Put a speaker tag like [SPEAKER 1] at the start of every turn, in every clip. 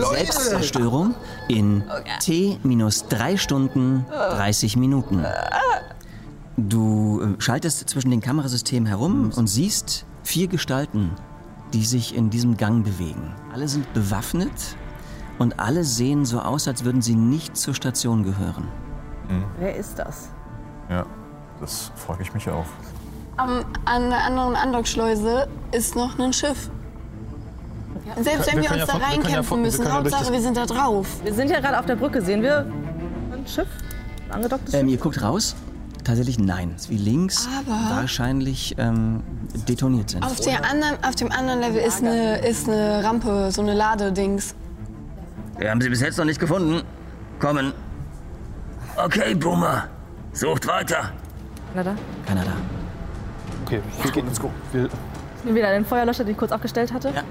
[SPEAKER 1] Selbstzerstörung in T minus 3 Stunden 30 Minuten. Du äh, schaltest zwischen den Kamerasystemen herum und siehst vier Gestalten, die sich in diesem Gang bewegen. Alle sind bewaffnet und alle sehen so aus, als würden sie nicht zur Station gehören.
[SPEAKER 2] Wer ist das?
[SPEAKER 3] Ja, das freue ich mich auch.
[SPEAKER 4] Am, an der anderen Andockschleuse ist noch ein Schiff. Selbst wenn
[SPEAKER 3] wir
[SPEAKER 4] wir uns
[SPEAKER 3] können ja
[SPEAKER 4] da
[SPEAKER 3] von- wir können ja
[SPEAKER 4] reinkämpfen
[SPEAKER 3] von- wir
[SPEAKER 4] müssen,
[SPEAKER 3] können ja durch
[SPEAKER 4] Hauptsache
[SPEAKER 3] das-
[SPEAKER 4] wir sind da drauf.
[SPEAKER 2] Wir sind ja gerade auf der Brücke. Sehen wir ein Schiff? Ein angedocktes
[SPEAKER 1] Ähm, ihr guckt raus. Tatsächlich nein. Wie links
[SPEAKER 4] Aber-
[SPEAKER 1] wahrscheinlich ähm, detoniert sind.
[SPEAKER 4] Auf, der anderen, auf dem anderen Level ist eine, ist eine Rampe, so eine Ladedings.
[SPEAKER 1] Wir haben sie bis jetzt noch nicht gefunden. Kommen.
[SPEAKER 5] Okay, Boomer. Sucht weiter.
[SPEAKER 2] Schiff? Na da.
[SPEAKER 1] Keiner da.
[SPEAKER 3] Okay, wir gehen, let's go. Wir,
[SPEAKER 2] Ich nehme wieder den Feuerlöscher, den ich kurz abgestellt hatte.
[SPEAKER 1] Ja.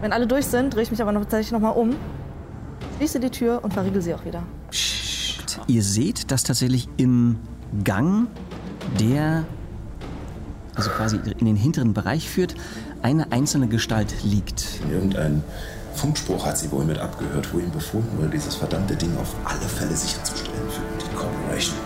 [SPEAKER 2] Wenn alle durch sind, drehe ich mich aber noch tatsächlich nochmal um, schließe die Tür und verriegel sie auch wieder.
[SPEAKER 1] Ihr seht, dass tatsächlich im Gang, der also quasi in den hinteren Bereich führt, eine einzelne Gestalt liegt.
[SPEAKER 6] Irgendein Funkspruch hat sie wohl mit abgehört, wo ihm befohlen wurde, dieses verdammte Ding auf alle Fälle sicherzustellen für die Corporation.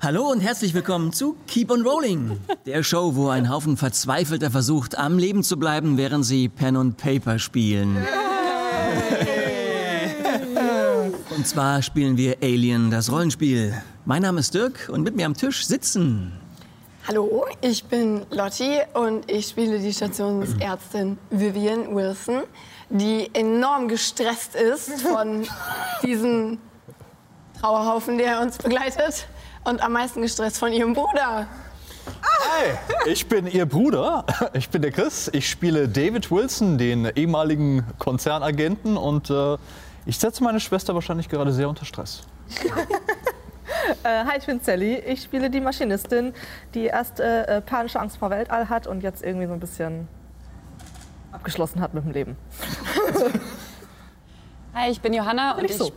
[SPEAKER 1] Hallo und herzlich willkommen zu Keep on Rolling, der Show, wo ein Haufen Verzweifelter versucht, am Leben zu bleiben, während sie Pen und Paper spielen. Und zwar spielen wir Alien, das Rollenspiel. Mein Name ist Dirk und mit mir am Tisch sitzen
[SPEAKER 4] Hallo, ich bin Lotti und ich spiele die Stationsärztin Vivian Wilson, die enorm gestresst ist von diesem Trauerhaufen, der uns begleitet und am meisten gestresst von ihrem Bruder.
[SPEAKER 3] Ich bin Ihr Bruder. Ich bin der Chris. Ich spiele David Wilson, den ehemaligen Konzernagenten. Und äh, ich setze meine Schwester wahrscheinlich gerade sehr unter Stress.
[SPEAKER 2] Äh, hi, ich bin Sally. Ich spiele die Maschinistin, die erst äh, äh, panische Angst vor Weltall hat und jetzt irgendwie so ein bisschen abgeschlossen hat mit dem Leben.
[SPEAKER 7] Hi, ich bin Johanna und
[SPEAKER 2] Nicht
[SPEAKER 7] ich
[SPEAKER 2] so.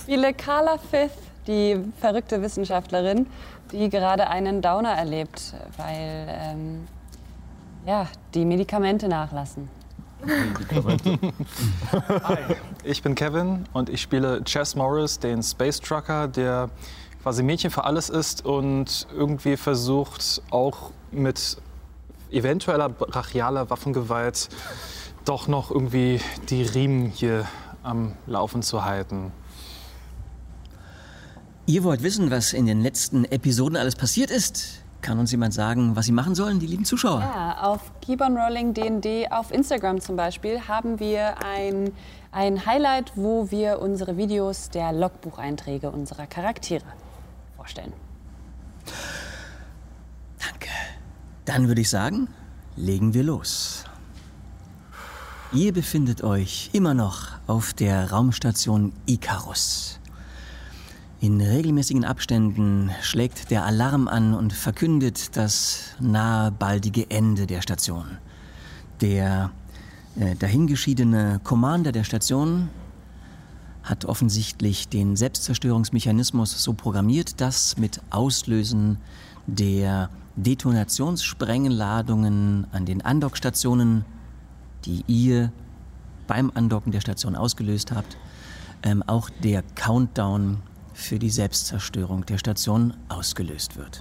[SPEAKER 7] spiele Carla Fifth, die verrückte Wissenschaftlerin, die gerade einen Downer erlebt, weil ähm, ja, die Medikamente nachlassen.
[SPEAKER 8] Ich bin Kevin und ich spiele Chess Morris, den Space Trucker, der quasi Mädchen für alles ist und irgendwie versucht, auch mit eventueller brachialer Waffengewalt doch noch irgendwie die Riemen hier am Laufen zu halten.
[SPEAKER 1] Ihr wollt wissen, was in den letzten Episoden alles passiert ist? Kann uns jemand sagen, was sie machen sollen, die lieben Zuschauer?
[SPEAKER 7] Ja, auf Keep on Rolling DND auf Instagram zum Beispiel haben wir ein, ein Highlight, wo wir unsere Videos der Logbucheinträge unserer Charaktere vorstellen.
[SPEAKER 1] Danke. Dann würde ich sagen, legen wir los. Ihr befindet euch immer noch auf der Raumstation Icarus. In regelmäßigen Abständen schlägt der Alarm an und verkündet das nahe baldige Ende der Station. Der äh, dahingeschiedene Commander der Station hat offensichtlich den Selbstzerstörungsmechanismus so programmiert, dass mit Auslösen der Detonationssprengeladungen an den Andockstationen, die ihr beim Andocken der Station ausgelöst habt, ähm, auch der Countdown für die Selbstzerstörung der Station ausgelöst wird.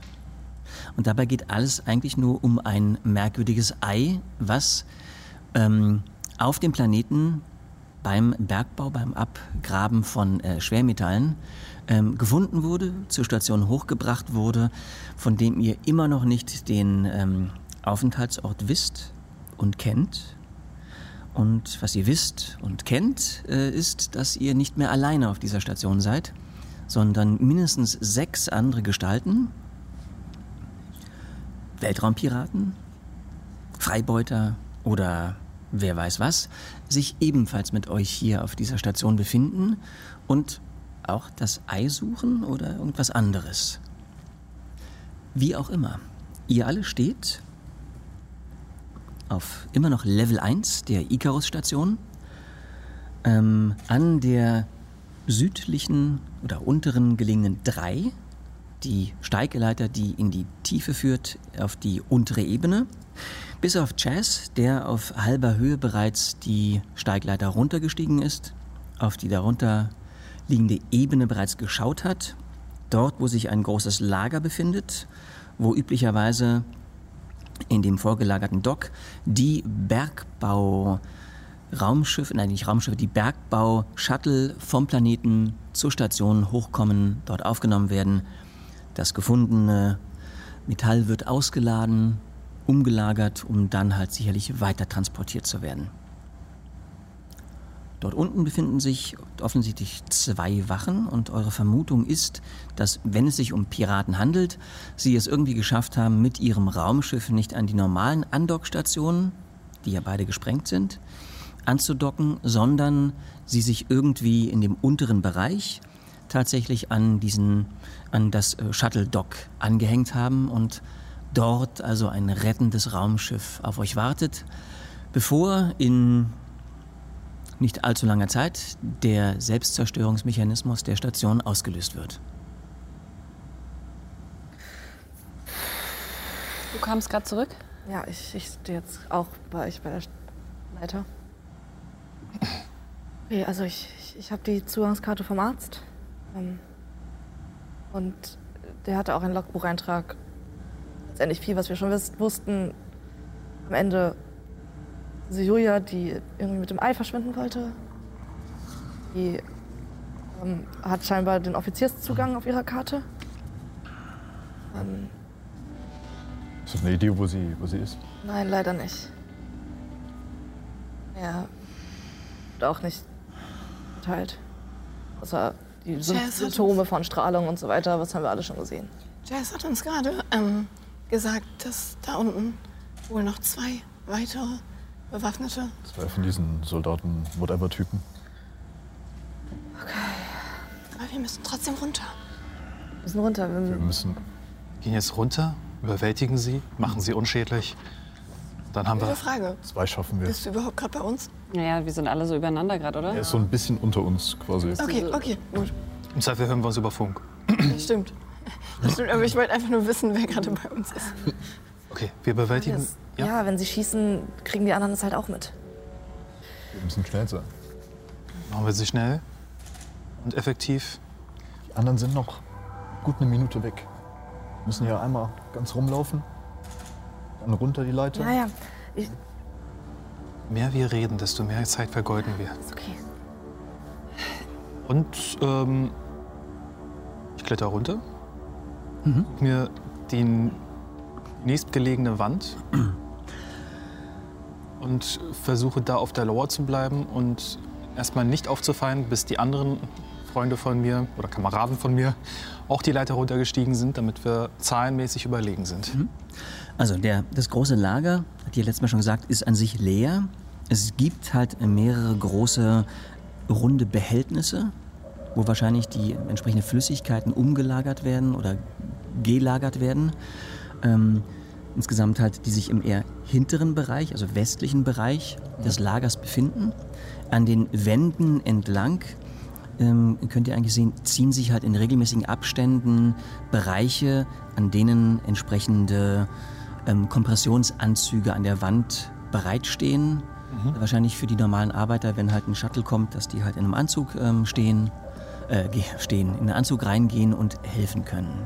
[SPEAKER 1] Und dabei geht alles eigentlich nur um ein merkwürdiges Ei, was ähm, auf dem Planeten beim Bergbau, beim Abgraben von äh, Schwermetallen ähm, gefunden wurde, zur Station hochgebracht wurde, von dem ihr immer noch nicht den ähm, Aufenthaltsort wisst und kennt. Und was ihr wisst und kennt, äh, ist, dass ihr nicht mehr alleine auf dieser Station seid, sondern mindestens sechs andere Gestalten, Weltraumpiraten, Freibeuter oder wer weiß was, sich ebenfalls mit euch hier auf dieser Station befinden und auch das Ei suchen oder irgendwas anderes. Wie auch immer, ihr alle steht auf immer noch Level 1 der Icarus-Station ähm, an der südlichen oder unteren gelegenen 3, die Steigeleiter, die in die Tiefe führt, auf die untere Ebene. Bis auf Chaz, der auf halber Höhe bereits die Steigleiter runtergestiegen ist, auf die darunter liegende Ebene bereits geschaut hat, dort, wo sich ein großes Lager befindet, wo üblicherweise in dem vorgelagerten Dock die Bergbau Raumschiffe, nein, nicht Raumschiffe, die Bergbau-Shuttle vom Planeten zur Station hochkommen, dort aufgenommen werden. Das gefundene Metall wird ausgeladen, umgelagert, um dann halt sicherlich weiter transportiert zu werden. Dort unten befinden sich offensichtlich zwei Wachen und eure Vermutung ist, dass, wenn es sich um Piraten handelt, sie es irgendwie geschafft haben, mit ihrem Raumschiff nicht an die normalen Andockstationen, die ja beide gesprengt sind, anzudocken, sondern sie sich irgendwie in dem unteren Bereich tatsächlich an diesen an das äh, Shuttle Dock angehängt haben und dort also ein rettendes Raumschiff auf euch wartet, bevor in nicht allzu langer Zeit der Selbstzerstörungsmechanismus der Station ausgelöst wird.
[SPEAKER 7] Du kamst gerade zurück?
[SPEAKER 2] Ja, ich, ich stehe jetzt auch bei euch bei der Leiter. Okay, also ich, ich, ich habe die Zugangskarte vom Arzt. Ähm, und der hatte auch einen Logbucheintrag. Letztendlich viel, was wir schon wis- wussten. Am Ende diese Julia, die irgendwie mit dem Ei verschwinden wollte. Die ähm, hat scheinbar den Offizierszugang auf ihrer Karte. Ähm,
[SPEAKER 3] Ist das eine Idee, wo sie, wo sie ist?
[SPEAKER 2] Nein, leider nicht. Ja. Wird auch nicht geteilt. Außer die Sym
[SPEAKER 4] Jazz hat
[SPEAKER 2] Symptome von Strahlung und so weiter, was haben wir alle schon gesehen.
[SPEAKER 4] Jazz hat uns gerade ähm, gesagt, dass da unten wohl noch zwei weitere bewaffnete.
[SPEAKER 3] Zwei von diesen Soldaten, Whatever-Typen.
[SPEAKER 4] Aber wir müssen trotzdem runter.
[SPEAKER 2] Wir müssen runter. Wir
[SPEAKER 3] Wir müssen.
[SPEAKER 8] Gehen jetzt runter, überwältigen sie, machen sie unschädlich. Dann haben
[SPEAKER 4] Gute
[SPEAKER 8] wir.
[SPEAKER 4] Frage.
[SPEAKER 3] Zwei schaffen wir.
[SPEAKER 4] Bist du überhaupt gerade bei uns?
[SPEAKER 7] Naja, wir sind alle so übereinander gerade, oder?
[SPEAKER 3] Er ist so ein bisschen unter uns quasi.
[SPEAKER 4] Okay, okay, gut.
[SPEAKER 8] Im Zweifel hören wir uns über Funk.
[SPEAKER 4] Das stimmt. Das stimmt, aber ich wollte einfach nur wissen, wer gerade bei uns ist.
[SPEAKER 8] Okay, wir überwältigen.
[SPEAKER 2] Das, ja.
[SPEAKER 8] Ja.
[SPEAKER 2] wenn sie schießen, kriegen die anderen es halt auch mit.
[SPEAKER 3] Wir müssen schnell sein.
[SPEAKER 8] Machen wir sie schnell und effektiv.
[SPEAKER 3] Die anderen sind noch gut eine Minute weg. Wir müssen hier einmal ganz rumlaufen. Dann runter die Leiter.
[SPEAKER 2] Naja,
[SPEAKER 8] Je mehr wir reden, desto mehr Zeit vergeuden wir.
[SPEAKER 2] ist okay.
[SPEAKER 8] Und ähm, ich kletter runter, such mir die nächstgelegene Wand und versuche da auf der Lauer zu bleiben und erstmal nicht aufzufallen, bis die anderen Freunde von mir oder Kameraden von mir auch die Leiter runtergestiegen sind, damit wir zahlenmäßig überlegen sind.
[SPEAKER 1] Also der, das große Lager, hat ihr letztes Mal schon gesagt, ist an sich leer. Es gibt halt mehrere große runde Behältnisse, wo wahrscheinlich die entsprechenden Flüssigkeiten umgelagert werden oder gelagert werden. Ähm, insgesamt halt, die sich im eher hinteren Bereich, also westlichen Bereich des Lagers befinden. An den Wänden entlang ähm, könnt ihr eigentlich sehen, ziehen sich halt in regelmäßigen Abständen Bereiche, an denen entsprechende ähm, Kompressionsanzüge an der Wand bereitstehen. Wahrscheinlich für die normalen Arbeiter, wenn halt ein Shuttle kommt, dass die halt in einem Anzug ähm, stehen, äh, ge- stehen, in einen Anzug reingehen und helfen können.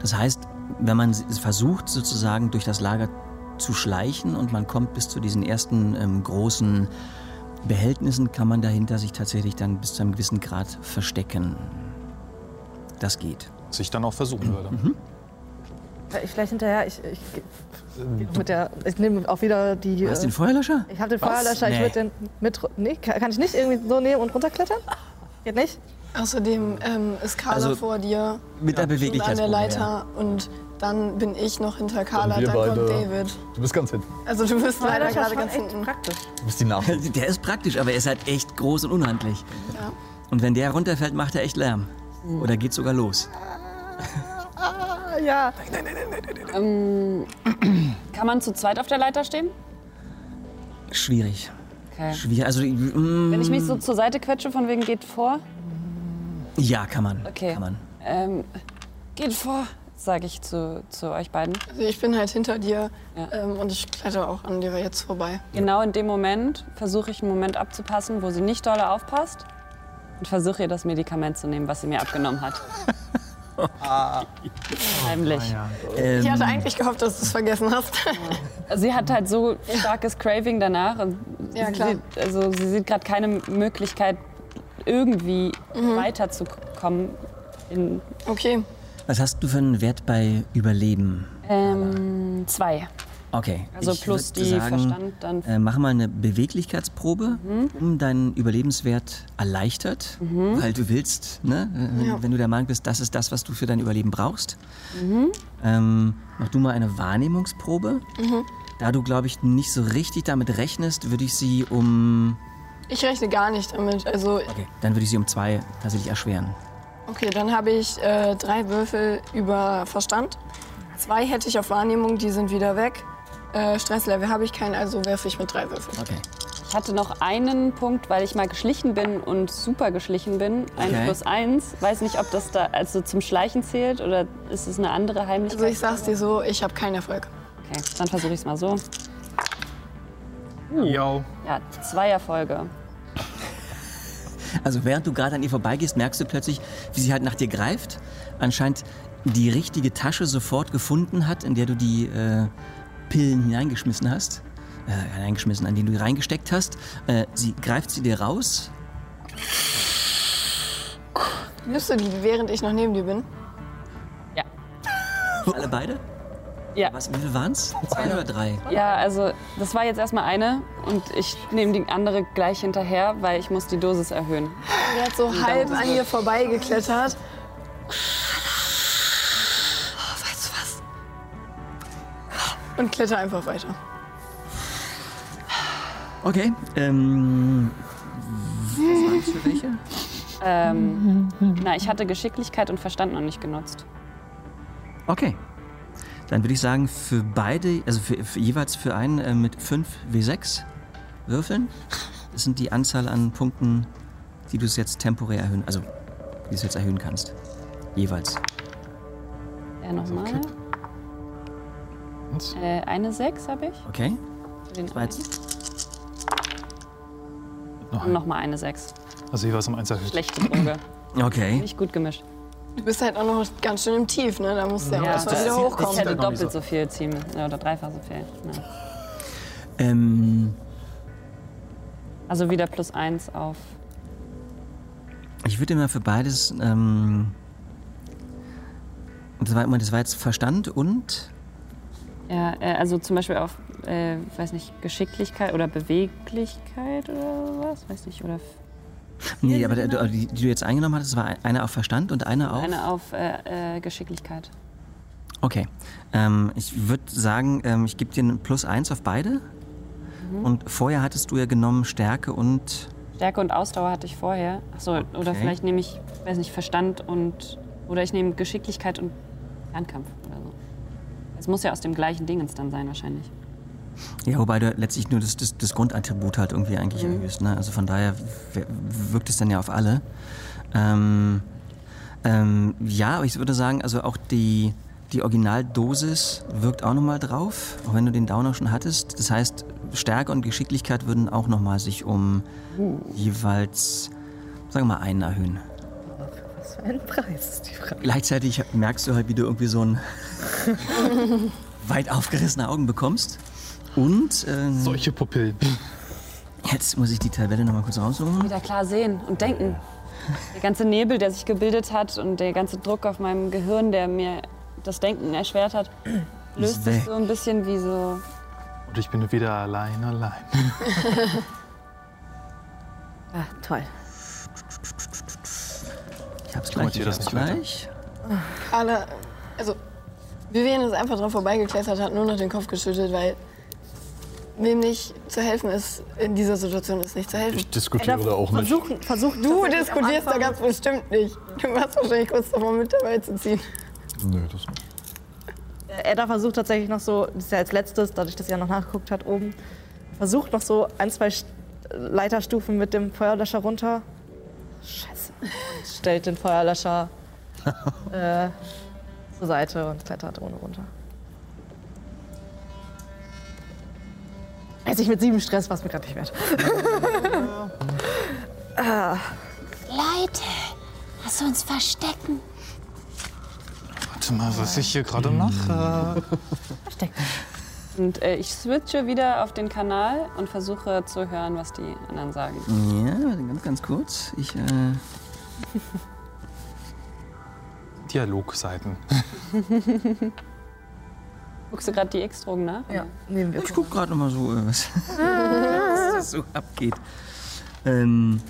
[SPEAKER 1] Das heißt, wenn man s- versucht, sozusagen durch das Lager zu schleichen und man kommt bis zu diesen ersten ähm, großen Behältnissen, kann man dahinter sich tatsächlich dann bis zu einem gewissen Grad verstecken. Das geht.
[SPEAKER 8] Was ich dann auch versuchen würde.
[SPEAKER 2] Ich vielleicht hinterher, ich, ich, geh- geh mit der, ich nehme auch wieder die.
[SPEAKER 1] Hast Ähm.
[SPEAKER 2] äh,
[SPEAKER 1] du den Feuerlöscher?
[SPEAKER 2] Ich habe den Feuerlöscher, ich
[SPEAKER 1] Nee.
[SPEAKER 2] würde den mit. ru- Nee, kann, kann ich nicht irgendwie so nehmen und runterklettern? Geht nicht?
[SPEAKER 4] Außerdem ähm, ist Carla
[SPEAKER 1] Also-
[SPEAKER 4] vor dir
[SPEAKER 1] Mit der
[SPEAKER 4] und an
[SPEAKER 1] Beweglichkeit.
[SPEAKER 4] der Leiter und dann bin ich noch hinter Carla,
[SPEAKER 3] wir
[SPEAKER 4] dann kommt
[SPEAKER 3] beide.
[SPEAKER 4] David.
[SPEAKER 3] Du bist ganz hinten.
[SPEAKER 4] Also du bist leider
[SPEAKER 2] Feuerlöscher ist
[SPEAKER 4] gerade
[SPEAKER 2] schon
[SPEAKER 4] ganz
[SPEAKER 2] echt
[SPEAKER 4] hinten.
[SPEAKER 2] praktisch.
[SPEAKER 3] Du bist die Nachricht.
[SPEAKER 1] Der ist praktisch, aber er ist halt echt groß und unhandlich.
[SPEAKER 4] Ja.
[SPEAKER 1] Und wenn der runterfällt, macht er echt Lärm. Oder geht sogar los.
[SPEAKER 2] Ja,
[SPEAKER 7] Kann man zu zweit auf der Leiter stehen?
[SPEAKER 1] Schwierig.
[SPEAKER 7] Okay.
[SPEAKER 1] Schwierig. Also, mm,
[SPEAKER 7] Wenn ich mich so zur Seite quetsche, von wegen geht vor,
[SPEAKER 1] ja, kann man.
[SPEAKER 7] Okay.
[SPEAKER 1] Kann man.
[SPEAKER 7] ähm, geht vor, sage ich zu, zu euch beiden.
[SPEAKER 4] Also ich bin halt hinter dir
[SPEAKER 7] Ja.
[SPEAKER 4] ähm, und ich kletter auch an dir jetzt vorbei.
[SPEAKER 7] Genau in dem Moment versuche ich einen Moment abzupassen, wo sie nicht doll aufpasst und versuche ihr das Medikament zu nehmen, was sie mir abgenommen hat. Heimlich.
[SPEAKER 4] Ich
[SPEAKER 1] Ähm,
[SPEAKER 4] hatte eigentlich gehofft, dass du es vergessen hast.
[SPEAKER 7] Sie hat halt so starkes Craving danach. Und
[SPEAKER 4] Ja,
[SPEAKER 7] sie
[SPEAKER 4] klar.
[SPEAKER 7] Sieht, also sie sieht gerade keine Möglichkeit, irgendwie
[SPEAKER 4] Mhm.
[SPEAKER 7] weiterzukommen. In,
[SPEAKER 4] Okay,
[SPEAKER 1] Was hast du für einen Wert bei Überleben?
[SPEAKER 7] ähm, zwei.
[SPEAKER 1] Okay.
[SPEAKER 7] Also
[SPEAKER 1] ich
[SPEAKER 7] plus
[SPEAKER 1] würde
[SPEAKER 7] die Verstand dann. Mhm.
[SPEAKER 1] Äh, mach mal eine Beweglichkeitsprobe, um deinen Überlebenswert erleichtert, weil du willst, ne? äh, wenn, wenn du der Meinung bist, das ist das, was du für dein Überleben brauchst.
[SPEAKER 7] Mhm.
[SPEAKER 1] Ähm, mach du mal eine Wahrnehmungsprobe.
[SPEAKER 7] Mhm.
[SPEAKER 1] Da du, glaube ich, nicht so richtig damit rechnest, würde ich sie um.
[SPEAKER 4] ich rechne gar nicht damit. Also
[SPEAKER 1] Okay, dann würde ich sie um zwei tatsächlich erschweren.
[SPEAKER 4] Okay, dann habe ich äh, drei Würfel über Verstand. Zwei hätte ich auf Wahrnehmung, die sind wieder weg. Äh, Stresslevel habe ich keinen, also werfe ich mit drei Würfeln.
[SPEAKER 1] Okay.
[SPEAKER 7] Ich hatte noch einen Punkt, weil ich mal geschlichen bin und super geschlichen bin. Ein
[SPEAKER 1] Okay.
[SPEAKER 7] plus eins. Weiß nicht, ob das da also zum Schleichen zählt oder ist es eine andere
[SPEAKER 4] Also
[SPEAKER 7] Heimlichkeit?
[SPEAKER 4] ich sag's dir so, ich habe keinen Erfolg.
[SPEAKER 7] Okay, dann versuche ich es mal so.
[SPEAKER 8] Yo.
[SPEAKER 7] Ja, zwei Erfolge.
[SPEAKER 1] Also während du gerade an ihr vorbeigehst, merkst du plötzlich, wie sie halt nach dir greift. Anscheinend die richtige Tasche sofort gefunden hat, in der du die äh, Pillen hineingeschmissen hast. Äh, hineingeschmissen, an die du reingesteckt hast. Äh, sie greift sie dir raus.
[SPEAKER 4] Nimmst du die, während ich noch neben dir bin?
[SPEAKER 7] Ja.
[SPEAKER 1] Alle beide?
[SPEAKER 7] Ja.
[SPEAKER 1] Was, wie viel waren's? Zwei oder drei?
[SPEAKER 7] Ja, also das war jetzt erstmal eine und ich nehme die andere gleich hinterher, weil ich muss die Dosis erhöhen.
[SPEAKER 4] Der hat so halb an ihr vorbeigeklettert. Oh, weißt du was? Und kletter einfach weiter.
[SPEAKER 1] Okay. Ähm, was waren für welche?
[SPEAKER 7] Ähm, na, ich hatte Geschicklichkeit und Verstand noch nicht genutzt.
[SPEAKER 1] Okay. Dann würde ich sagen, für beide, also für, für jeweils für einen äh, mit 5 W6 würfeln. Das sind die Anzahl an Punkten, die du es jetzt temporär erhöhen, also die du es jetzt erhöhen kannst. Jeweils.
[SPEAKER 7] Ja,
[SPEAKER 1] Also,
[SPEAKER 7] nochmal.
[SPEAKER 8] Was?
[SPEAKER 7] Äh, eine sechs habe ich.
[SPEAKER 1] Okay?
[SPEAKER 7] für Den
[SPEAKER 1] War jetzt-
[SPEAKER 8] Noch
[SPEAKER 7] Und
[SPEAKER 8] ein.
[SPEAKER 7] nochmal eine sechs.
[SPEAKER 8] Also jeweils um eins erhöht.
[SPEAKER 7] Schlechte Droge.
[SPEAKER 1] Okay.
[SPEAKER 7] Nicht gut gemischt.
[SPEAKER 4] Du bist halt auch noch ganz schön im Tief, ne? Da musst du ja, auch erst mal wieder
[SPEAKER 7] ich
[SPEAKER 4] hochkommen.
[SPEAKER 7] hätte
[SPEAKER 8] noch nicht
[SPEAKER 7] doppelt so. viel ziehen müssen, oder dreifach so viel. Ja.
[SPEAKER 1] Ähm,
[SPEAKER 7] Also wieder plus eins auf.
[SPEAKER 1] ich würde immer für beides. Ähm, das war, das war jetzt Verstand und.
[SPEAKER 7] Ja, äh, also zum Beispiel auf, äh, weiß nicht, Geschicklichkeit oder Beweglichkeit oder was, weiß nicht, oder
[SPEAKER 1] Nee, aber der, der- die, die du jetzt eingenommen hattest, war eine auf Verstand und eine auf.
[SPEAKER 7] eine auf äh, äh, Geschicklichkeit.
[SPEAKER 1] Okay. Ähm, ich würde sagen, ähm, ich gebe dir einen Plus 1 auf beide. Und vorher hattest du ja genommen Stärke und.
[SPEAKER 7] Stärke und Ausdauer hatte ich vorher. Achso, oder
[SPEAKER 1] Okay.
[SPEAKER 7] vielleicht nehme ich, weiß nicht, Verstand und, oder ich nehme Geschicklichkeit und Fernkampf oder so. Es muss ja aus dem gleichen Dingens dann sein wahrscheinlich.
[SPEAKER 1] Ja, wobei du letztlich nur das, das, das Grundattribut halt irgendwie eigentlich erhöhst. Ne? Also von daher w- wirkt es dann ja auf alle. Ähm, ähm, ja, aber ich würde sagen, also auch die, die Originaldosis wirkt auch nochmal drauf, auch wenn du den Downer schon hattest. Das heißt, Stärke und Geschicklichkeit würden auch nochmal sich um jeweils, sagen wir mal, einen erhöhen.
[SPEAKER 2] Was für ein Preis, die Frage.
[SPEAKER 1] Gleichzeitig merkst du halt, wie du irgendwie so ein weit aufgerissene Augen bekommst. Und ähm,
[SPEAKER 8] Solche Pupillen.
[SPEAKER 1] jetzt muss ich die Tabelle nochmal kurz raussuchen.
[SPEAKER 7] Wieder klar sehen und denken. Der ganze Nebel, der sich gebildet hat und der ganze Druck auf meinem Gehirn, der mir das Denken erschwert hat, löst
[SPEAKER 1] weg.
[SPEAKER 7] sich so ein bisschen wie so
[SPEAKER 8] Und ich bin wieder allein, allein.
[SPEAKER 2] Ah, toll.
[SPEAKER 1] Ich hab's gleich.
[SPEAKER 8] Kommentier
[SPEAKER 1] Ich
[SPEAKER 8] das
[SPEAKER 1] hab's
[SPEAKER 8] nicht weiter.
[SPEAKER 1] gleich.
[SPEAKER 4] Alle, also Vivian ist einfach dran vorbeigeklettert, hat nur noch den Kopf geschüttelt, weil wem nicht zu helfen ist, in dieser Situation ist nicht zu helfen.
[SPEAKER 3] Ich diskutiere da auch nicht.
[SPEAKER 2] Versuch, versuch
[SPEAKER 4] Du
[SPEAKER 2] tatsächlich am
[SPEAKER 4] diskutierst da
[SPEAKER 2] Anfang-
[SPEAKER 4] ganz bestimmt nicht. Du warst wahrscheinlich kurz davor, mit dabei zu ziehen.
[SPEAKER 3] Nö, das nicht.
[SPEAKER 2] Edda versucht tatsächlich noch so, das ist ja als letztes, dadurch, dass sie ja noch nachgeguckt hat oben, versucht noch so ein, zwei St- Leiterstufen mit dem Feuerlöscher runter. Scheiße. Und stellt den Feuerlöscher äh, zur Seite und klettert ohne runter. Hätte ich mit sieben Stress, was mir gerade nicht wert.
[SPEAKER 9] Leute, lass uns verstecken.
[SPEAKER 8] Warte mal, was ich hier gerade mache.
[SPEAKER 7] Und äh, ich switche wieder auf den Kanal und versuche zu hören, was die anderen sagen.
[SPEAKER 1] Ja, warte, ganz, ganz kurz. Ich, äh,
[SPEAKER 8] Dialogseiten.
[SPEAKER 7] Guckst du gerade die X-Drogen nach?
[SPEAKER 2] Ja, nehmen wir.
[SPEAKER 1] ich guck gerade mal so, äh, was, was das so abgeht. Ähm,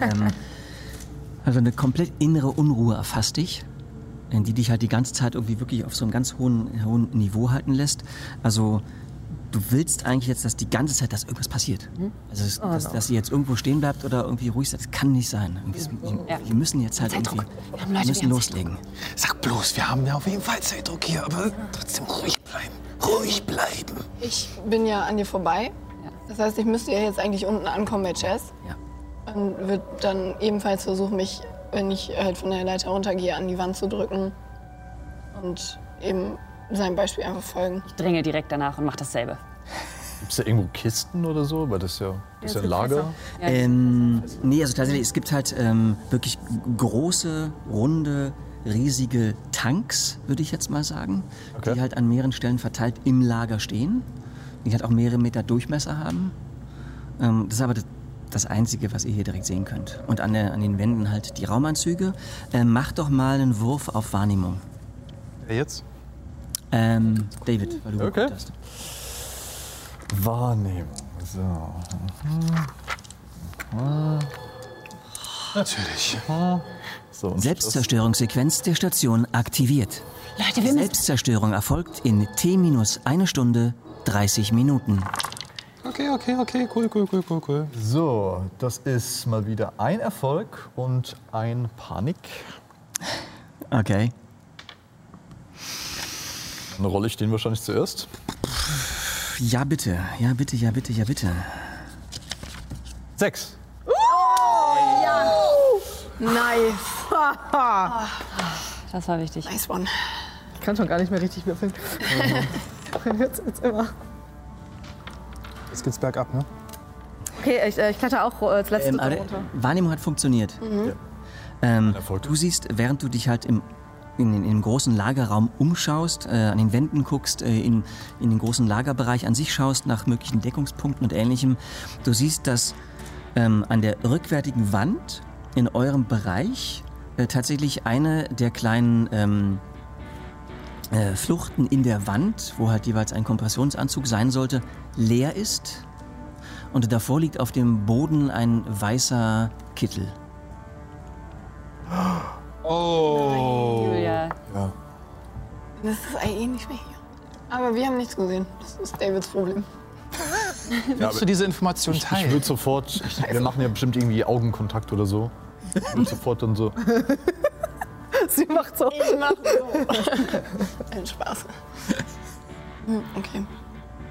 [SPEAKER 1] ähm, also eine komplett innere Unruhe erfasst dich, äh, die dich halt die ganze Zeit irgendwie wirklich auf so einem ganz hohen, hohen Niveau halten lässt. Also du willst eigentlich jetzt, dass die ganze Zeit, dass irgendwas passiert. Also es, dass, dass sie jetzt irgendwo stehen bleibt oder irgendwie ruhig ist, das kann nicht sein. Irgendwie, ist- Wir müssen jetzt halt irgendwie, wir müssen loslegen.
[SPEAKER 8] Sag bloß, wir haben ja auf jeden Fall Zeitdruck hier, aber trotzdem ruhig bleiben. Ruhig bleiben.
[SPEAKER 4] Ich bin ja an dir vorbei. Das heißt, ich müsste ja jetzt eigentlich unten ankommen bei Chess.
[SPEAKER 1] Ja.
[SPEAKER 4] Und wird dann ebenfalls versuchen, mich, wenn ich halt von der Leiter runtergehe, an die Wand zu drücken. Und eben seinem Beispiel einfach folgen.
[SPEAKER 7] Ich dränge direkt danach und mache dasselbe.
[SPEAKER 3] Gibt es da irgendwo Kisten oder so? Weil das ist ja, das ist ja ein Lager.
[SPEAKER 1] Ähm, nee, also tatsächlich, es gibt halt ähm, wirklich g- große, runde, riesige Tanks, würde ich jetzt mal sagen,
[SPEAKER 3] Okay.
[SPEAKER 1] die halt an mehreren Stellen verteilt im Lager stehen. Die halt auch mehrere Meter Durchmesser haben. Ähm, das ist aber das, das Einzige, was ihr hier direkt sehen könnt. Und an, der, an den Wänden halt die Raumanzüge. Ähm, macht doch mal einen Wurf auf Wahrnehmung.
[SPEAKER 8] Wer jetzt?
[SPEAKER 1] Ähm, David, weil du
[SPEAKER 3] Okay.
[SPEAKER 1] geguckt hast.
[SPEAKER 3] Wahrnehmen. So. Mhm.
[SPEAKER 8] Natürlich.
[SPEAKER 3] so und
[SPEAKER 1] Selbstzerstörungssequenz der Station aktiviert.
[SPEAKER 9] Leute, wir müssen.
[SPEAKER 1] Selbstzerstörung erfolgt in T minus eine Stunde 30 Minuten.
[SPEAKER 8] Okay, okay, okay, cool, cool, cool, cool, cool.
[SPEAKER 3] So, das ist mal wieder ein Erfolg und ein Panik.
[SPEAKER 1] Okay.
[SPEAKER 3] Dann rolle ich den wahrscheinlich zuerst.
[SPEAKER 1] Ja, bitte. Ja, bitte, ja, bitte, ja, bitte.
[SPEAKER 3] Sechs.
[SPEAKER 4] Nice.
[SPEAKER 7] Das war wichtig.
[SPEAKER 4] Nice one.
[SPEAKER 2] Ich kann schon gar nicht mehr richtig würfeln. jetzt, jetzt immer.
[SPEAKER 8] Jetzt geht's bergab, ne?
[SPEAKER 2] Okay, ich, äh, ich kletter auch äh, als letztes
[SPEAKER 1] Ähm, aber
[SPEAKER 2] runter.
[SPEAKER 1] Wahrnehmung hat funktioniert. Ähm, du siehst, während du dich halt im, in, den- in dem großen Lagerraum umschaust, äh, an den Wänden guckst, äh, in, in den großen Lagerbereich an sich schaust, nach möglichen Deckungspunkten und ähnlichem, du siehst, dass ähm, an der rückwärtigen Wand in eurem Bereich äh, tatsächlich eine der kleinen ähm, äh, Fluchten in der Wand, wo halt jeweils ein Kompressionsanzug sein sollte, leer ist. Und davor liegt auf dem Boden ein weißer Kittel.
[SPEAKER 7] Julia,
[SPEAKER 4] Das ist eigentlich eh nicht mehr hier. Aber wir haben nichts gesehen. Das ist Davids Problem.
[SPEAKER 8] Willst du diese Information
[SPEAKER 3] Ich
[SPEAKER 8] teilen?
[SPEAKER 3] würde sofort, ich, wir machen ja bestimmt irgendwie Augenkontakt oder so. Ich würde sofort dann so,
[SPEAKER 2] Sie macht so.
[SPEAKER 4] Ein Spaß. Hm, Okay.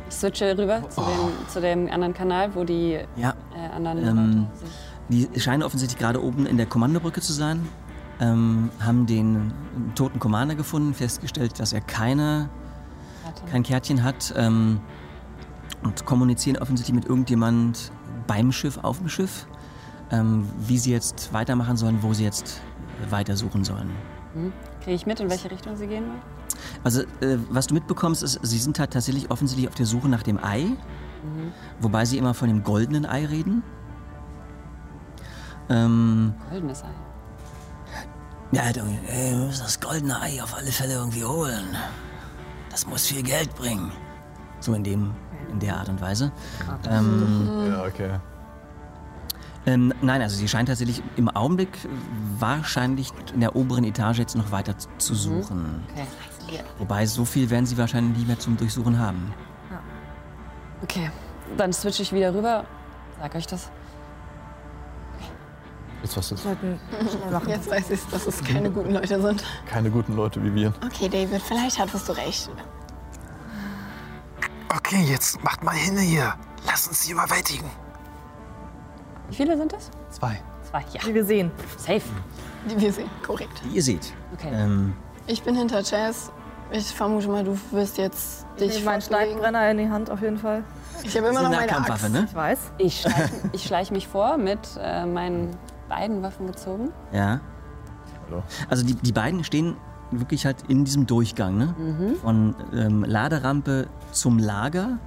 [SPEAKER 7] ich switche rüber zu, dem, zu dem anderen Kanal, wo die äh,
[SPEAKER 1] Ja,
[SPEAKER 7] anderen
[SPEAKER 1] Ähm,
[SPEAKER 7] Leute sich.
[SPEAKER 1] die scheinen offensichtlich gerade oben in der Kommandobrücke zu sein. Ähm, haben den toten Commander gefunden, festgestellt, dass er keine, kein Kärtchen hat ähm, und kommunizieren offensichtlich mit irgendjemand beim Schiff, auf dem Schiff, ähm, wie sie jetzt weitermachen sollen, wo sie jetzt weitersuchen sollen.
[SPEAKER 7] Kriege ich mit, in welche Richtung sie gehen wollen?
[SPEAKER 1] Also, äh, was du mitbekommst, ist, sie sind halt tatsächlich offensichtlich auf der Suche nach dem Ei. Wobei sie immer von dem goldenen Ei reden. Ähm,
[SPEAKER 7] Goldenes Ei.
[SPEAKER 1] ja, du, äh, wir müssen das goldene Ei auf alle Fälle irgendwie holen. Das muss viel Geld bringen. So in dem, in der Art und Weise.
[SPEAKER 3] ja, okay.
[SPEAKER 1] Ähm, nein, also sie scheint tatsächlich im Augenblick wahrscheinlich in der oberen Etage jetzt noch weiter zu-
[SPEAKER 4] Mhm.
[SPEAKER 1] zu suchen.
[SPEAKER 7] Okay.
[SPEAKER 1] Wobei so viel werden sie wahrscheinlich nicht mehr zum Durchsuchen haben.
[SPEAKER 7] Okay, dann switche ich wieder rüber. Sag euch das. Okay.
[SPEAKER 3] Jetzt was ist
[SPEAKER 2] sollten schnell machen.
[SPEAKER 4] Jetzt weiß ich, dass es keine guten Leute sind.
[SPEAKER 3] keine guten Leute wie wir.
[SPEAKER 4] Okay, David, vielleicht hattest du recht.
[SPEAKER 10] Okay, jetzt macht mal hin hier. Lass uns sie überwältigen.
[SPEAKER 7] Wie viele sind es?
[SPEAKER 8] Zwei.
[SPEAKER 7] Zwei, ja.
[SPEAKER 2] Wie wir sehen.
[SPEAKER 7] Safe.
[SPEAKER 4] Die wir sehen, korrekt.
[SPEAKER 1] Wie ihr seht.
[SPEAKER 7] Okay.
[SPEAKER 1] Ähm,
[SPEAKER 4] Ich bin hinter Chaz. Ich vermute mal, du wirst jetzt
[SPEAKER 2] Ich
[SPEAKER 4] dich
[SPEAKER 2] nehme meinen
[SPEAKER 4] fortbewegen.
[SPEAKER 2] Schneidbrenner in die Hand auf jeden Fall.
[SPEAKER 4] Ich habe immer
[SPEAKER 1] das
[SPEAKER 4] noch
[SPEAKER 1] ist eine
[SPEAKER 4] meine
[SPEAKER 1] Nahkampfwaffe,
[SPEAKER 4] Axt.
[SPEAKER 1] ne?
[SPEAKER 2] Ich weiß.
[SPEAKER 7] Ich schleiche ich schleich mich vor mit äh, meinen beiden Waffen gezogen.
[SPEAKER 1] Ja. Also die, die beiden stehen wirklich halt in diesem Durchgang, ne? Von ähm, Laderampe zum Lager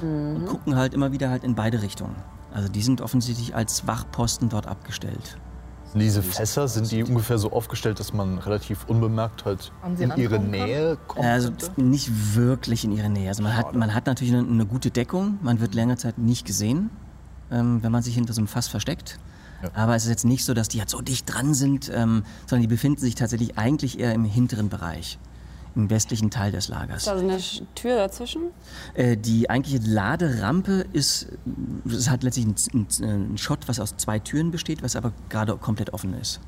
[SPEAKER 1] und gucken halt immer wieder halt in beide Richtungen. Also die sind offensichtlich als Wachposten dort abgestellt.
[SPEAKER 3] Diese Fässer sind die ungefähr so aufgestellt, dass man relativ unbemerkt halt
[SPEAKER 2] Haben sie
[SPEAKER 3] in ihre
[SPEAKER 2] rankommen können?
[SPEAKER 3] Nähe kommt.
[SPEAKER 1] Also nicht wirklich in ihre Nähe. Also man hat, man hat natürlich eine, eine gute Deckung, man wird längere Zeit nicht gesehen, ähm, wenn man sich hinter so einem Fass versteckt. Aber es ist jetzt nicht so, dass die halt so dicht dran sind, ähm, sondern die befinden sich tatsächlich eigentlich eher im hinteren Bereich, im westlichen Teil des Lagers.
[SPEAKER 7] Ist da so eine Sch- Tür dazwischen?
[SPEAKER 1] Äh, die eigentliche Laderampe ist, es hat letztlich ein, ein, ein Shot, was aus zwei Türen besteht, was aber gerade komplett offen ist.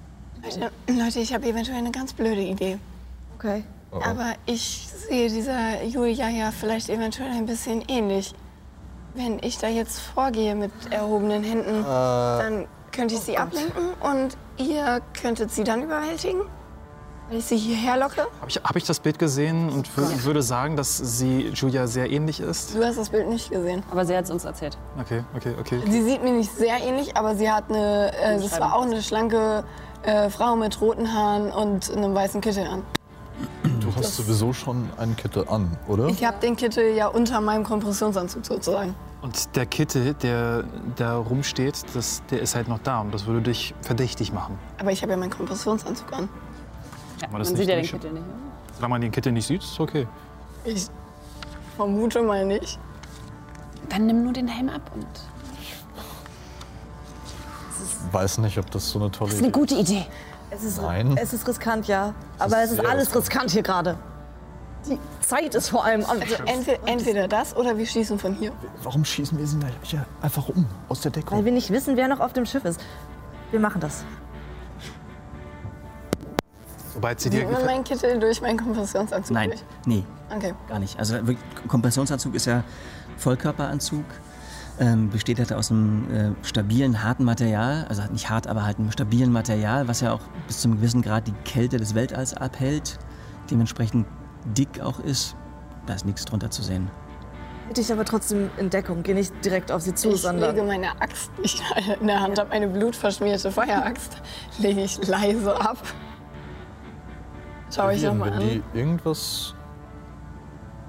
[SPEAKER 4] Leute, Leute, ich habe eventuell eine ganz blöde Idee.
[SPEAKER 2] Okay.
[SPEAKER 4] Aber ich sehe dieser Julia ja vielleicht eventuell ein bisschen ähnlich. Wenn ich da jetzt vorgehe mit erhobenen Händen, dann könnte ich sie ablenken und ihr könntet sie dann überwältigen, weil ich sie hierher locke.
[SPEAKER 8] Habe ich, hab ich das Bild gesehen und wür würde sagen, dass sie Julia sehr ähnlich ist?
[SPEAKER 4] Du hast das Bild nicht gesehen.
[SPEAKER 7] Aber sie hat es uns erzählt.
[SPEAKER 8] Okay, okay, okay.
[SPEAKER 4] Sie sieht mir nicht sehr ähnlich, aber sie hat eine, äh, das war auch eine schlanke äh, Frau mit roten Haaren und einem weißen Kittel an.
[SPEAKER 3] du hast sowieso schon einen Kittel an, oder?
[SPEAKER 4] Ich habe den Kittel ja unter meinem Kompressionsanzug sozusagen.
[SPEAKER 8] Und der Kittel, der da rumsteht, das, der ist halt noch da und das würde dich verdächtig machen.
[SPEAKER 4] Aber ich habe ja meinen Kompressionsanzug an.
[SPEAKER 7] Ja,
[SPEAKER 8] man
[SPEAKER 7] man
[SPEAKER 8] das
[SPEAKER 7] sieht
[SPEAKER 8] nicht
[SPEAKER 7] ja den
[SPEAKER 8] durchschaut?
[SPEAKER 7] Kittel nicht. oder?
[SPEAKER 8] Solange man den Kittel nicht sieht, ist okay.
[SPEAKER 4] Ich vermute mal nicht.
[SPEAKER 7] Dann nimm nur den Helm ab und.
[SPEAKER 3] weiß nicht, ob das so eine tolle
[SPEAKER 9] Das ist eine gute Idee.
[SPEAKER 2] Es ist,
[SPEAKER 3] Nein.
[SPEAKER 2] es ist riskant, ja. Aber es ist
[SPEAKER 3] sehr
[SPEAKER 2] alles
[SPEAKER 3] riskant.
[SPEAKER 2] riskant hier gerade. Die Zeit ist vor allem am.
[SPEAKER 4] Entweder, entweder das oder wir schießen von hier.
[SPEAKER 3] Warum schießen wir sie nicht ja, einfach um aus der Deckung?
[SPEAKER 2] Weil wir nicht wissen, wer noch auf dem Schiff ist. Wir machen das.
[SPEAKER 8] Sobald sie dir
[SPEAKER 4] Sieht man
[SPEAKER 8] gefällt.
[SPEAKER 4] meinen Kittel durch meinen Kompressionsanzug?
[SPEAKER 1] Nein,
[SPEAKER 4] Durch?
[SPEAKER 1] nee,
[SPEAKER 4] Okay.
[SPEAKER 1] gar nicht. Also wirklich, Kompressionsanzug ist ja Vollkörperanzug, ähm, besteht halt aus einem äh, stabilen, harten Material, also nicht hart, aber halt einem stabilen Material, was ja auch bis zu einem gewissen Grad die Kälte des Weltalls abhält, dementsprechend dick auch ist. Da ist nichts drunter zu sehen.
[SPEAKER 2] Hätte ich aber trotzdem in Deckung. Geh nicht direkt auf sie zu,
[SPEAKER 4] Ich lege
[SPEAKER 2] sondern.
[SPEAKER 4] meine Axt, die ich in der Hand habe, eine blutverschmierte Feueraxt, lege ich leise ab. Schau ich
[SPEAKER 3] Vivian,
[SPEAKER 4] nochmal
[SPEAKER 3] wenn
[SPEAKER 4] an.
[SPEAKER 3] die irgendwas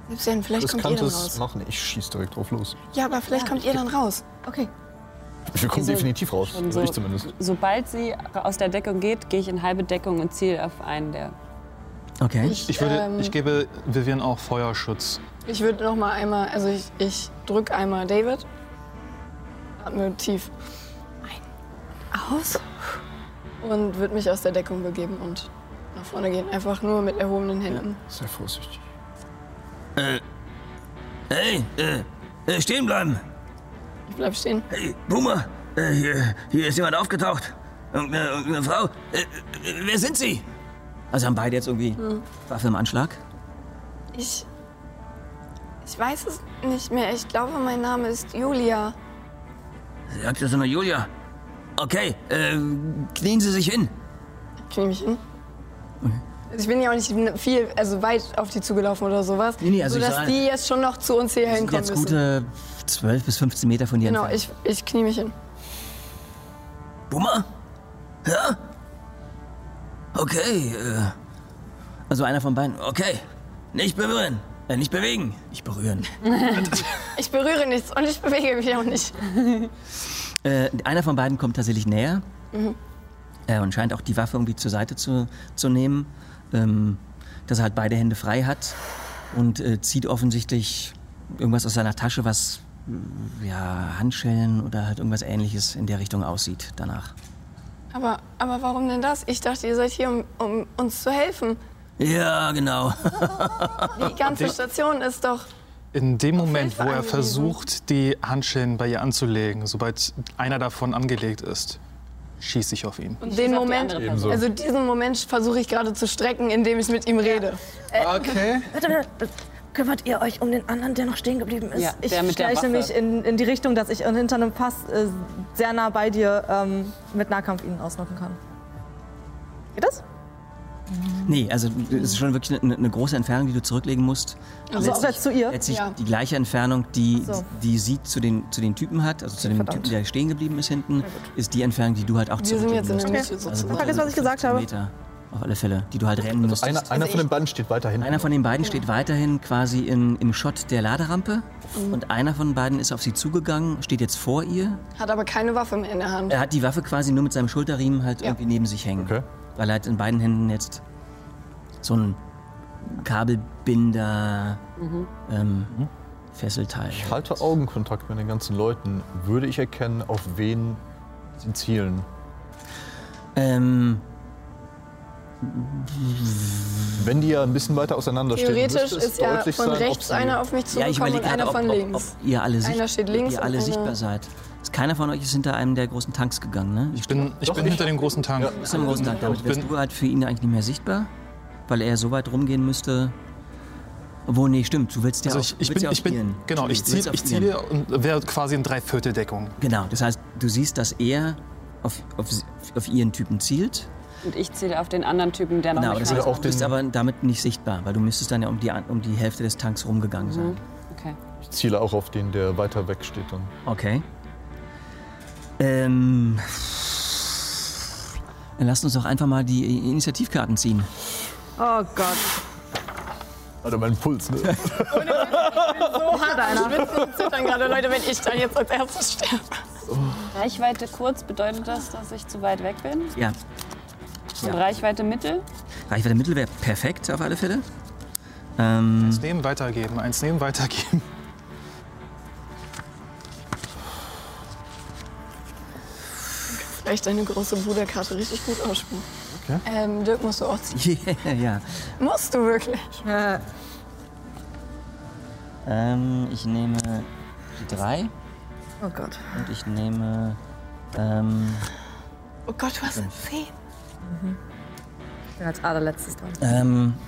[SPEAKER 4] Sebastian, vielleicht kommt ihr dann
[SPEAKER 3] Riskantes
[SPEAKER 4] raus.
[SPEAKER 3] machen, ich schieß direkt drauf los.
[SPEAKER 4] Ja, aber vielleicht kommt ihr dann raus.
[SPEAKER 2] Okay.
[SPEAKER 3] Wir kommen
[SPEAKER 7] Also,
[SPEAKER 3] definitiv raus,
[SPEAKER 7] schon
[SPEAKER 3] also
[SPEAKER 7] so-
[SPEAKER 3] ich zumindest.
[SPEAKER 7] Sobald sie aus der Deckung geht, gehe ich in halbe Deckung und ziele auf einen der.
[SPEAKER 1] Okay.
[SPEAKER 8] Ich, würde,
[SPEAKER 4] ähm,
[SPEAKER 8] ich gebe Vivian auch Feuerschutz.
[SPEAKER 4] Ich würde noch mal einmal, also ich, ich drück einmal David. Atme tief ein, aus und würde mich aus der Deckung begeben und nach vorne gehen. Einfach nur mit erhobenen Händen.
[SPEAKER 3] Sehr vorsichtig.
[SPEAKER 5] Hey, äh, äh, stehen bleiben.
[SPEAKER 4] Ich bleib stehen.
[SPEAKER 5] Hey, Boomer, äh, hier, hier ist jemand aufgetaucht. Irgendeine, irgendeine Frau. Äh, äh, wer sind Sie?
[SPEAKER 1] Also haben beide jetzt irgendwie Waffe im Anschlag?
[SPEAKER 4] Ich, ich weiß es nicht mehr. Ich glaube, mein Name ist Julia.
[SPEAKER 5] Sagt das nur Julia. Okay, äh, knien Sie sich hin.
[SPEAKER 4] Ich knie mich hin. Also ich bin ja auch nicht viel, also weit auf die zugelaufen oder sowas.
[SPEAKER 1] Nee, nee, also ich
[SPEAKER 4] sodass
[SPEAKER 1] sag-
[SPEAKER 4] die jetzt schon noch zu uns hier
[SPEAKER 1] Sind
[SPEAKER 4] hinkommen
[SPEAKER 1] jetzt
[SPEAKER 4] müssen.
[SPEAKER 1] gute 12 bis 15 Meter von dir
[SPEAKER 4] Genau,
[SPEAKER 1] entfernt.
[SPEAKER 4] ich, ich knie mich hin.
[SPEAKER 5] Boomer? Ja? Okay, äh,
[SPEAKER 1] Also einer von beiden.
[SPEAKER 5] okay. Nicht berühren. Äh, nicht bewegen.
[SPEAKER 1] Nicht berühren.
[SPEAKER 4] Ich berühre nichts und ich bewege mich auch nicht.
[SPEAKER 1] Äh, einer von beiden kommt tatsächlich näher
[SPEAKER 2] Mhm.
[SPEAKER 1] äh, und scheint auch die Waffe irgendwie zur Seite zu, zu nehmen, ähm, dass er halt beide Hände frei hat und äh, zieht offensichtlich irgendwas aus seiner Tasche, was mh, ja Handschellen oder halt irgendwas Ähnliches in der Richtung aussieht danach.
[SPEAKER 4] Aber, aber warum denn das? Ich dachte, ihr seid hier, um, um uns zu helfen.
[SPEAKER 5] Ja, genau.
[SPEAKER 4] Die ganze Station ist doch.
[SPEAKER 8] In dem Moment, wo er
[SPEAKER 4] angewiesen.
[SPEAKER 8] versucht, die Handschellen bei ihr anzulegen, sobald einer davon angelegt ist, schieße ich auf ihn.
[SPEAKER 4] Und den Moment,
[SPEAKER 8] Ebenso.
[SPEAKER 4] also diesen Moment versuche ich gerade zu strecken, indem ich mit ihm rede.
[SPEAKER 1] Ah,
[SPEAKER 8] Okay.
[SPEAKER 2] Warte, warte, warte. Kümmert ihr euch um den anderen, der noch stehen geblieben ist?
[SPEAKER 7] Ja,
[SPEAKER 2] ich
[SPEAKER 7] der mit der
[SPEAKER 2] schleiche
[SPEAKER 7] Waffe.
[SPEAKER 2] mich in, in die Richtung, dass ich hinter einem Pass äh, sehr nah bei dir ähm, mit Nahkampf ihnen ausnocken kann. Geht das?
[SPEAKER 1] Nee, also es ist schon wirklich eine, eine große Entfernung, die du zurücklegen musst.
[SPEAKER 2] Also abseits zu ihr?
[SPEAKER 1] Letztlich
[SPEAKER 2] Ja.
[SPEAKER 1] die gleiche Entfernung, die,
[SPEAKER 2] Ach so.
[SPEAKER 1] die sie zu den, zu den Typen hat, also zu dem
[SPEAKER 2] Verdammt.
[SPEAKER 1] Typen, der stehen geblieben ist hinten, ist die Entfernung, die du halt auch
[SPEAKER 4] Wir sind
[SPEAKER 1] zurücklegen
[SPEAKER 4] jetzt in
[SPEAKER 1] musst.
[SPEAKER 4] der Mitte sozusagen.
[SPEAKER 1] Also wirklich
[SPEAKER 2] Vergiss, Also was ich gesagt habe.
[SPEAKER 1] Meter auf alle Fälle, die du halt rennen musst.
[SPEAKER 3] Also Einer,
[SPEAKER 4] also
[SPEAKER 3] einer von den beiden steht weiterhin.
[SPEAKER 1] Einer von den beiden steht weiterhin quasi in, im Shot der Laderampe
[SPEAKER 4] Mhm.
[SPEAKER 1] und einer von beiden ist auf sie zugegangen, steht jetzt vor ihr.
[SPEAKER 4] Hat aber keine Waffe mehr in der Hand.
[SPEAKER 1] Er hat die Waffe quasi nur mit seinem Schulterriemen halt irgendwie neben sich hängen.
[SPEAKER 3] Okay.
[SPEAKER 1] Weil er hat in beiden Händen jetzt so ein Kabelbinder
[SPEAKER 4] Mhm.
[SPEAKER 1] ähm, Fesselteil.
[SPEAKER 3] Mhm. Ich halte Augenkontakt mit den ganzen Leuten. Würde ich erkennen, auf wen sie zielen?
[SPEAKER 1] Ähm,
[SPEAKER 3] Wenn die ja ein bisschen weiter auseinander stehen,
[SPEAKER 4] Theoretisch
[SPEAKER 3] müsste es
[SPEAKER 4] ist ja
[SPEAKER 3] deutlich
[SPEAKER 4] von
[SPEAKER 3] sein, ob
[SPEAKER 4] rechts
[SPEAKER 3] sie-
[SPEAKER 4] einer auf mich
[SPEAKER 1] ja,
[SPEAKER 4] zugekommen
[SPEAKER 1] ich überlege
[SPEAKER 4] und einer
[SPEAKER 1] gerade, ob,
[SPEAKER 4] von
[SPEAKER 1] ob, ob
[SPEAKER 4] links.
[SPEAKER 1] ihr alle, sich,
[SPEAKER 4] Einer steht
[SPEAKER 1] ob
[SPEAKER 4] links
[SPEAKER 1] ihr
[SPEAKER 4] und
[SPEAKER 1] alle
[SPEAKER 4] einer-
[SPEAKER 1] sichtbar seid. Ist keiner von euch ist hinter einem der großen Tanks gegangen, ne? Ich
[SPEAKER 8] bin, ich bin hinter dem großen Tank.
[SPEAKER 1] Bist du im großen Tank, damit
[SPEAKER 8] Also, Ich
[SPEAKER 1] wärst
[SPEAKER 8] bin-
[SPEAKER 1] du halt für ihn eigentlich nicht mehr sichtbar, weil er so weit rumgehen müsste. Obwohl, nee, stimmt, du willst ja
[SPEAKER 8] Also
[SPEAKER 1] auf,
[SPEAKER 8] ich,
[SPEAKER 1] du
[SPEAKER 8] ich
[SPEAKER 1] willst
[SPEAKER 8] bin,
[SPEAKER 1] ja auf
[SPEAKER 8] ich bin,
[SPEAKER 1] ihren.
[SPEAKER 8] genau, ich
[SPEAKER 1] Entschuldigung, du willst
[SPEAKER 8] ziehe,
[SPEAKER 1] auf
[SPEAKER 8] ich
[SPEAKER 1] ihren.
[SPEAKER 8] ziehe und wäre quasi in Dreivierteldeckung.
[SPEAKER 1] Genau, das heißt, du siehst, dass er auf, auf, auf ihren Typen zielt.
[SPEAKER 7] Und ich ziele auf den anderen Typen, der noch
[SPEAKER 1] Genau,
[SPEAKER 7] nicht
[SPEAKER 1] das
[SPEAKER 7] weiß,
[SPEAKER 1] heißt,
[SPEAKER 7] ob-
[SPEAKER 1] du bist aber damit nicht sichtbar, weil du müsstest dann ja um die, um die Hälfte des Tanks rumgegangen
[SPEAKER 8] Mhm.
[SPEAKER 1] sein.
[SPEAKER 7] Okay.
[SPEAKER 3] Ich ziele auch auf den, der weiter weg steht. Dann.
[SPEAKER 1] Okay. Ähm, dann lasst uns doch einfach mal die Initiativkarten ziehen.
[SPEAKER 2] Oh Gott.
[SPEAKER 3] Alter, mein Puls, ne?
[SPEAKER 4] Hat einer. Schwitzen und zittern gerade, Leute, wenn ich dann jetzt als erstes sterbe.
[SPEAKER 7] Reichweite kurz bedeutet das, dass ich zu weit weg bin.
[SPEAKER 1] Ja,
[SPEAKER 7] Und Reichweite mittel.
[SPEAKER 1] Reichweite Mittel wäre perfekt auf alle Fälle. Ähm,
[SPEAKER 8] Eins nehmen, weitergeben, eins nehmen, weitergeben.
[SPEAKER 4] Vielleicht deine große Bruderkarte richtig gut ausspielen. Ähm, Dirk musst du auch ziehen.
[SPEAKER 1] ja, ja.
[SPEAKER 4] Musst du wirklich?
[SPEAKER 2] Äh,
[SPEAKER 1] Ähm, ich nehme die drei
[SPEAKER 2] Oh Gott.
[SPEAKER 1] und ich nehme ähm,
[SPEAKER 4] Oh Gott, du hast eine 10.
[SPEAKER 2] Ich bin als allerletztes dran.
[SPEAKER 1] ähm,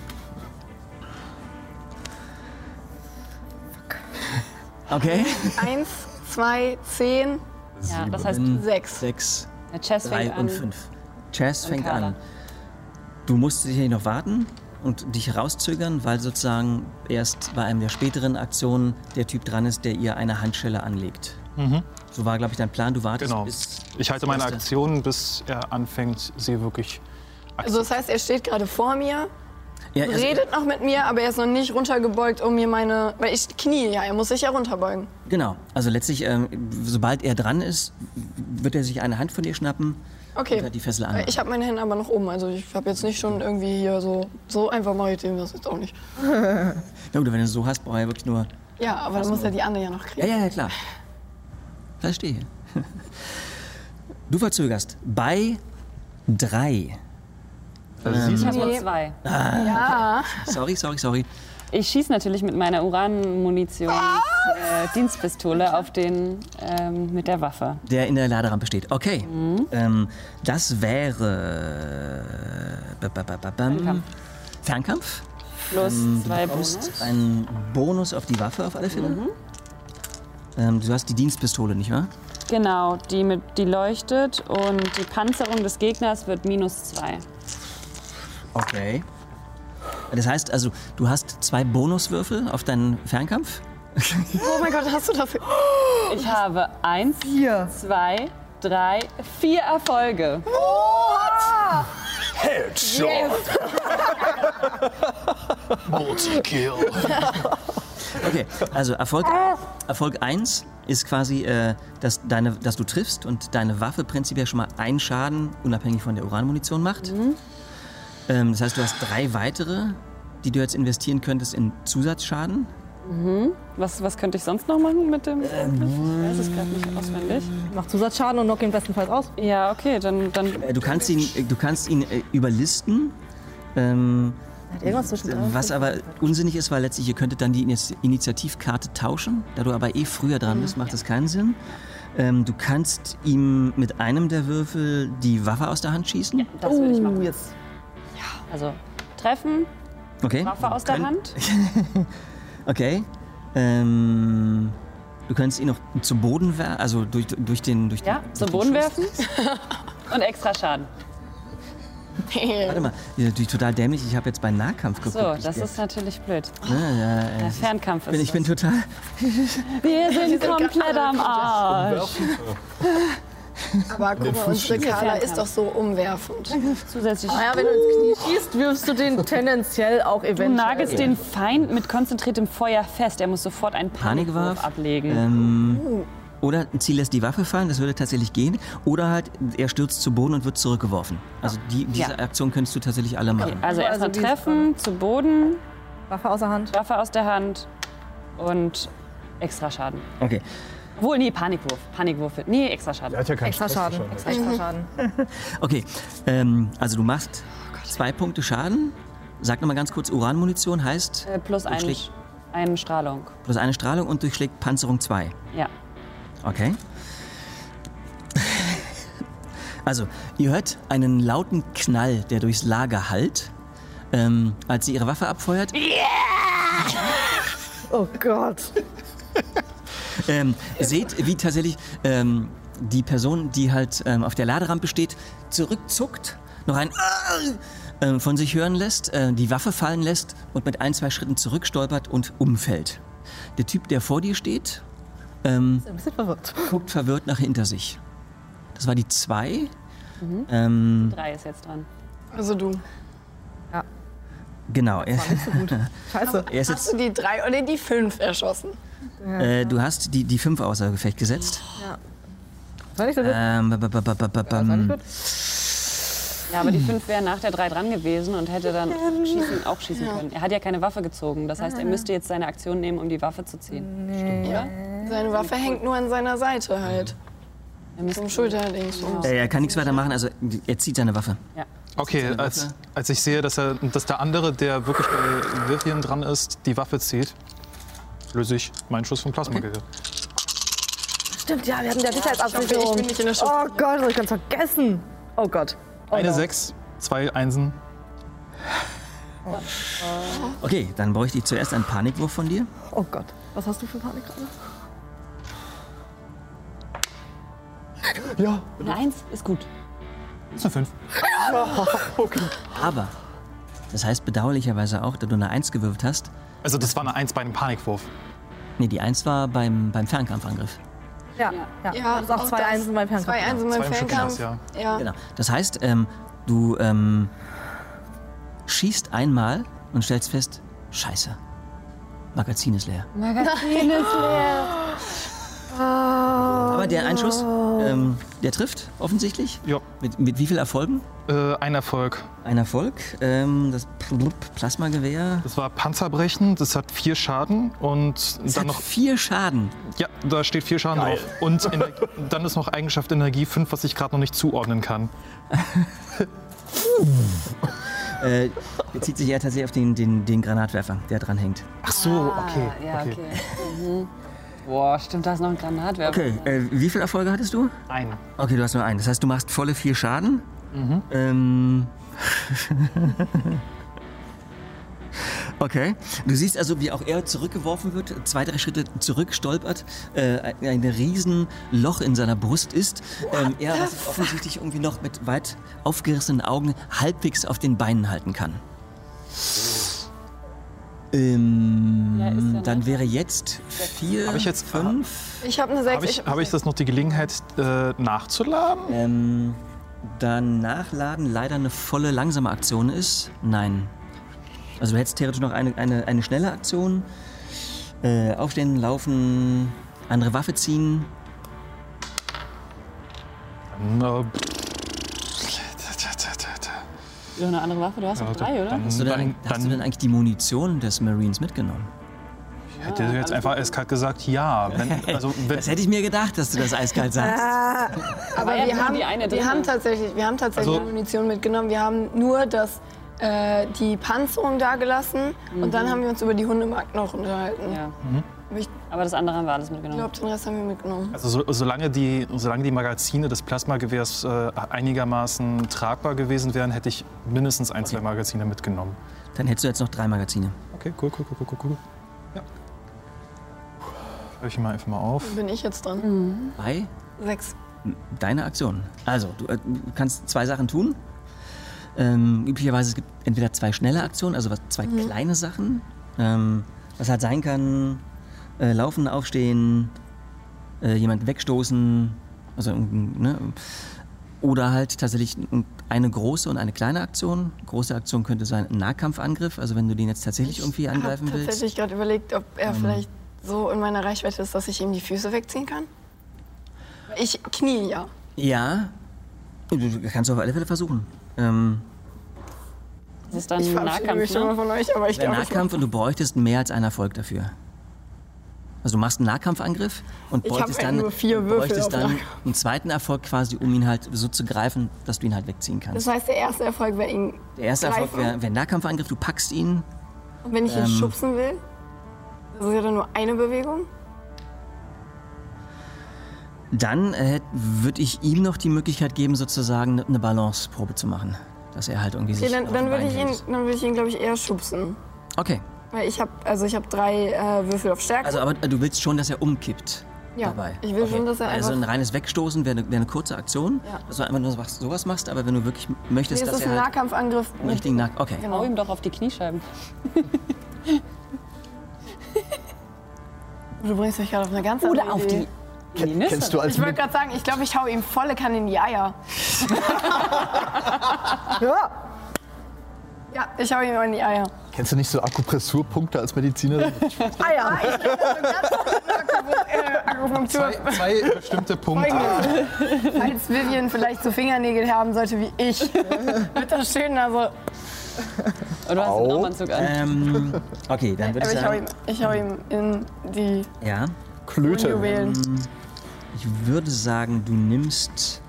[SPEAKER 1] Okay.
[SPEAKER 4] Eins, zwei, zehn,
[SPEAKER 7] Ja, das heißt,
[SPEAKER 4] sechs.
[SPEAKER 1] Sechs,
[SPEAKER 7] der Chess
[SPEAKER 1] drei
[SPEAKER 7] fängt
[SPEAKER 1] und
[SPEAKER 7] an.
[SPEAKER 1] fünf. Chess fängt
[SPEAKER 7] Kader.
[SPEAKER 1] an. Du musst sicherlich noch warten und dich rauszögern, weil sozusagen erst bei einem der späteren Aktionen der Typ dran ist, der ihr eine Handschelle anlegt. So war, glaube ich, dein Plan. Du wartest
[SPEAKER 8] Mhm. Genau.
[SPEAKER 1] bis.
[SPEAKER 8] Ich halte meine
[SPEAKER 1] Erste.
[SPEAKER 8] Aktion, bis er anfängt, sie wirklich.
[SPEAKER 4] Also das heißt, er steht gerade vor mir,
[SPEAKER 1] Ja, also-
[SPEAKER 4] redet noch mit mir, aber er ist noch nicht runtergebeugt, um mir meine... Weil ich knie ja, er muss sich ja runterbeugen.
[SPEAKER 1] Genau. Also letztlich, ähm, sobald er dran ist, wird er sich eine Hand von dir schnappen
[SPEAKER 4] Okay. Äh,
[SPEAKER 1] und hat die Fessel an.
[SPEAKER 4] Ich habe meine Hände aber noch oben, also ich habe jetzt nicht schon irgendwie hier so... So einfach mache ich dem das jetzt auch nicht.
[SPEAKER 1] Na gut, wenn du es so hast, braucht er wirklich nur.
[SPEAKER 4] Ja, aber dann muss er die andere ja noch
[SPEAKER 1] Ja,
[SPEAKER 4] kriegen.
[SPEAKER 1] ja, ja, klar. Verstehe. Du verzögerst. Bei drei.
[SPEAKER 7] Ich habe nur zwei.
[SPEAKER 1] Sorry, sorry, sorry.
[SPEAKER 7] Ich schieße natürlich mit meiner Uranmunition äh, Dienstpistole auf den ähm, mit der Waffe.
[SPEAKER 1] Der in der Laderampe steht. Okay. Ähm, das wäre. ba- ba- ba- ba- bam.
[SPEAKER 7] Fernkampf.
[SPEAKER 1] Fernkampf.
[SPEAKER 7] Plus zwei Bonus.
[SPEAKER 1] Ist ein Bonus auf die Waffe auf alle Fälle. Ähm, du hast die Dienstpistole, nicht wahr?
[SPEAKER 7] Genau, die, mit, die leuchtet und die Panzerung des Gegners wird minus zwei.
[SPEAKER 1] Okay. Das heißt also, du hast zwei Bonuswürfel auf deinen Fernkampf.
[SPEAKER 4] Oh mein Gott, hast du dafür...
[SPEAKER 7] Ich habe eins,
[SPEAKER 2] Hier.
[SPEAKER 7] zwei, drei, vier Erfolge.
[SPEAKER 1] Okay, also Erfolg, Erfolg 1 ist quasi, äh, dass, deine, dass du triffst und deine Waffe prinzipiell schon mal einen Schaden, unabhängig von der Uranmunition, macht. Ähm, das heißt, du hast drei weitere, die du jetzt investieren könntest in Zusatzschaden.
[SPEAKER 7] Was, was könnte ich sonst noch machen mit dem? Ich weiß es gerade nicht auswendig.
[SPEAKER 2] Mach Zusatzschaden und knock ihn bestenfalls aus.
[SPEAKER 7] Ja, okay, dann, dann
[SPEAKER 1] Äh, du, kannst ihn, äh, du kannst ihn äh, überlisten. Ähm,
[SPEAKER 2] Hat irgendwas zwischen
[SPEAKER 1] Was aber unsinnig ist, weil
[SPEAKER 7] Mhm.
[SPEAKER 1] letztlich ihr könntet dann die Ini- Initiativkarte tauschen. Da du aber eh früher dran bist, macht das keinen Sinn. Ähm, du kannst ihm mit einem der Würfel die Waffe aus der Hand schießen. Ja,
[SPEAKER 7] Das würde ich machen. Also treffen,
[SPEAKER 1] Okay.
[SPEAKER 7] Waffe aus der
[SPEAKER 1] Könnt-
[SPEAKER 7] Hand.
[SPEAKER 1] Okay. Ähm, du kannst ihn noch zu Boden werfen, also durch, durch den. Durch
[SPEAKER 7] Ja,
[SPEAKER 1] den,
[SPEAKER 7] zum
[SPEAKER 1] durch den
[SPEAKER 7] Boden
[SPEAKER 1] Schuss.
[SPEAKER 7] werfen. Und extra Schaden.
[SPEAKER 1] Warte mal, ja, natürlich total dämlich. Ich habe jetzt bei Nahkampf geguckt.
[SPEAKER 7] So,
[SPEAKER 1] Ich-
[SPEAKER 7] das ist natürlich blöd.
[SPEAKER 1] Ja, ja, ja,
[SPEAKER 7] Der
[SPEAKER 1] ich-
[SPEAKER 7] Fernkampf ist
[SPEAKER 1] bin, Ich bin total.
[SPEAKER 7] Wir
[SPEAKER 4] sind
[SPEAKER 7] sind komplett am Arsch.
[SPEAKER 4] Aber guck mal, unsere
[SPEAKER 7] Fußstück.
[SPEAKER 4] Carla ist doch so umwerfend.
[SPEAKER 7] Zusätzlich.
[SPEAKER 2] Naja, wenn du ins Knie schießt, wirfst du den tendenziell auch
[SPEAKER 7] Du
[SPEAKER 2] eventuell.
[SPEAKER 7] nagelst den Feind mit konzentriertem Feuer fest. Er muss sofort einen Panikwurf
[SPEAKER 1] Panikwarf.
[SPEAKER 7] ablegen.
[SPEAKER 1] Ähm, oder ein Ziel lässt die Waffe fallen, das würde tatsächlich gehen. Oder halt, er stürzt zu Boden und wird zurückgeworfen. Also die, diese
[SPEAKER 7] Ja.
[SPEAKER 1] Aktion könntest du tatsächlich alle machen.
[SPEAKER 7] Also erstmal
[SPEAKER 2] Also die-
[SPEAKER 7] treffen, zu Boden,
[SPEAKER 2] Waffe außer Hand.
[SPEAKER 7] Waffe aus der Hand und extra Schaden.
[SPEAKER 1] Okay.
[SPEAKER 7] Obwohl, nee, Panikwurf. Panikwurf. wird- Nee, extra Schaden.
[SPEAKER 3] hat ja keinen
[SPEAKER 2] Extra Schaden. Extra Schaden.
[SPEAKER 1] Okay, ähm, also du machst zwei Punkte Schaden. Sag nochmal ganz kurz, Uranmunition heißt
[SPEAKER 7] Äh, plus ein,
[SPEAKER 1] Durchschlägt.
[SPEAKER 7] eine Strahlung.
[SPEAKER 1] plus eine Strahlung und durchschlägt Panzerung 2.
[SPEAKER 7] Ja.
[SPEAKER 1] Okay. Also, ihr hört einen lauten Knall, der durchs Lager hallt, ähm, als sie ihre Waffe abfeuert.
[SPEAKER 2] Oh Gott.
[SPEAKER 1] Ähm, seht, wie tatsächlich ähm, die Person, die halt ähm, auf der Laderampe steht, zurückzuckt, noch ein "Ah!" ähm, von sich hören lässt, äh, die Waffe fallen lässt und mit ein, zwei Schritten zurückstolpert und umfällt. Der Typ, der vor dir steht, ähm,
[SPEAKER 2] Ein bisschen verwirrt.
[SPEAKER 1] guckt verwirrt nach hinter sich. Das war die zwei. Ähm,
[SPEAKER 7] Drei ist jetzt dran.
[SPEAKER 4] Also du.
[SPEAKER 1] genau. Er,
[SPEAKER 2] Scheiße.
[SPEAKER 1] er ist
[SPEAKER 4] Hast
[SPEAKER 1] jetzt,
[SPEAKER 4] du die drei oder die fünf erschossen?
[SPEAKER 1] äh, du hast die, die fünf außer Gefecht gesetzt.
[SPEAKER 2] War nicht so gut.
[SPEAKER 1] Ähm, ba- ba- ba- ba- ba-
[SPEAKER 2] Das war nicht
[SPEAKER 1] bam.
[SPEAKER 2] gut.
[SPEAKER 7] Ja, aber die fünf wären nach der drei dran gewesen und hätte dann schießen, auch schießen können. Er hat ja keine Waffe gezogen. Das heißt, er müsste jetzt seine Aktion nehmen, um die Waffe zu ziehen.
[SPEAKER 4] Ja. Seine Waffe hängt nur an seiner Seite halt.
[SPEAKER 7] Er müsste
[SPEAKER 4] Zum halt Schulterdings. Und
[SPEAKER 1] Äh, er kann nichts weiter machen, also er zieht seine Waffe.
[SPEAKER 7] Ja.
[SPEAKER 8] Okay, als, als ich sehe, dass, er, dass der andere, der wirklich bei Vivian dran ist, die Waffe zieht, löse ich meinen Schuss vom Plasmagehör.
[SPEAKER 2] Stimmt, ja, wir hatten ja
[SPEAKER 4] ich hoffe, ich
[SPEAKER 2] Sicherheitsabsicherung.
[SPEAKER 4] bin nicht in der Schuss-
[SPEAKER 2] Oh Gott, hab ich ganz vergessen. Oh Gott.
[SPEAKER 8] Eine Sechs, zwei Einsen.
[SPEAKER 1] Okay, dann bräuchte ich zuerst einen Panikwurf von dir.
[SPEAKER 2] Oh Gott. Was hast du für Panik gerade?
[SPEAKER 7] Eine Eins ist gut.
[SPEAKER 8] Das ist eine Fünf.
[SPEAKER 1] Aber das heißt bedauerlicherweise auch, da du eine 1 gewürfelt hast.
[SPEAKER 8] Also das war eine Eins bei einem Panikwurf.
[SPEAKER 1] Nee, die 1 war beim, beim Fernkampfangriff.
[SPEAKER 2] Ja, ja.
[SPEAKER 4] Ja,
[SPEAKER 2] das ist auch zwei
[SPEAKER 4] das.
[SPEAKER 2] Einsen beim
[SPEAKER 4] Zwei
[SPEAKER 2] Fernkampf.
[SPEAKER 4] Einsen
[SPEAKER 8] Zwei
[SPEAKER 4] beim
[SPEAKER 8] im Schützenhaus,
[SPEAKER 4] Fernkampf.
[SPEAKER 8] ja.
[SPEAKER 4] Ja.
[SPEAKER 1] Genau. Das heißt, ähm, du ähm, schießt einmal und stellst fest, scheiße, Magazin ist leer.
[SPEAKER 7] Magazin ist leer.
[SPEAKER 1] Aber der Einschuss, ähm, der trifft offensichtlich.
[SPEAKER 8] Ja.
[SPEAKER 1] Mit, mit wie viel Erfolgen?
[SPEAKER 8] Äh, ein Erfolg.
[SPEAKER 1] Ein Erfolg. Ähm, das Plup- Plasmagewehr.
[SPEAKER 8] Das war Panzerbrechen, das hat vier Schaden und
[SPEAKER 1] Das hat
[SPEAKER 8] dann noch.
[SPEAKER 1] vier Schaden.
[SPEAKER 8] Ja, da steht vier Schaden drauf. Und Ener- dann ist noch Eigenschaft Energie 5, was ich gerade noch nicht zuordnen kann.
[SPEAKER 1] Äh, bezieht sich ja tatsächlich auf den, den, den Granatwerfer, der dran hängt.
[SPEAKER 8] Ach so, okay.
[SPEAKER 7] Ah, Ja, okay. Mhm. Boah, stimmt, da ist noch ein Granatwerfer.
[SPEAKER 1] Okay, äh, wie viele Erfolge hattest du?
[SPEAKER 8] Ein.
[SPEAKER 1] Okay, du hast nur einen. Das heißt, du machst volle vier Schaden.
[SPEAKER 7] Mhm.
[SPEAKER 1] Ähm. okay. Du siehst also, wie auch er zurückgeworfen wird, zwei, drei Schritte zurück stolpert, äh, ein, ein riesen Loch in seiner Brust ist. Ähm, er, was sich offensichtlich irgendwie noch mit weit aufgerissenen Augen halbwegs auf den Beinen halten kann. Ähm,
[SPEAKER 7] Oh. Ja, ist ja
[SPEAKER 1] dann
[SPEAKER 7] noch-
[SPEAKER 1] wäre jetzt vier,
[SPEAKER 8] Habe ich jetzt-
[SPEAKER 1] fünf.
[SPEAKER 4] Ich habe eine
[SPEAKER 8] Habe
[SPEAKER 4] sechs.
[SPEAKER 8] ich, hab ich das noch die Gelegenheit äh, nachzuladen?
[SPEAKER 1] Ähm, dann nachladen leider eine volle langsame Aktion ist? Nein. Also du hättest theoretisch noch eine, eine, eine schnelle Aktion. Äh, aufstehen, laufen, andere Waffe ziehen.
[SPEAKER 8] Dann, äh,
[SPEAKER 7] Noch eine andere Waffe? Du hast noch drei, oder?
[SPEAKER 1] Hast du, denn,
[SPEAKER 8] dann,
[SPEAKER 1] hast du denn eigentlich die Munition des Marines mitgenommen?
[SPEAKER 8] Ich hätte jetzt einfach eiskalt gesagt, ja. Wenn, also, wenn,
[SPEAKER 1] Das hätte ich mir gedacht, dass du das eiskalt sagst.
[SPEAKER 4] Aber
[SPEAKER 7] er hat
[SPEAKER 4] wir
[SPEAKER 7] nur
[SPEAKER 4] haben,
[SPEAKER 7] die eine drin.
[SPEAKER 4] wir haben tatsächlich, wir haben tatsächlich
[SPEAKER 8] Also-
[SPEAKER 4] Munition mitgenommen. Wir haben nur das, äh, die Panzerung dagelassen und dann haben wir uns über die Hundemarkt noch unterhalten.
[SPEAKER 7] Ja. Aber das andere haben wir alles mitgenommen.
[SPEAKER 4] Ich glaube, den Rest haben wir mitgenommen.
[SPEAKER 8] Also so, solange, die, solange die Magazine des Plasmagewehrs äh, einigermaßen tragbar gewesen wären, hätte ich mindestens ein, zwei Magazine mitgenommen.
[SPEAKER 1] Dann hättest du jetzt noch drei Magazine.
[SPEAKER 8] Okay, cool, cool, cool, cool, cool. cool. Ja. Schreibe ich mal einfach mal auf.
[SPEAKER 4] Bin ich jetzt dran?
[SPEAKER 1] Bei
[SPEAKER 4] Sechs.
[SPEAKER 1] deine Aktion. Also, du äh, du kannst zwei Sachen tun. Ähm, üblicherweise es gibt entweder zwei schnelle Aktionen, also was, zwei
[SPEAKER 4] Mhm.
[SPEAKER 1] kleine Sachen. Ähm, was halt sein kann, äh, laufen, aufstehen, äh, jemand wegstoßen, also irgendein, ne? Oder halt tatsächlich n- eine große und eine kleine Aktion. Große Aktion könnte sein ein Nahkampfangriff, also wenn du den jetzt tatsächlich irgendwie
[SPEAKER 4] Ich
[SPEAKER 1] angreifen
[SPEAKER 4] habe
[SPEAKER 1] willst.
[SPEAKER 4] tatsächlich gerade überlegt, ob er
[SPEAKER 1] Ähm.
[SPEAKER 4] vielleicht so in meiner Reichweite ist, dass ich ihm die Füße wegziehen kann. Ich knie ja.
[SPEAKER 1] Ja, du du kannst auf alle Fälle versuchen. Ähm,
[SPEAKER 7] Das ist dann
[SPEAKER 4] ich verabschiede
[SPEAKER 7] Nahkampf,
[SPEAKER 4] mich schon
[SPEAKER 7] ne?
[SPEAKER 4] mal von euch, aber ich
[SPEAKER 1] Wäre
[SPEAKER 4] glaube,
[SPEAKER 1] Nahkampf und du bräuchtest mehr als einen Erfolg dafür. Also du machst einen Nahkampfangriff und
[SPEAKER 4] Ich hab
[SPEAKER 1] bräuchtest
[SPEAKER 4] halt
[SPEAKER 1] dann,
[SPEAKER 4] nur vier
[SPEAKER 1] und
[SPEAKER 4] Würfel
[SPEAKER 1] bräuchtest
[SPEAKER 4] auf
[SPEAKER 1] dann
[SPEAKER 4] Nahkampf.
[SPEAKER 1] einen zweiten Erfolg quasi, um ihn halt so zu greifen, dass du ihn halt wegziehen
[SPEAKER 4] das
[SPEAKER 1] kannst.
[SPEAKER 4] heißt, der erste Erfolg wäre ihn.
[SPEAKER 1] Der erste Erfolg
[SPEAKER 4] greifen.
[SPEAKER 1] wäre wär ein Nahkampfangriff, du packst ihn.
[SPEAKER 4] Und wenn ich ihn
[SPEAKER 1] ähm,
[SPEAKER 4] schubsen will, das ist ja dann nur eine Bewegung.
[SPEAKER 1] Dann äh, würde ich ihm noch die Möglichkeit geben, sozusagen ne-, eine Balanceprobe zu machen. Dass er halt irgendwie
[SPEAKER 4] Okay,
[SPEAKER 1] sich
[SPEAKER 4] dann,
[SPEAKER 1] auf
[SPEAKER 4] dann
[SPEAKER 1] die
[SPEAKER 4] würde
[SPEAKER 1] Beine
[SPEAKER 4] ich ihn,
[SPEAKER 1] hält.
[SPEAKER 4] dann würde ich ihn, glaube ich, eher schubsen.
[SPEAKER 1] Okay,
[SPEAKER 4] Weil ich habe, also ich habe drei äh, Würfel auf Stärke.
[SPEAKER 1] also aber du willst schon, dass er umkippt.
[SPEAKER 4] ja,
[SPEAKER 1] dabei.
[SPEAKER 4] ich will
[SPEAKER 1] Okay.
[SPEAKER 4] schon, dass er einfach.
[SPEAKER 1] Also ein reines Wegstoßen wäre eine wäre eine kurze Aktion.
[SPEAKER 4] Ja.
[SPEAKER 1] Dass du einfach nur sowas- sowas machst, aber wenn du wirklich
[SPEAKER 4] nee, es
[SPEAKER 1] möchtest, dass
[SPEAKER 4] ist
[SPEAKER 1] er
[SPEAKER 4] ein
[SPEAKER 1] halt
[SPEAKER 4] Nahkampfangriff. Genau.
[SPEAKER 1] einen richtigen Nack. Okay.
[SPEAKER 7] Hau ihm doch auf die Kniescheiben.
[SPEAKER 4] Du bringst mich gerade auf eine ganz andere
[SPEAKER 7] Oder auf
[SPEAKER 4] Idee.
[SPEAKER 7] die. in die Nüsse.
[SPEAKER 3] Kennst du als
[SPEAKER 4] Ich wollte gerade sagen, ich glaube, ich hau ihm volle Kanne in die Eier. ja. ja, ich hau ihm in die Eier.
[SPEAKER 3] Kennst du nicht so Akupressurpunkte als Mediziner?
[SPEAKER 4] Eier. Ich rede so ganz Akupu- äh, Akupunktur.
[SPEAKER 8] Zwei bestimmte Punkte.
[SPEAKER 4] Folgendes. Falls Vivian vielleicht so Fingernägel haben sollte wie ich, wird das schön. Also,
[SPEAKER 7] Oder du hast einen Raumanzug an.
[SPEAKER 1] Ähm, okay, dann würde ich
[SPEAKER 4] aber ich hau, ihm,
[SPEAKER 1] sagen.
[SPEAKER 4] ich hau ihm in die
[SPEAKER 1] Ja.
[SPEAKER 3] Klöte.
[SPEAKER 4] Juwelen.
[SPEAKER 1] Ich würde sagen, du nimmst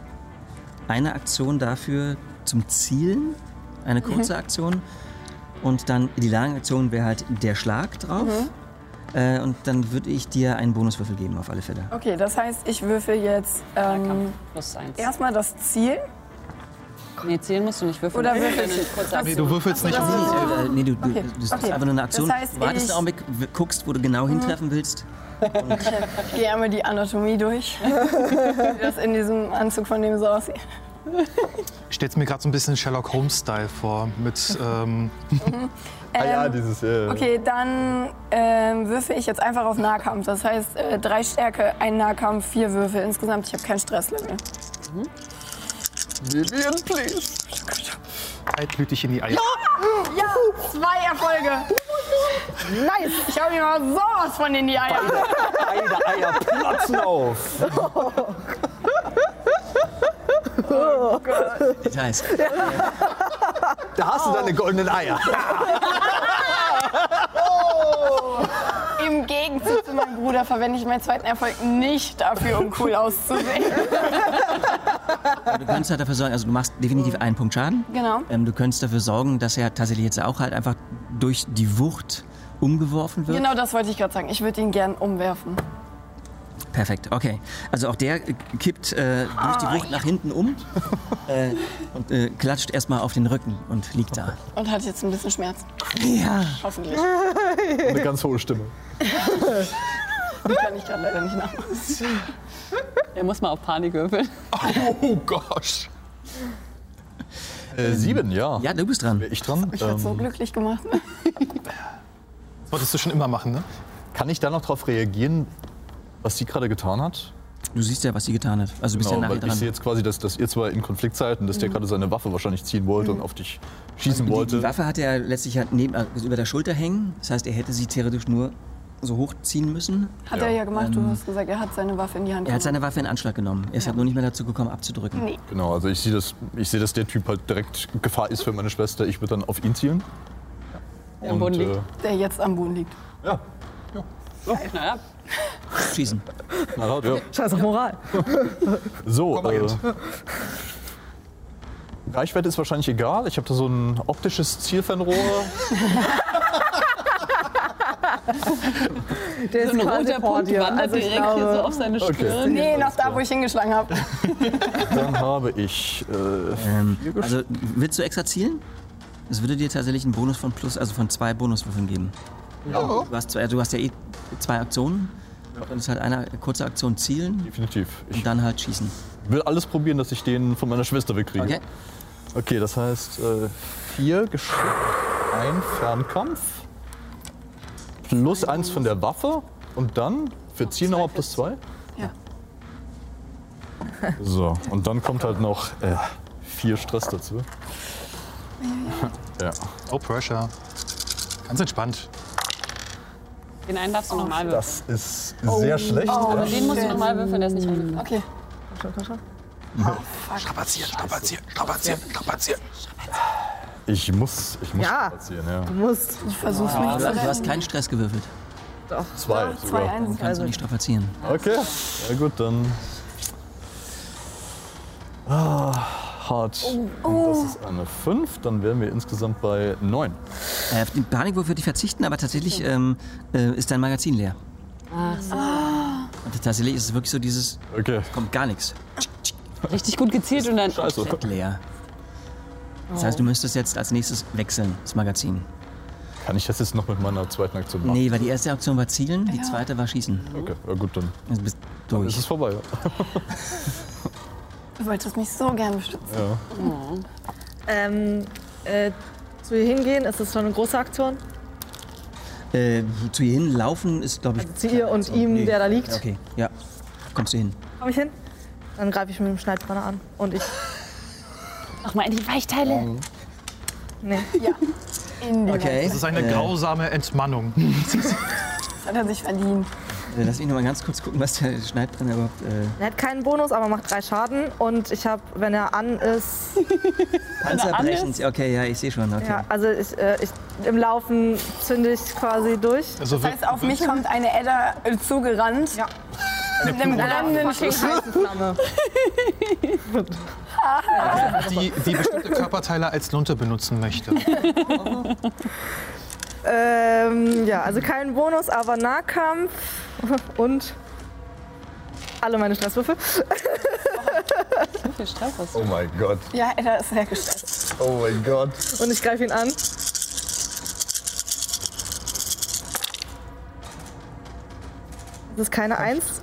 [SPEAKER 1] eine Aktion dafür zum Zielen,
[SPEAKER 4] Mhm.
[SPEAKER 1] eine kurze Aktion. Und dann die lange Aktion wäre halt der Schlag drauf.
[SPEAKER 4] Mhm.
[SPEAKER 1] Äh, und dann würde ich dir einen Bonuswürfel geben, auf alle Fälle.
[SPEAKER 4] Okay, das heißt, ich würfel jetzt ähm,
[SPEAKER 7] Plus eins.
[SPEAKER 4] erstmal das Ziel.
[SPEAKER 7] Nee, zählen musst du nicht würfeln.
[SPEAKER 4] Oder würfel
[SPEAKER 7] Eine kurze
[SPEAKER 8] Nee, du würfelst nicht.
[SPEAKER 1] Nee, äh, nee, du, du,
[SPEAKER 4] Okay,
[SPEAKER 1] das ist
[SPEAKER 4] okay.
[SPEAKER 1] einfach nur eine Aktion.
[SPEAKER 4] Das heißt,
[SPEAKER 1] du wartest
[SPEAKER 4] ich- Mhm.
[SPEAKER 1] einen Augenblick, w- guckst, wo du genau hintreffen willst.
[SPEAKER 4] Ich gehe einmal die Anatomie durch, wie das in diesem Anzug von dem so aussieht.
[SPEAKER 8] Ich stell's mir gerade so ein bisschen Sherlock Holmes-Style vor. Mit, ähm,
[SPEAKER 3] Ah ja,
[SPEAKER 4] Ähm,
[SPEAKER 3] dieses. Äh,
[SPEAKER 4] Okay, dann ähm, würfe ich jetzt einfach auf Nahkampf. Das heißt, äh, drei Stärke, ein Nahkampf, vier Würfel. Insgesamt, ich habe kein Stresslevel.
[SPEAKER 3] Vivian, please.
[SPEAKER 8] kaltblütig in die Eier.
[SPEAKER 4] Ja, zwei Erfolge. Nice. Ich habe mir mal sowas von in die Eier.
[SPEAKER 3] Beide Eier platzen auf.
[SPEAKER 1] Das heißt,
[SPEAKER 3] Da
[SPEAKER 4] Oh.
[SPEAKER 3] hast du deine goldenen Eier.
[SPEAKER 4] Im Gegenzug zu meinem Bruder verwende ich meinen zweiten Erfolg nicht dafür, um cool auszusehen.
[SPEAKER 1] du kannst halt dafür sorgen, also du machst definitiv einen Punkt Schaden.
[SPEAKER 4] Genau.
[SPEAKER 1] Ähm, du könntest dafür sorgen, dass er tatsächlich jetzt auch halt einfach durch die Wucht umgeworfen wird.
[SPEAKER 4] Genau das wollte ich gerade sagen. Ich würde ihn gern umwerfen.
[SPEAKER 1] Perfekt, okay. Also auch der äh, kippt äh, durch
[SPEAKER 4] Ah,
[SPEAKER 1] die Wucht nach hinten um äh, und äh, klatscht erstmal auf den Rücken und liegt da.
[SPEAKER 4] Und hat jetzt ein bisschen Schmerz.
[SPEAKER 1] Ja.
[SPEAKER 4] Hoffentlich.
[SPEAKER 3] Eine ganz hohe Stimme.
[SPEAKER 4] Die kann ich gerade leider nicht nachmachen.
[SPEAKER 7] Er muss mal auf Panik würfeln.
[SPEAKER 8] Oh gosh.
[SPEAKER 3] Äh, sieben, ja.
[SPEAKER 1] Ja, du bist dran.
[SPEAKER 3] Wär ich dran? Ähm,
[SPEAKER 4] Ich werde
[SPEAKER 1] Ähm.
[SPEAKER 4] so glücklich gemacht.
[SPEAKER 8] Das wolltest du schon immer machen, ne?
[SPEAKER 3] Kann ich da noch drauf reagieren, was sie gerade getan hat? Genau,
[SPEAKER 1] Du siehst ja, was sie getan hat. Also du bist ja nachher
[SPEAKER 3] weil ich sehe
[SPEAKER 1] dran. Mhm.
[SPEAKER 3] jetzt quasi, dass, dass ihr zwei in Konflikt seid und dass der gerade seine Waffe wahrscheinlich ziehen wollte und auf dich schießen
[SPEAKER 1] Also Die,
[SPEAKER 3] wollte.
[SPEAKER 1] die Waffe hat er letztlich halt neben, äh, über der Schulter hängen. Das heißt, er hätte sie theoretisch nur so hochziehen müssen.
[SPEAKER 4] Hat er ja gemacht. Du hast gesagt, er hat seine Waffe in die
[SPEAKER 1] Ähm.
[SPEAKER 4] Hand
[SPEAKER 1] Er hat
[SPEAKER 4] genommen.
[SPEAKER 1] seine Waffe in Anschlag genommen. Er ist halt nur nicht mehr dazu gekommen, abzudrücken.
[SPEAKER 3] Genau, also ich sehe, das, ich sehe, dass der Typ halt direkt Gefahr ist für meine Schwester. Ich würde dann auf ihn zielen.
[SPEAKER 7] Der am Boden
[SPEAKER 11] äh,
[SPEAKER 3] äh,
[SPEAKER 7] liegt.
[SPEAKER 4] Der jetzt am Boden liegt.
[SPEAKER 3] ja,
[SPEAKER 7] Knall ab.
[SPEAKER 1] Schießen.
[SPEAKER 3] na laut, ja.
[SPEAKER 2] Scheiß auf Moral.
[SPEAKER 3] So, äh, Reichweite ist wahrscheinlich egal. Ich habe da so ein optisches Zielfernrohr.
[SPEAKER 2] Der
[SPEAKER 7] So ein roter Punkt wandert
[SPEAKER 2] Also
[SPEAKER 7] direkt hier so auf seine
[SPEAKER 3] Okay. Stirn.
[SPEAKER 4] Nee, noch da, wo ich hingeschlagen habe.
[SPEAKER 3] Dann habe ich. Äh,
[SPEAKER 1] Ähm, also willst du extra zielen? Es würde dir tatsächlich einen Bonus von plus, also von zwei Bonuswürfeln geben.
[SPEAKER 3] Ja.
[SPEAKER 1] Du hast, zwei, du hast ja eh zwei Aktionen. Du könntest halt eine kurze Aktion zielen
[SPEAKER 3] definitiv. Ich
[SPEAKER 1] und dann halt schießen.
[SPEAKER 3] will alles probieren, dass ich den von meiner Schwester wegkriege.
[SPEAKER 1] Okay.
[SPEAKER 3] Okay, das heißt äh, vier geschickt, ein Fernkampf, plus eins von der Waffe und dann für Ziel nochmal plus zwei.
[SPEAKER 4] Ja.
[SPEAKER 3] So, und dann kommt halt noch äh, vier Stress dazu. Ja.
[SPEAKER 8] No pressure. Ganz entspannt.
[SPEAKER 7] Den einen darfst du normal würfeln.
[SPEAKER 3] Das ist sehr schlecht.
[SPEAKER 4] Oh.
[SPEAKER 7] Aber den musst du normal würfeln, der ist nicht reingefallen.
[SPEAKER 4] Okay.
[SPEAKER 10] Strapazieren, strapazieren, strapazieren, strapazieren.
[SPEAKER 3] Ich muss, ich muss
[SPEAKER 2] Ja.
[SPEAKER 3] spazieren, ja.
[SPEAKER 2] Du musst.
[SPEAKER 4] Ich versuch's
[SPEAKER 1] Du,
[SPEAKER 4] mich zu
[SPEAKER 1] du hast
[SPEAKER 4] retten.
[SPEAKER 1] keinen Stress gewürfelt.
[SPEAKER 3] Zwei
[SPEAKER 4] Zwei
[SPEAKER 3] sogar.
[SPEAKER 1] Dann
[SPEAKER 4] Einsen.
[SPEAKER 1] kannst du nicht strapazieren.
[SPEAKER 3] Okay, ja gut, dann. Ah, hart.
[SPEAKER 2] Oh,
[SPEAKER 3] Und Das ist eine 5, dann wären wir insgesamt bei 9.
[SPEAKER 1] Äh, auf den Panikwurf würde ich verzichten, aber tatsächlich ähm, äh, ist dein Magazin leer. Ach so. Und tatsächlich ist es wirklich so dieses,
[SPEAKER 3] Okay.
[SPEAKER 1] kommt gar nichts.
[SPEAKER 7] Richtig gut gezielt und dann.
[SPEAKER 3] Scheiße.
[SPEAKER 1] Leer. Das heißt, du müsstest jetzt als nächstes wechseln, das Magazin.
[SPEAKER 3] Kann ich das jetzt noch mit meiner zweiten Aktion machen?
[SPEAKER 1] Nee, weil die erste Aktion war zielen, die zweite war
[SPEAKER 2] Mhm.
[SPEAKER 1] schießen.
[SPEAKER 3] Okay, ja gut, dann
[SPEAKER 1] Jetzt Also bist du
[SPEAKER 3] ist es
[SPEAKER 1] durch.
[SPEAKER 3] vorbei. Ja.
[SPEAKER 4] Du wolltest mich so gern beschützen.
[SPEAKER 2] Ähm, äh, zu ihr hingehen, ist das schon eine große Aktion?
[SPEAKER 1] Äh, zu ihr hinlaufen ist, glaube ich.
[SPEAKER 2] Zu ihr und ihm,
[SPEAKER 1] Nee.
[SPEAKER 2] der da liegt.
[SPEAKER 1] Okay, ja. Kommst du hin.
[SPEAKER 2] Komm ich hin? Dann greife ich mit dem Schneidbrenner an. Und ich.
[SPEAKER 9] Nochmal in die Weichteile.
[SPEAKER 2] Nee.
[SPEAKER 4] In die
[SPEAKER 1] Okay.
[SPEAKER 10] Das ist eine
[SPEAKER 4] Äh.
[SPEAKER 10] grausame Entmannung.
[SPEAKER 4] Das hat er sich verdient.
[SPEAKER 1] Äh, lass mich noch mal ganz kurz gucken, was der Schneidbrenner überhaupt. Äh,
[SPEAKER 2] Er hat keinen Bonus, aber macht drei Schaden. Und ich habe, wenn er an ist.
[SPEAKER 1] Panzerbrechend. Okay, ja, ich sehe schon. Okay.
[SPEAKER 2] Ja, also ich, äh, ich, im Laufen zünde ich quasi durch.
[SPEAKER 10] Also
[SPEAKER 4] Das heißt, auf mich kommt eine Edda äh, zugerannt.
[SPEAKER 2] Ja.
[SPEAKER 4] Mit einem brennenden Schild.
[SPEAKER 2] Flamme.
[SPEAKER 4] also
[SPEAKER 10] die, die bestimmte Körperteile als Lunte benutzen möchte.
[SPEAKER 2] Ähm, ja, also kein Bonus, aber Nahkampf. Und. Alle meine Stresswürfe.
[SPEAKER 7] So viel Stress hast du.
[SPEAKER 3] Oh mein Gott,
[SPEAKER 4] Ja, Edda ist sehr gestresst.
[SPEAKER 3] oh mein Gott.
[SPEAKER 2] Und ich greife ihn an. Das ist keine Eins.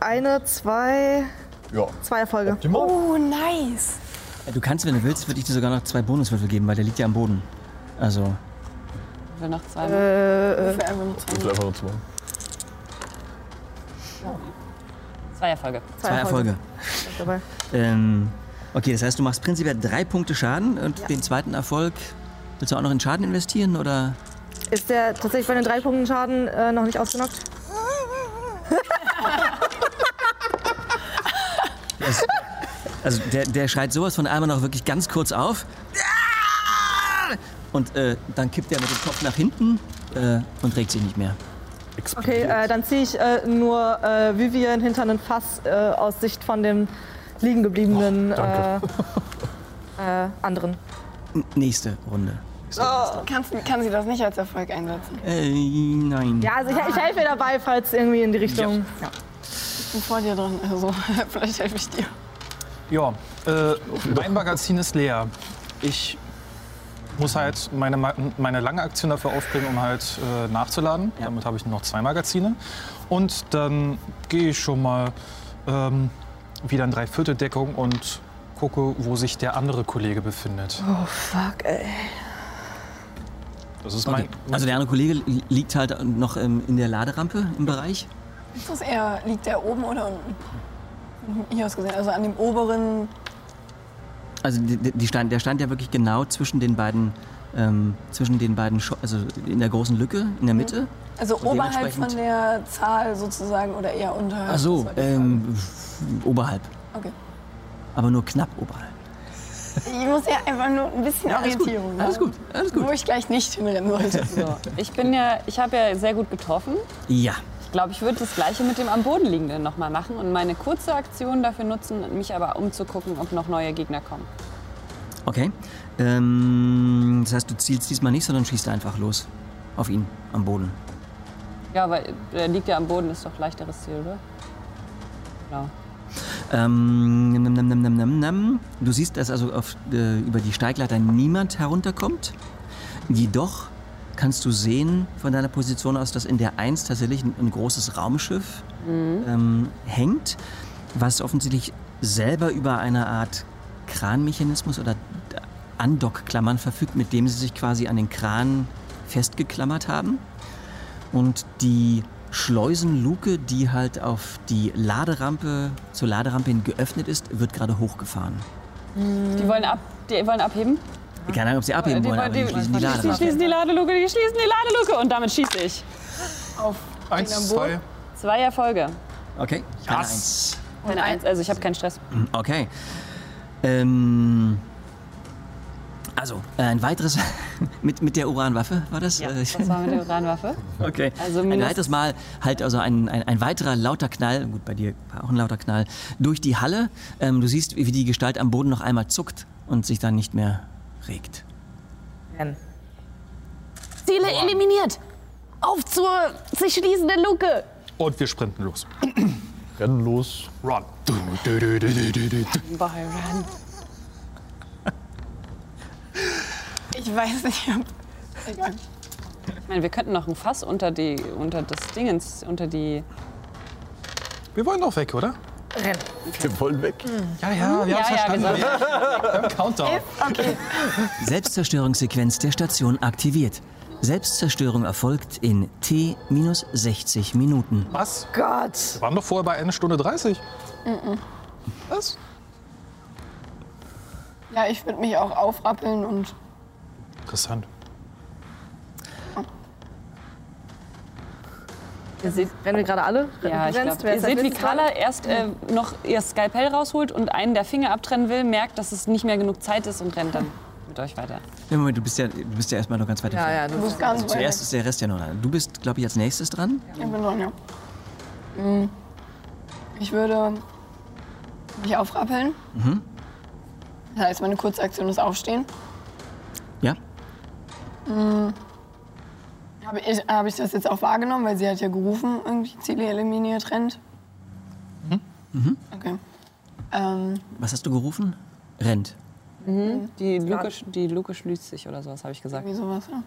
[SPEAKER 2] Eine, zwei,
[SPEAKER 3] Ja.
[SPEAKER 2] zwei Erfolge.
[SPEAKER 3] Optimal.
[SPEAKER 4] Oh, nice.
[SPEAKER 1] Äh, Du kannst, wenn du willst, würde ich dir sogar noch zwei Bonuswürfel geben, weil der liegt ja am Boden. Also,
[SPEAKER 7] Ich will noch zweimal.
[SPEAKER 2] Äh, äh,
[SPEAKER 4] Für einfach nur zwei.
[SPEAKER 3] Das ist einfach nur zwei.
[SPEAKER 7] Zwei Erfolge.
[SPEAKER 1] zwei Erfolge.
[SPEAKER 2] Dabei.
[SPEAKER 1] Ähm, okay, das heißt, du machst prinzipiell drei Punkte Schaden und den zweiten Erfolg. Willst du auch noch in Schaden investieren oder?
[SPEAKER 2] Ist der tatsächlich bei den drei Punkten Schaden äh, noch nicht ausgenockt?
[SPEAKER 1] Es- also der, der schreit sowas von einmal noch wirklich ganz kurz auf. Und äh, dann kippt er mit dem Kopf nach hinten äh, und regt sich nicht mehr.
[SPEAKER 2] Okay, äh, dann ziehe ich äh, nur äh, Vivian hinter einen Fass äh, aus Sicht von dem liegen gebliebenen äh, äh, anderen.
[SPEAKER 1] N nächste Runde.
[SPEAKER 7] Oh.
[SPEAKER 4] Kannst, kann sie das nicht als Erfolg einsetzen?
[SPEAKER 1] Äh, nein.
[SPEAKER 2] Ja, also ich, ich helfe ihr dabei, falls irgendwie in die Richtung.
[SPEAKER 4] Ich bin vor dir dran, also vielleicht helfe ich dir.
[SPEAKER 8] Ja, äh, mein Magazin ist leer. Ich muss halt meine, Ma- meine lange Aktion dafür aufbringen, um halt äh, nachzuladen. Damit habe ich noch zwei Magazine. Und dann gehe ich schon mal ähm, wieder in Dreivierteldeckung und gucke, wo sich der andere Kollege befindet.
[SPEAKER 2] Oh fuck, ey.
[SPEAKER 8] Das ist mein,
[SPEAKER 1] Okay. Also der andere Kollege li- liegt halt noch ähm, in der Laderampe im Bereich.
[SPEAKER 4] Ist das eher, liegt der oben oder unten? Von Hier aus gesehen, also an dem oberen.
[SPEAKER 1] Also die, die stand, der stand ja wirklich genau zwischen den beiden, ähm, zwischen den beiden, Scho also in der großen Lücke in der Mitte.
[SPEAKER 4] Also
[SPEAKER 1] Und
[SPEAKER 4] oberhalb
[SPEAKER 1] dementsprechend-
[SPEAKER 4] von der Zahl sozusagen oder eher unterhalb.
[SPEAKER 1] Ach so,
[SPEAKER 4] Das war die
[SPEAKER 1] ähm, oberhalb,
[SPEAKER 4] Frage. okay.
[SPEAKER 1] aber nur knapp oberhalb.
[SPEAKER 4] Ich muss ja einfach nur ein bisschen Orientierung.
[SPEAKER 1] Alles
[SPEAKER 4] ne?
[SPEAKER 1] gut, alles gut.
[SPEAKER 4] Wo ich gleich nicht hinrennen sollte.
[SPEAKER 7] So. Ich bin ja, ich habe ja sehr gut getroffen.
[SPEAKER 1] Ja,
[SPEAKER 7] Ich glaube, ich würde das gleiche mit dem am Boden liegenden nochmal machen und meine kurze Aktion dafür nutzen, mich aber umzugucken, ob noch neue Gegner kommen.
[SPEAKER 1] okay. Ähm, das heißt, du zielst diesmal nicht, sondern schießt einfach los auf ihn am Boden.
[SPEAKER 7] Ja, weil er liegt ja am Boden, ist doch leichteres Ziel, oder? Genau.
[SPEAKER 1] Ähm, nam, nam, nam, nam, nam, nam. Du siehst, dass also auf, äh, über die Steigleiter niemand herunterkommt. Jedoch kannst du sehen von deiner Position aus, dass in der 1 tatsächlich ein, ein großes Raumschiff
[SPEAKER 7] Mhm.
[SPEAKER 1] ähm, hängt, was offensichtlich selber über eine Art Kranmechanismus oder Andockklammern verfügt, mit dem sie sich quasi an den Kran festgeklammert haben. Und die Schleusenluke, die halt auf die Laderampe, zur Laderampe hin geöffnet ist, wird gerade hochgefahren.
[SPEAKER 7] Die wollen, ab, die wollen abheben.
[SPEAKER 1] Keine Ahnung, ob sie abheben
[SPEAKER 7] die,
[SPEAKER 1] wollen, aber Äh, die schließen die
[SPEAKER 7] die
[SPEAKER 1] Laderampe.
[SPEAKER 7] schließen die Ladeluke, die schließen die Ladeluke und damit schieße ich.
[SPEAKER 4] Auf
[SPEAKER 7] Eins, zwei. Zwei Erfolge.
[SPEAKER 1] Okay. Keine Eins.
[SPEAKER 7] Keine Eins, also ich habe keinen Stress.
[SPEAKER 1] Okay. Ähm, also, äh, ein weiteres. mit, mit der Uranwaffe war das? Ja,
[SPEAKER 7] Das war mit der Uranwaffe.
[SPEAKER 1] Okay.
[SPEAKER 7] Also
[SPEAKER 1] ein
[SPEAKER 7] mindest-
[SPEAKER 1] weiteres Mal halt also ein, ein, ein weiterer lauter Knall, gut, bei dir war auch ein lauter Knall, durch die Halle. Ähm, du siehst, wie die Gestalt am Boden noch einmal zuckt und sich dann nicht mehr regt.
[SPEAKER 9] Ziele eliminiert. Auf zur sich schließenden Luke.
[SPEAKER 8] Und wir sprinten los.
[SPEAKER 3] Rennen los.
[SPEAKER 8] Run.
[SPEAKER 7] Boy, run.
[SPEAKER 4] Ich weiß nicht, ob.
[SPEAKER 7] Ich meine, wir könnten noch ein Fass unter die, unter das Dingens, unter die.
[SPEAKER 8] Wir wollen doch weg, oder?
[SPEAKER 3] Wir wollen weg.
[SPEAKER 8] Ja, ja, wir haben
[SPEAKER 7] ja,
[SPEAKER 8] verstanden.
[SPEAKER 7] wir
[SPEAKER 8] wir haben einen Countdown.
[SPEAKER 1] Selbstzerstörungssequenz der Station aktiviert. Selbstzerstörung erfolgt in T minus 60 Minuten.
[SPEAKER 8] Was?
[SPEAKER 2] Gott!
[SPEAKER 8] Wir waren doch vorher bei 1 Stunde 30. Was?
[SPEAKER 4] Ja, ich würde mich auch aufrappeln und.
[SPEAKER 8] Interessant.
[SPEAKER 7] Ihr seht,
[SPEAKER 2] Rennen wir gerade alle?
[SPEAKER 7] ja, ich
[SPEAKER 2] Brennst,
[SPEAKER 7] glaub,
[SPEAKER 2] wer
[SPEAKER 7] ihr
[SPEAKER 2] ist als
[SPEAKER 7] seht, wie
[SPEAKER 2] nächstes dran?
[SPEAKER 7] Carla erst äh, noch ihr Skalpell rausholt und einen der Finger abtrennen will, merkt, dass es nicht mehr genug Zeit ist und rennt dann mit euch weiter.
[SPEAKER 1] Ja, Moment, du bist ja, du bist ja erstmal noch ganz weit
[SPEAKER 2] Ja,
[SPEAKER 1] entfernt.
[SPEAKER 2] ja, du
[SPEAKER 4] Du bist ganz weit
[SPEAKER 1] Zuerst ist der Rest ja noch da. Du bist, glaube ich, als nächstes dran.
[SPEAKER 4] weg. Ich bin dran, ja. Mm. Ich würde mich aufrappeln. Das heißt, meine Kurzaktion ist aufstehen.
[SPEAKER 1] Ja?
[SPEAKER 4] Habe ich, habe ich das jetzt auch wahrgenommen, weil sie hat ja gerufen, irgendwie Ziele eliminiert, rennt. Mhm. Okay. Ähm,
[SPEAKER 1] Was hast du gerufen? Rennt.
[SPEAKER 7] Die Luke, sch- die Luke schließt sich oder sowas, habe ich gesagt.
[SPEAKER 4] irgendwie sowas, ja.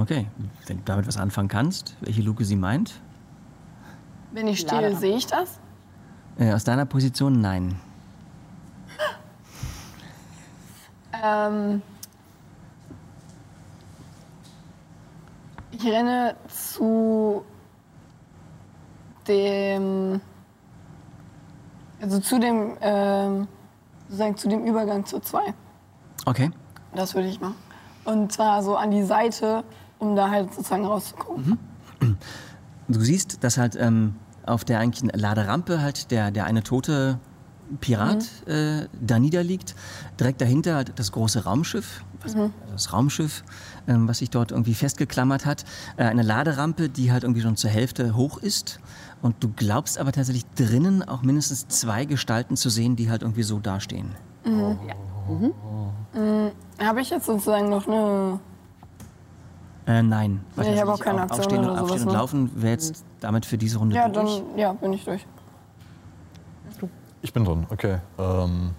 [SPEAKER 1] Okay. Wenn du damit was anfangen kannst, welche Luke sie meint.
[SPEAKER 4] Wenn ich stehe,
[SPEAKER 7] Laderampe.
[SPEAKER 4] sehe ich das?
[SPEAKER 1] Äh, aus deiner Position nein.
[SPEAKER 4] Ähm, ich renne zu dem, also zu dem, ähm, sozusagen zu dem Übergang zur 2.
[SPEAKER 1] Okay.
[SPEAKER 4] Das würde ich machen. Und zwar so an die Seite, um da halt sozusagen rauszugucken.
[SPEAKER 1] Du siehst, dass halt ähm, auf der eigentlichen Laderampe halt der, der eine tote Pirat
[SPEAKER 4] Mhm.
[SPEAKER 1] äh, da niederliegt. Direkt dahinter halt das große Raumschiff, was,
[SPEAKER 4] Mhm.
[SPEAKER 1] also das Raumschiff, ähm, was sich dort irgendwie festgeklammert hat. Äh, eine Laderampe, die halt irgendwie schon zur Hälfte hoch ist. Und du glaubst aber tatsächlich drinnen auch mindestens zwei Gestalten zu sehen, die halt irgendwie so dastehen.
[SPEAKER 4] Habe ich jetzt sozusagen noch eine,
[SPEAKER 1] Äh, nein.
[SPEAKER 4] Nee, ich habe auch
[SPEAKER 1] Tatsächlich
[SPEAKER 4] keine
[SPEAKER 1] auf-
[SPEAKER 4] Aktion
[SPEAKER 1] Aufstehen,
[SPEAKER 4] oder
[SPEAKER 1] und, aufstehen
[SPEAKER 4] sowas,
[SPEAKER 1] und
[SPEAKER 4] ne?
[SPEAKER 1] laufen wäre jetzt damit für diese Runde
[SPEAKER 4] ja,
[SPEAKER 1] durch.
[SPEAKER 4] dann, ja, bin ich durch.
[SPEAKER 3] Ich bin drin, okay. Ähm.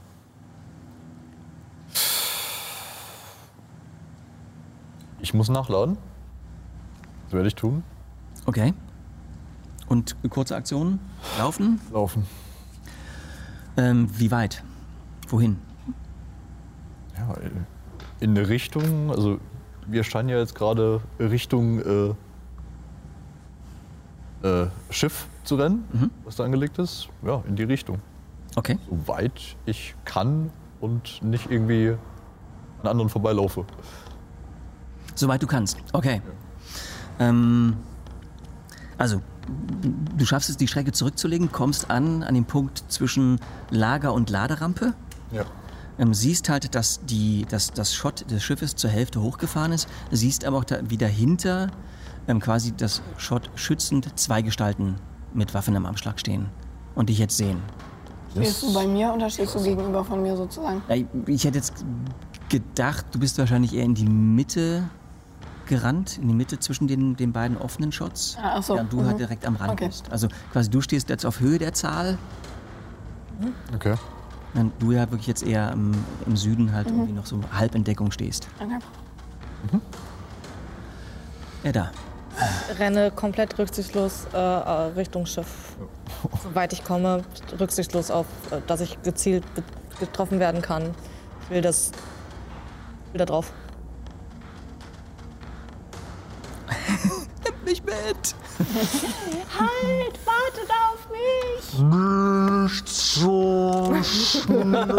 [SPEAKER 3] Ich muss nachladen. Das werde ich tun.
[SPEAKER 1] Okay. Und kurze Aktionen? Laufen?
[SPEAKER 3] Laufen.
[SPEAKER 1] Ähm, wie weit? Wohin?
[SPEAKER 3] Ja, in eine Richtung, also wir scheinen ja jetzt gerade Richtung äh, äh, Schiff zu rennen, was da angelegt ist. Ja, in die Richtung.
[SPEAKER 1] Okay.
[SPEAKER 3] Soweit ich kann und nicht irgendwie an anderen vorbeilaufe.
[SPEAKER 1] Soweit du kannst. Okay. Ähm, also, du schaffst es, die Strecke zurückzulegen, kommst an, an den Punkt zwischen Lager und Laderampe.
[SPEAKER 3] Ja.
[SPEAKER 1] Ähm, siehst halt, dass, die, dass das Schott des Schiffes zur Hälfte hochgefahren ist, siehst aber auch, da, wie dahinter ähm, quasi das Schott schützend zwei Gestalten mit Waffen am Anschlag stehen und dich jetzt sehen.
[SPEAKER 4] Stehst du bei mir oder stehst du gegenüber von mir sozusagen?
[SPEAKER 1] Ja, ich- Ich hätte jetzt gedacht, du bist wahrscheinlich eher in die Mitte gerannt, in die Mitte zwischen den, den beiden offenen Shots.
[SPEAKER 4] Ah, ach so.
[SPEAKER 1] Während du
[SPEAKER 4] Mhm.
[SPEAKER 1] halt direkt am Rand
[SPEAKER 4] Okay.
[SPEAKER 1] bist. Also quasi du stehst jetzt auf Höhe der Zahl,
[SPEAKER 3] Okay.
[SPEAKER 1] während du ja wirklich jetzt eher im, im Süden halt
[SPEAKER 4] Mhm.
[SPEAKER 1] irgendwie noch so halb in Deckung stehst.
[SPEAKER 4] Okay.
[SPEAKER 1] Ja, da.
[SPEAKER 2] Renne komplett rücksichtslos äh, äh, Richtung Schiff. Soweit ich komme, rücksichtslos auf, äh, dass ich gezielt be- getroffen werden kann. Ich will das. Ich will da drauf.
[SPEAKER 1] Nimm mich mit!
[SPEAKER 9] Halt, wartet auf mich!
[SPEAKER 10] Nicht so schnell.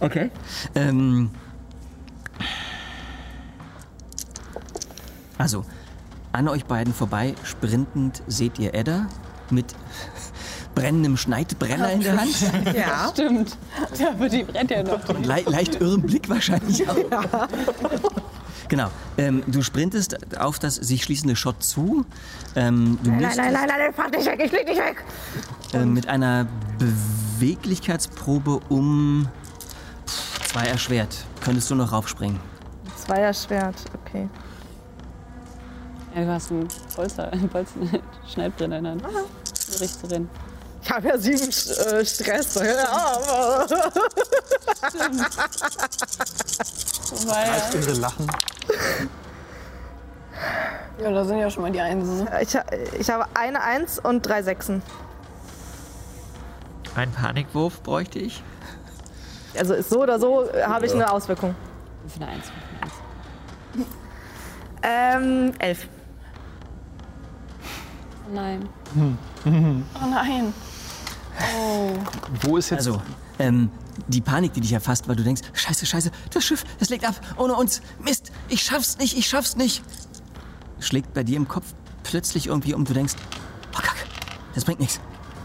[SPEAKER 1] Okay. Ähm, also, an euch beiden vorbei, sprintend seht ihr Edda mit brennendem Schneidbrenner in der Hand.
[SPEAKER 7] Ja. Stimmt. Ja, aber die brennt ja noch.
[SPEAKER 1] Und le leicht irrem Blick wahrscheinlich auch. Genau. Ähm, du sprintest auf das sich schließende Shot zu. Ähm, du
[SPEAKER 9] Nein,
[SPEAKER 1] müsstest
[SPEAKER 9] nein, nein, nein, nein, fahrt nicht weg, ich flieg nicht weg!
[SPEAKER 1] äh, mit einer Beweglichkeitsprobe um pff, zwei erschwert. Könntest du noch raufspringen?
[SPEAKER 2] Zweier Schwert, okay.
[SPEAKER 7] Ja, du hast einen Bolzer, einen Bolzen, Schneidbrenn in der Hand. Um Richtig zu rennen.
[SPEAKER 2] Ich habe ja sieben äh, Stress. Ja,
[SPEAKER 8] Als Irre lachen.
[SPEAKER 4] Ja, da sind ja schon mal die Einsen. ne?
[SPEAKER 2] aber ich, ha- ich habe eine Eins und drei Sechsen.
[SPEAKER 12] Einen Panikwurf bräuchte ich.
[SPEAKER 2] Also ist so oder so äh, habe ich eine Auswirkung.
[SPEAKER 7] Für eine Eins. Für eine Eins.
[SPEAKER 2] Ähm, elf.
[SPEAKER 7] Oh Nein.
[SPEAKER 4] Oh nein. Oh.
[SPEAKER 1] Wo ist jetzt. Also, ähm, die Panik, die dich erfasst, weil du denkst: Scheiße, Scheiße, das Schiff, das legt ab, ohne uns, Mist, ich schaff's nicht, ich schaff's nicht. Schlägt bei dir im Kopf plötzlich irgendwie um, du denkst: Oh, Kack, das bringt nichts.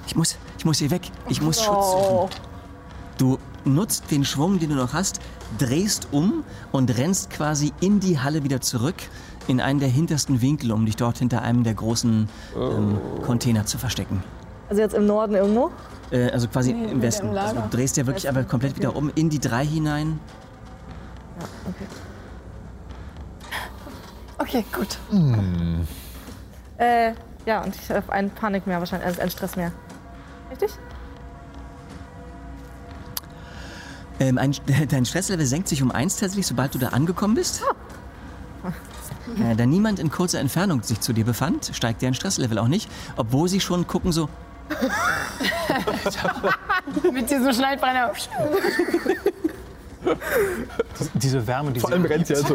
[SPEAKER 1] Ich muss, ich muss hier weg, ich muss Schutz suchen. Du nutzt den Schwung, den du noch hast, drehst um und rennst quasi in die Halle wieder zurück, in einen der hintersten Winkel, um dich dort hinter einem der großen ähm, Container zu verstecken.
[SPEAKER 2] Also jetzt im Norden irgendwo?
[SPEAKER 1] Äh, also quasi
[SPEAKER 2] Nee,
[SPEAKER 1] im
[SPEAKER 2] im
[SPEAKER 1] Westen. Also
[SPEAKER 2] Lager.
[SPEAKER 1] du drehst ja wirklich
[SPEAKER 2] Westen,
[SPEAKER 1] aber komplett wieder um in die drei hinein.
[SPEAKER 2] Ja, okay.
[SPEAKER 4] Okay, gut.
[SPEAKER 2] Äh, ja, und ich habe einen Panik mehr wahrscheinlich, also einen Stress mehr. Richtig?
[SPEAKER 1] Ähm, ein, dein Stresslevel senkt sich um eins tatsächlich, sobald du da angekommen bist.
[SPEAKER 2] Ah.
[SPEAKER 1] Äh, da niemand in kurzer Entfernung sich zu dir befand, steigt deren Stresslevel auch nicht, obwohl sie schon gucken so,
[SPEAKER 4] Mit diesem Schneidbrenner.
[SPEAKER 7] Also
[SPEAKER 8] Diese Wärme, die
[SPEAKER 3] Vor allem rennt sie also.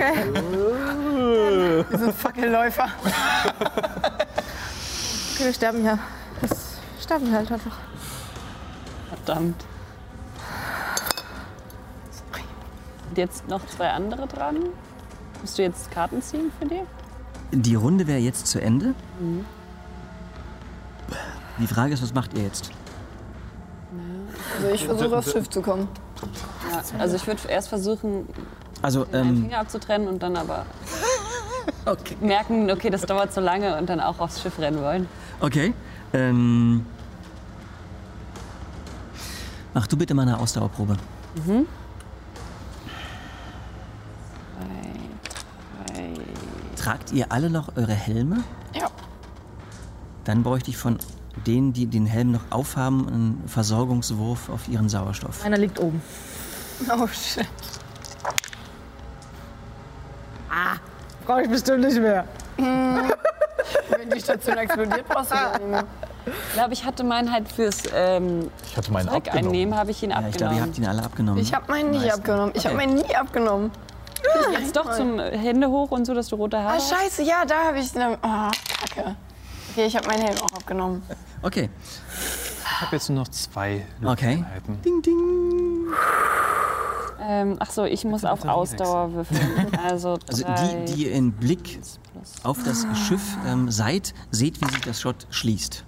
[SPEAKER 4] Diese Fackelläufer.
[SPEAKER 2] Okay, wir sterben hier. Das sterben wir halt einfach.
[SPEAKER 7] Verdammt. Und jetzt noch zwei andere dran. Musst du jetzt Karten ziehen für die?
[SPEAKER 1] Die Runde wäre jetzt zu Ende.
[SPEAKER 2] Mhm.
[SPEAKER 1] Die Frage ist, was macht ihr jetzt?
[SPEAKER 4] Also ich versuche aufs Schiff zu kommen.
[SPEAKER 7] Ja, also ich würde erst versuchen,
[SPEAKER 1] Also,
[SPEAKER 7] einen
[SPEAKER 1] ähm,
[SPEAKER 7] Finger abzutrennen und dann aber merken, okay, das dauert zu lange und dann auch aufs Schiff rennen wollen.
[SPEAKER 1] okay. Ähm, mach du bitte mal eine Ausdauerprobe.
[SPEAKER 7] Mhm. Zwei, drei.
[SPEAKER 1] Tragt ihr alle noch eure Helme?
[SPEAKER 4] Ja.
[SPEAKER 1] Dann bräuchte ich von denen, die den Helm noch aufhaben, einen Versorgungswurf auf ihren Sauerstoff.
[SPEAKER 2] Einer liegt oben.
[SPEAKER 4] Oh shit.
[SPEAKER 2] Brauche ich bestimmt nicht mehr.
[SPEAKER 4] Wenn die Station explodiert, brauchst du gar nicht mehr.
[SPEAKER 7] Ich glaube, ich hatte meinen halt fürs ähm,
[SPEAKER 3] Ich hatte meinen
[SPEAKER 7] Zeug
[SPEAKER 3] abgenommen.
[SPEAKER 7] einnehmen, habe ich ihn
[SPEAKER 1] Ja, ich glaube, ihr
[SPEAKER 7] abgenommen.
[SPEAKER 1] habt ihn alle abgenommen. ne?
[SPEAKER 4] Ich habe meinen nie abgenommen. Ich habe
[SPEAKER 1] Okay.
[SPEAKER 4] meinen nie abgenommen.
[SPEAKER 7] Jetzt doch zum Hände hoch und so, dass du rote Haare
[SPEAKER 4] Ah,
[SPEAKER 7] hast.
[SPEAKER 4] scheiße, ja, da habe ich... Ne, ah, kacke. Okay, ich habe meinen Helm auch abgenommen.
[SPEAKER 1] Okay.
[SPEAKER 8] Ich habe jetzt nur noch zwei
[SPEAKER 1] Okay.
[SPEAKER 8] Lufteinheiten.
[SPEAKER 1] Ding, ding.
[SPEAKER 7] Ähm, ach so, ich muss auf Ausdauer würfeln. Also,
[SPEAKER 1] Also
[SPEAKER 7] drei.
[SPEAKER 1] die, die in Blick auf das Schiff ähm, seid, seht, wie sich das Schott schließt.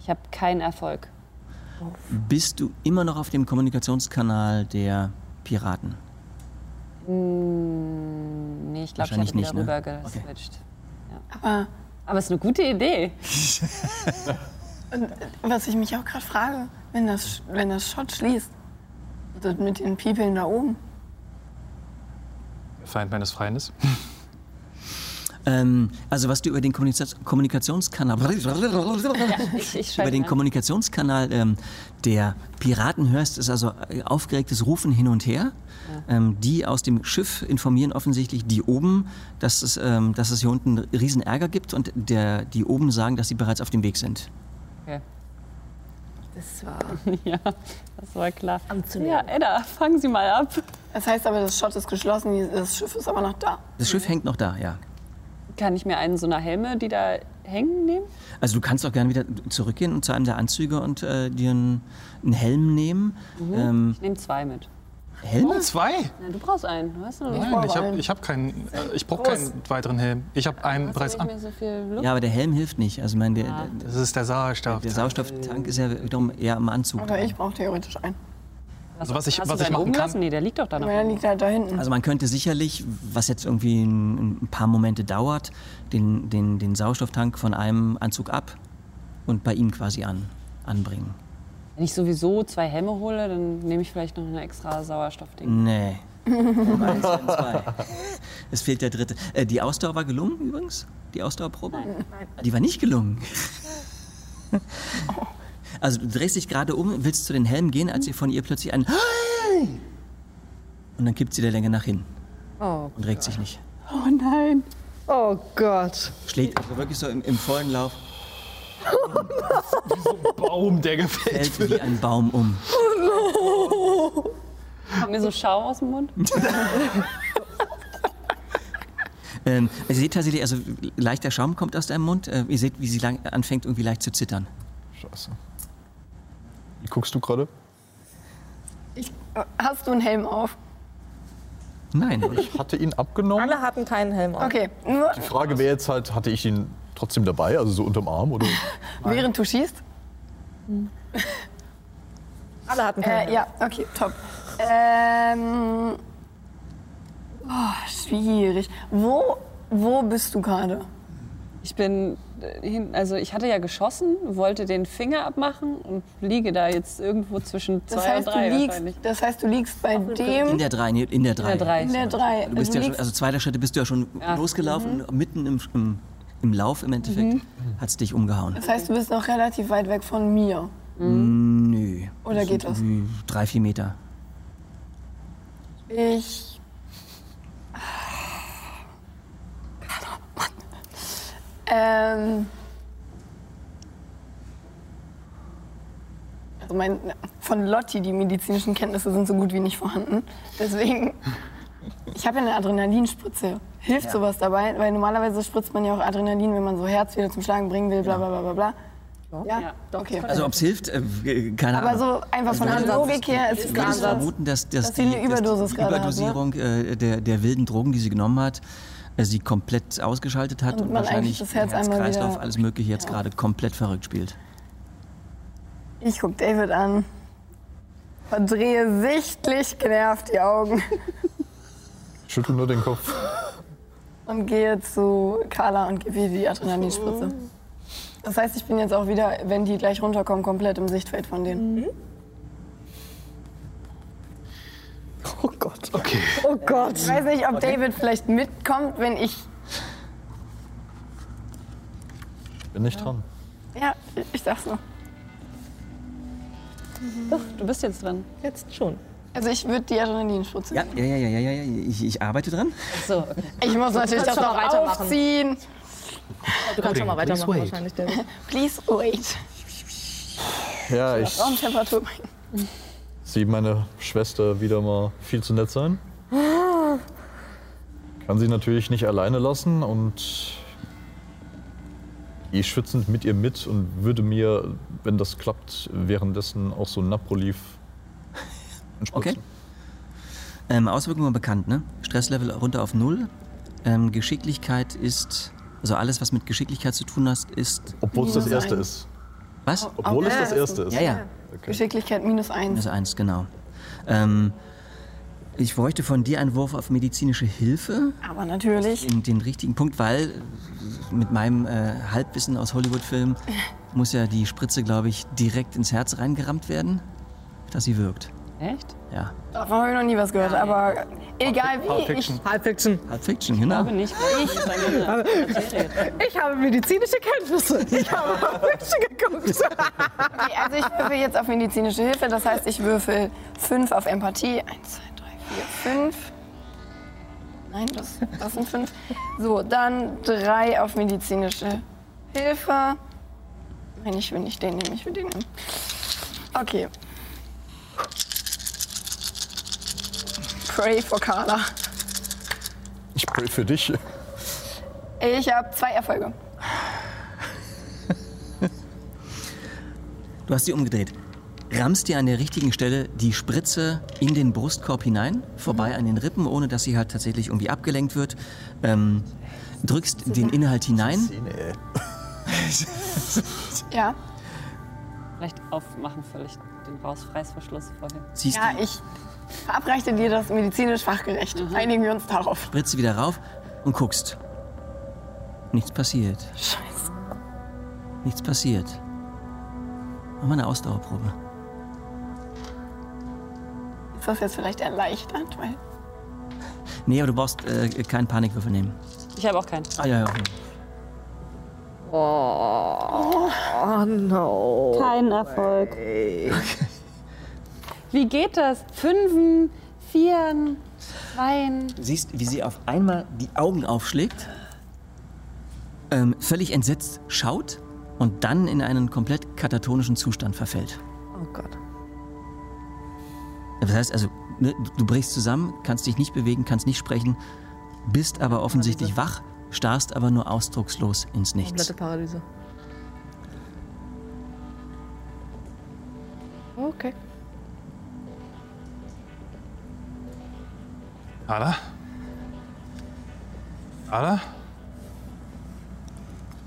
[SPEAKER 7] Ich habe keinen Erfolg.
[SPEAKER 1] Bist du immer noch auf dem Kommunikationskanal der Piraten?
[SPEAKER 7] Hm, nee, ich glaube, ich
[SPEAKER 1] Wahrscheinlich
[SPEAKER 7] habe wieder
[SPEAKER 1] nicht, ne?
[SPEAKER 7] rüber geswitcht. Ja. Aber, es ist eine gute Idee.
[SPEAKER 4] Und äh, was ich mich auch gerade frage, wenn das, wenn das Shot schließt, das mit den Piepeln da oben,
[SPEAKER 8] Feind meines Feindes.
[SPEAKER 1] Ähm, also was du über den Kommunika- Kommunikationskanal
[SPEAKER 7] ich, ich schalte
[SPEAKER 1] über den
[SPEAKER 7] an.
[SPEAKER 1] Kommunikationskanal ähm, der Piraten hörst, ist also äh, aufgeregtes Rufen hin und her. Ähm, die aus dem Schiff informieren offensichtlich die oben, dass es, ähm, dass es hier unten riesen Ärger gibt und der, die oben sagen, dass sie bereits auf dem Weg sind.
[SPEAKER 2] Das war.
[SPEAKER 7] ja, das war klar. Ja, Edda, fangen Sie mal ab.
[SPEAKER 4] Das heißt aber, das Schott ist geschlossen, die- das Schiff ist aber noch da.
[SPEAKER 1] Das Schiff hängt noch da, ja.
[SPEAKER 7] Kann ich mir einen so einer Helme, die da hängen, nehmen?
[SPEAKER 1] Also du kannst auch gerne wieder zurückgehen und zu einem der Anzüge und äh, dir einen, einen Helm nehmen. Ähm,
[SPEAKER 7] ich nehme zwei mit.
[SPEAKER 8] Oh,
[SPEAKER 1] Helme?
[SPEAKER 8] zwei?
[SPEAKER 7] Na, du brauchst Hm. einen. Du hast nur
[SPEAKER 8] Nein, ich habe ich hab keinen, äh, ich brauche keinen weiteren Helm. Ich habe einen bereits
[SPEAKER 7] nicht
[SPEAKER 8] an.
[SPEAKER 7] mehr so viel Luft.
[SPEAKER 1] Ja, aber der Helm hilft nicht. Also ich meine, der,
[SPEAKER 7] Ah.
[SPEAKER 1] der,
[SPEAKER 8] Das ist der Sauerstoff.
[SPEAKER 1] der Sauerstofftank ist ja wiederum eher am Anzug.
[SPEAKER 4] Oder ich brauche theoretisch einen.
[SPEAKER 8] Also was ich,
[SPEAKER 7] Hast
[SPEAKER 8] was
[SPEAKER 7] du
[SPEAKER 8] ich
[SPEAKER 7] deinen
[SPEAKER 8] machen
[SPEAKER 7] oben
[SPEAKER 8] kann.
[SPEAKER 7] lassen? Nee, der liegt doch da noch.
[SPEAKER 4] Weil er liegt halt da
[SPEAKER 2] Mhm.
[SPEAKER 4] hinten.
[SPEAKER 1] Also man könnte sicherlich, was jetzt irgendwie ein, ein paar Momente dauert, den, den, den Sauerstofftank von einem Anzug ab und bei ihm quasi an, anbringen.
[SPEAKER 7] Wenn ich sowieso zwei Helme hole, dann nehme ich vielleicht noch eine extra Sauerstoffding.
[SPEAKER 1] Nee. Um eins, um zwei. Es fehlt der dritte. Äh, die Ausdauer war gelungen übrigens? Die Ausdauerprobe?
[SPEAKER 2] Nein.
[SPEAKER 1] Die war nicht gelungen. Also du drehst dich gerade um, willst zu den Helmen gehen, als ihr von ihr plötzlich ein und dann kippt sie der Länge nach hin
[SPEAKER 2] Oh,
[SPEAKER 1] und regt sich nicht.
[SPEAKER 2] oh nein. Oh Gott.
[SPEAKER 1] Schlägt also wirklich so im, im vollen Lauf,
[SPEAKER 8] Baum, der gefällt.
[SPEAKER 1] fällt wie ein Baum um.
[SPEAKER 7] Kommt mir so Schau aus dem Mund?
[SPEAKER 1] Ähm, ihr seht tatsächlich, also leichter Schaum kommt aus deinem Mund. Äh, ihr seht, wie sie lang, anfängt, irgendwie leicht zu zittern.
[SPEAKER 3] Scheiße. Wie guckst du gerade?
[SPEAKER 4] Ich, äh, hast du einen Helm auf?
[SPEAKER 1] Nein.
[SPEAKER 3] Ich hatte ihn abgenommen.
[SPEAKER 2] Alle hatten keinen Helm auf.
[SPEAKER 4] Okay, nur
[SPEAKER 3] Die Frage wäre jetzt halt, hatte ich ihn trotzdem dabei, also so unterm Arm oder?
[SPEAKER 4] während du schießt?
[SPEAKER 2] Alle hatten keinen
[SPEAKER 4] Äh, ja, okay, top. Ähm, oh, schwierig. Wo, wo bist du gerade?
[SPEAKER 7] Ich bin äh, hin, also ich hatte ja geschossen, wollte den Finger abmachen und liege da jetzt irgendwo zwischen zwei
[SPEAKER 4] Das heißt,
[SPEAKER 7] und
[SPEAKER 4] du
[SPEAKER 7] drei
[SPEAKER 4] liegst,
[SPEAKER 7] wahrscheinlich.
[SPEAKER 4] das heißt, du liegst bei
[SPEAKER 1] In
[SPEAKER 4] dem
[SPEAKER 1] der drei, nee, in der drei.
[SPEAKER 7] drei.
[SPEAKER 4] in der drei.
[SPEAKER 1] Du bist ja schon,
[SPEAKER 4] liegst-
[SPEAKER 1] also zweiter Schritte bist du ja schon
[SPEAKER 7] Ja.
[SPEAKER 1] losgelaufen, mitten im, im, im Lauf im Endeffekt hat's dich umgehauen.
[SPEAKER 4] das heißt, du bist noch relativ weit weg von mir.
[SPEAKER 1] Nö.
[SPEAKER 4] Oder geht das?
[SPEAKER 1] Irgendwie Drei, vier Meter.
[SPEAKER 4] Ich. Ähm. Also mein, von Lotti, die medizinischen Kenntnisse sind so gut wie nicht vorhanden. Deswegen, ich habe ja eine Adrenalinspritze. Hilft sowas dabei? Weil normalerweise spritzt man ja auch Adrenalin, wenn man so Herz wieder zum Schlagen bringen will, bla bla bla bla bla. Ja,
[SPEAKER 7] Ja, doch,
[SPEAKER 4] okay.
[SPEAKER 1] Also ob's hilft, äh, keine
[SPEAKER 4] Aber
[SPEAKER 1] Ahnung.
[SPEAKER 4] so einfach von Also der Logik her ist es
[SPEAKER 1] Ich würde
[SPEAKER 4] gar nicht.
[SPEAKER 1] vermuten, dass, dass,
[SPEAKER 4] Dass sie eine Überdosis
[SPEAKER 1] dass die
[SPEAKER 4] gerade hat, ne?
[SPEAKER 1] Überdosierung äh, der, der wilden Drogen, die sie genommen hat, äh, sie komplett ausgeschaltet hat
[SPEAKER 4] Und
[SPEAKER 1] und,
[SPEAKER 4] man
[SPEAKER 1] wahrscheinlich
[SPEAKER 4] eigentlich das Herz einmal
[SPEAKER 1] Kreislauf,
[SPEAKER 4] wieder-
[SPEAKER 1] alles Mögliche jetzt gerade komplett verrückt spielt.
[SPEAKER 4] Ich guck David an. Verdrehe sichtlich genervt die Augen
[SPEAKER 3] Schüttel nur den Kopf.
[SPEAKER 4] und gehe zu Carla und gebe ihr die Adrenalinspritze. Das heißt, ich bin jetzt auch wieder, wenn die gleich runterkommen, komplett im Sichtfeld von denen.
[SPEAKER 2] Oh Gott.
[SPEAKER 3] Okay.
[SPEAKER 2] Oh Gott.
[SPEAKER 4] Ich weiß nicht, ob David vielleicht mitkommt, wenn ich.
[SPEAKER 3] Bin nicht dran.
[SPEAKER 4] Ja, ich sag's nur.
[SPEAKER 7] Doch, du bist Äh, jetzt dran.
[SPEAKER 2] Jetzt schon.
[SPEAKER 4] Also ich würde die Adrenalinspritze.
[SPEAKER 1] Ja, ja, ja, ja, ja, ja, ja. Ich, ich arbeite dran.
[SPEAKER 7] So, okay.
[SPEAKER 4] Ich muss natürlich das
[SPEAKER 2] kannst
[SPEAKER 4] noch
[SPEAKER 2] schon mal weitermachen.
[SPEAKER 4] aufziehen.
[SPEAKER 2] Du kannst schon mal
[SPEAKER 8] Please
[SPEAKER 2] weitermachen
[SPEAKER 8] wait.
[SPEAKER 2] wahrscheinlich, David.
[SPEAKER 4] Please wait.
[SPEAKER 3] Ja, ich
[SPEAKER 4] Raumtemperatur bringen.
[SPEAKER 3] sehe meine Schwester wieder mal viel zu nett sein. Kann sie natürlich nicht alleine lassen und gehe schützend mit ihr mit und würde mir, wenn das klappt, währenddessen auch so ein Naprolief entspritzen.
[SPEAKER 1] Okay. Ähm, Auswirkungen waren bekannt, ne? Stresslevel runter auf null. Ähm, Geschicklichkeit ist, also alles, was mit Geschicklichkeit zu tun hat, ist
[SPEAKER 3] Obwohl es das
[SPEAKER 4] Minus
[SPEAKER 3] erste
[SPEAKER 4] ein.
[SPEAKER 3] ist.
[SPEAKER 1] was?
[SPEAKER 3] Obwohl es das erste ist.
[SPEAKER 1] Ja, ja.
[SPEAKER 3] Okay.
[SPEAKER 4] Geschicklichkeit minus eins.
[SPEAKER 1] Minus eins, genau. Ähm, ich bräuchte von dir einen Wurf auf medizinische Hilfe.
[SPEAKER 4] Aber natürlich.
[SPEAKER 1] Den, den richtigen Punkt, weil mit meinem äh, Halbwissen aus Hollywood-Filmen muss ja die Spritze, glaube ich, direkt ins Herz reingerammt werden, dass sie wirkt.
[SPEAKER 7] Echt?
[SPEAKER 1] Ja.
[SPEAKER 4] Davon habe ich noch nie was gehört, aber egal wie. Ich,
[SPEAKER 1] Halb Fiction. Halb Fiction, genau.
[SPEAKER 7] nicht.
[SPEAKER 4] ich habe medizinische Kenntnisse. Ich habe auf Menschen geguckt. Okay, also ich würfel jetzt auf medizinische Hilfe. Das heißt, ich würfel 5 auf Empathie. 1, 2, 3, 4, 5. Nein, das, das sind 5. So, dann 3 auf medizinische Hilfe. Nein, ich will nicht den nehmen, ich will den nehmen. Okay. Pray for Carla.
[SPEAKER 3] Ich pray für dich.
[SPEAKER 4] Ich habe zwei Erfolge.
[SPEAKER 1] Du hast sie umgedreht. Rammst dir an der richtigen Stelle die Spritze in den Brustkorb hinein, vorbei an den Rippen, ohne dass sie halt tatsächlich irgendwie abgelenkt wird. Ähm, drückst den Inhalt hinein.
[SPEAKER 4] Ja.
[SPEAKER 7] Vielleicht aufmachen, völlig den Rausreißverschluss vorher.
[SPEAKER 1] Siehst
[SPEAKER 4] ja, ich verabreichte dir das medizinisch fachgerecht. Einigen wir uns darauf.
[SPEAKER 1] Spritze wieder rauf und guckst. Nichts passiert.
[SPEAKER 4] Scheiße.
[SPEAKER 1] Nichts passiert. Mach mal eine Ausdauerprobe.
[SPEAKER 4] Ist das jetzt vielleicht erleichtert? Weil
[SPEAKER 1] Nee, aber du brauchst äh, keinen Panikwürfel nehmen.
[SPEAKER 7] Ich habe auch keinen.
[SPEAKER 1] Ah ja, ja.
[SPEAKER 2] Oh, oh no.
[SPEAKER 7] Kein Erfolg. Wie geht das? Fünfen, Vieren, Zweien.
[SPEAKER 1] Du siehst, wie sie auf einmal die Augen aufschlägt, ähm, völlig entsetzt schaut und dann in einen komplett katatonischen Zustand verfällt.
[SPEAKER 2] Oh Gott.
[SPEAKER 1] Das heißt also, ne, du- du brichst zusammen, kannst dich nicht bewegen, kannst nicht sprechen, bist aber offensichtlich wach, starrst aber nur ausdruckslos ins Nichts.
[SPEAKER 2] Komplette Paralyse. Okay.
[SPEAKER 8] Ada? Ada?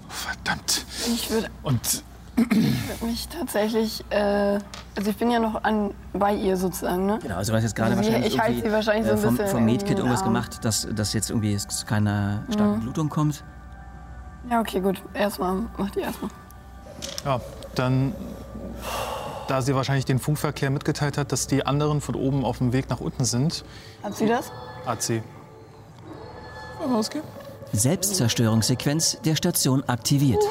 [SPEAKER 8] Verdammt.
[SPEAKER 4] ich würde
[SPEAKER 8] Und
[SPEAKER 4] würd mich tatsächlich. Äh, also ich bin ja noch an, bei ihr sozusagen, ne?
[SPEAKER 1] Genau, also du hast jetzt gerade
[SPEAKER 4] Also sie-
[SPEAKER 1] wahrscheinlich,
[SPEAKER 4] ich halte
[SPEAKER 1] irgendwie,
[SPEAKER 4] sie wahrscheinlich so ein
[SPEAKER 1] äh, vom,
[SPEAKER 4] bisschen
[SPEAKER 1] vom Medkit
[SPEAKER 4] in den
[SPEAKER 1] irgendwas
[SPEAKER 4] Arm.
[SPEAKER 1] gemacht, dass, dass jetzt irgendwie es zu keiner starken
[SPEAKER 4] Mhm.
[SPEAKER 1] Blutung kommt.
[SPEAKER 4] Ja, okay, gut. Erstmal, mach die erstmal.
[SPEAKER 8] ja, dann, da sie wahrscheinlich den Funkverkehr mitgeteilt hat, dass die anderen von oben auf dem Weg nach unten sind,
[SPEAKER 4] Hat sie das?
[SPEAKER 8] hat sie. Rausgehen?
[SPEAKER 1] Selbstzerstörungssequenz der Station aktiviert.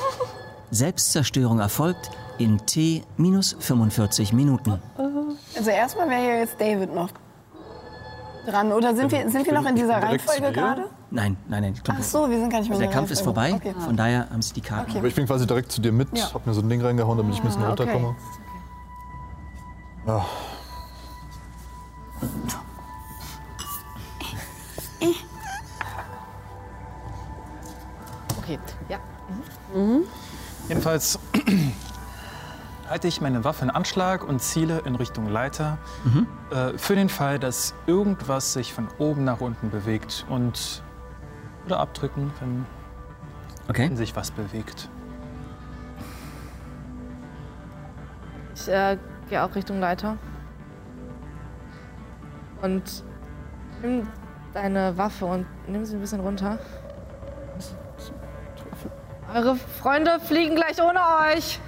[SPEAKER 1] Selbstzerstörung erfolgt in T minus 45 Minuten.
[SPEAKER 4] Also erstmal wäre ja jetzt David noch dran. Oder sind wir, sind wir noch in dieser
[SPEAKER 3] direkt
[SPEAKER 4] Reihenfolge
[SPEAKER 3] zu dir.
[SPEAKER 4] gerade?
[SPEAKER 1] Nein, nein, nein. ich glaub
[SPEAKER 4] Ach
[SPEAKER 1] nicht.
[SPEAKER 4] so, wir sind gar nicht mehr
[SPEAKER 1] also
[SPEAKER 4] in
[SPEAKER 1] der Kampf ist vorbei,
[SPEAKER 4] Reihenfolge.
[SPEAKER 1] von daher haben sie die Karten.
[SPEAKER 4] Okay.
[SPEAKER 3] Aber ich bin quasi direkt zu dir mit,
[SPEAKER 4] Ja.
[SPEAKER 3] hab mir so ein Ding reingehauen, damit ich ein bisschen
[SPEAKER 4] Ah, okay.
[SPEAKER 3] runterkomme. Ja.
[SPEAKER 2] Okay, ja.
[SPEAKER 8] Jedenfalls halte ich meine Waffe in Anschlag und ziele in Richtung Leiter.
[SPEAKER 1] Mhm.
[SPEAKER 8] Äh, für den Fall, dass irgendwas sich von oben nach unten bewegt und. Oder abdrücken, wenn,
[SPEAKER 1] Okay.
[SPEAKER 8] wenn sich was bewegt.
[SPEAKER 2] Ich äh, gehe auch Richtung Leiter. Und nimm deine Waffe und nimm sie ein bisschen runter. Eure Freunde fliegen gleich ohne euch.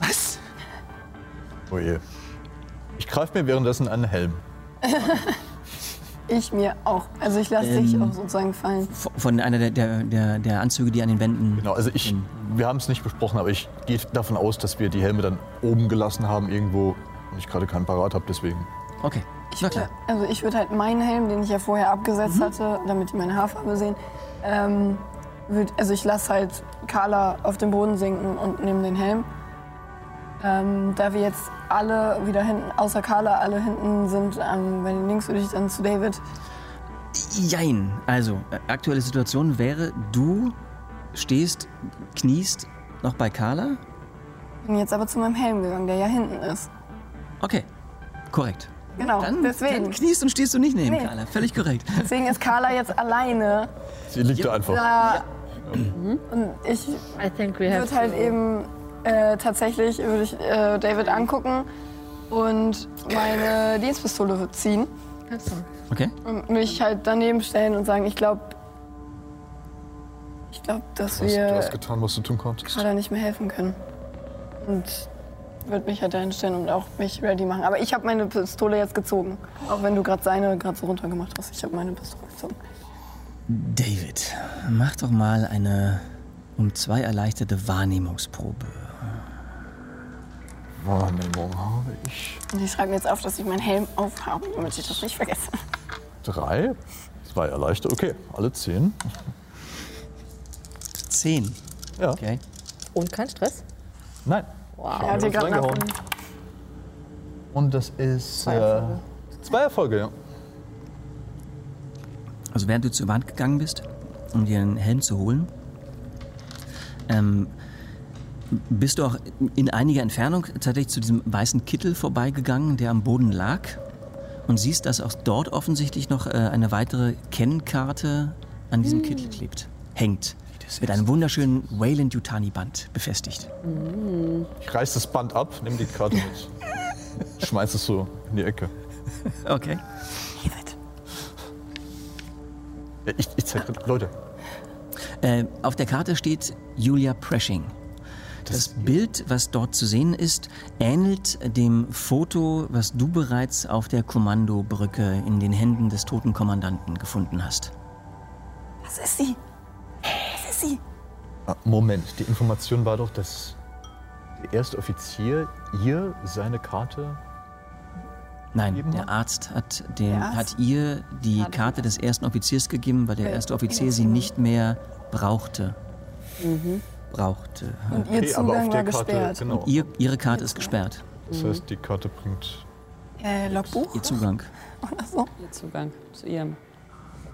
[SPEAKER 8] Was?
[SPEAKER 3] Oh je. Ich greife mir währenddessen einen Helm.
[SPEAKER 4] Ich mir auch. Also ich lasse dich
[SPEAKER 1] Ähm.
[SPEAKER 4] auch sozusagen fallen.
[SPEAKER 1] Von- Von einer der, der, der, der Anzüge, die an den Wänden.
[SPEAKER 3] Genau, also ich, wir haben es nicht besprochen, aber ich gehe davon aus, dass wir die Helme dann oben gelassen haben irgendwo und ich gerade keinen parat habe, deswegen.
[SPEAKER 1] Okay, na klar. Mhm.
[SPEAKER 4] Also ich würde halt meinen Helm, den ich ja vorher abgesetzt hatte, damit die meine Haarfarbe sehen, ähm, würd, also ich lasse halt Carla auf den Boden sinken und nehme den Helm. Ähm, da wir jetzt alle wieder hinten, außer Carla, alle hinten sind, ähm, bei den Links würde ich dann zu David.
[SPEAKER 1] Jein. Also, äh, aktuelle Situation wäre, du stehst, kniest noch bei Carla.
[SPEAKER 4] Bin jetzt aber zu meinem Helm gegangen, der ja hinten ist.
[SPEAKER 1] Okay, korrekt.
[SPEAKER 4] Genau, deswegen.
[SPEAKER 1] Dann kniest und stehst du nicht neben
[SPEAKER 4] Nee.
[SPEAKER 1] Carla. Völlig korrekt.
[SPEAKER 4] Deswegen ist Carla jetzt alleine.
[SPEAKER 3] Sie liegt da einfach.
[SPEAKER 4] Da, Und ich
[SPEAKER 2] I think we have
[SPEAKER 4] würde halt
[SPEAKER 2] to-
[SPEAKER 4] eben äh, tatsächlich würde ich äh, David angucken und meine Dienstpistole ziehen
[SPEAKER 2] I'm sorry.
[SPEAKER 1] Okay.
[SPEAKER 4] und mich halt daneben stellen und sagen, ich glaube, ich glaube, dass
[SPEAKER 3] Du hast, du hast
[SPEAKER 4] wir
[SPEAKER 3] getan, was du tun konntest.
[SPEAKER 4] Carla nicht mehr helfen können. Und würde mich halt dahin stellen und auch mich ready machen. Aber ich habe meine Pistole jetzt gezogen. Auch wenn du gerade seine gerade so runtergemacht hast. Ich habe meine Pistole gezogen.
[SPEAKER 1] David, mach doch mal eine um zwei erleichterte Wahrnehmungsprobe.
[SPEAKER 3] Wahrnehmung habe ich.
[SPEAKER 4] Und ich schreibe mir jetzt auf, dass ich meinen Helm aufhabe, damit ich das nicht vergesse.
[SPEAKER 3] Drei? Zwei erleichtert. Okay, alle zehn.
[SPEAKER 1] Zehn?
[SPEAKER 3] Ja.
[SPEAKER 1] Okay.
[SPEAKER 2] Und kein Stress?
[SPEAKER 3] Nein.
[SPEAKER 2] Wow.
[SPEAKER 3] Ich hab mir was reingehauen. Und das ist. Zwei Erfolge. Äh, zwei Erfolge, ja.
[SPEAKER 1] Also während du zur Wand gegangen bist, um dir einen Helm zu holen, ähm, bist du auch in einiger Entfernung tatsächlich zu diesem weißen Kittel vorbeigegangen, der am Boden lag. Und siehst, dass auch dort offensichtlich noch äh, eine weitere Kennkarte an diesem Kittel klebt. Hängt. Mit einem wunderschönen Wayland-Yutani-Band befestigt.
[SPEAKER 3] Ich reiß das Band ab, nimm die Karte mit. Schmeiß es so in die Ecke.
[SPEAKER 1] Okay.
[SPEAKER 3] Ja, Ich, ich zeig, Leute,
[SPEAKER 1] Äh, auf der Karte steht Julia Pressing. Das Bild, was dort zu sehen ist, ähnelt dem Foto, was du bereits auf der Kommandobrücke in den Händen des toten Kommandanten gefunden hast.
[SPEAKER 4] Das ist sie. Das ist sie.
[SPEAKER 3] Ah, Moment, die Information war doch, dass der erste Offizier ihr seine Karte.
[SPEAKER 1] Nein, der Arzt hat, den,
[SPEAKER 3] Der Arzt?
[SPEAKER 1] hat ihr die Karte des ersten Offiziers gegeben, weil der erste
[SPEAKER 3] genau
[SPEAKER 1] Offizier sie nicht mehr brauchte.
[SPEAKER 3] Mhm.
[SPEAKER 1] brauchte.
[SPEAKER 4] Und ihr Okay, aber Zugang auf der war Karte, gesperrt. genau.
[SPEAKER 1] Und ihr, ihre Karte ist gesperrt.
[SPEAKER 3] Das heißt, die Karte bringt.
[SPEAKER 4] Äh, Logbuch?
[SPEAKER 1] Ihr Zugang.
[SPEAKER 4] Oder so?
[SPEAKER 7] Ihr Zugang zu ihrem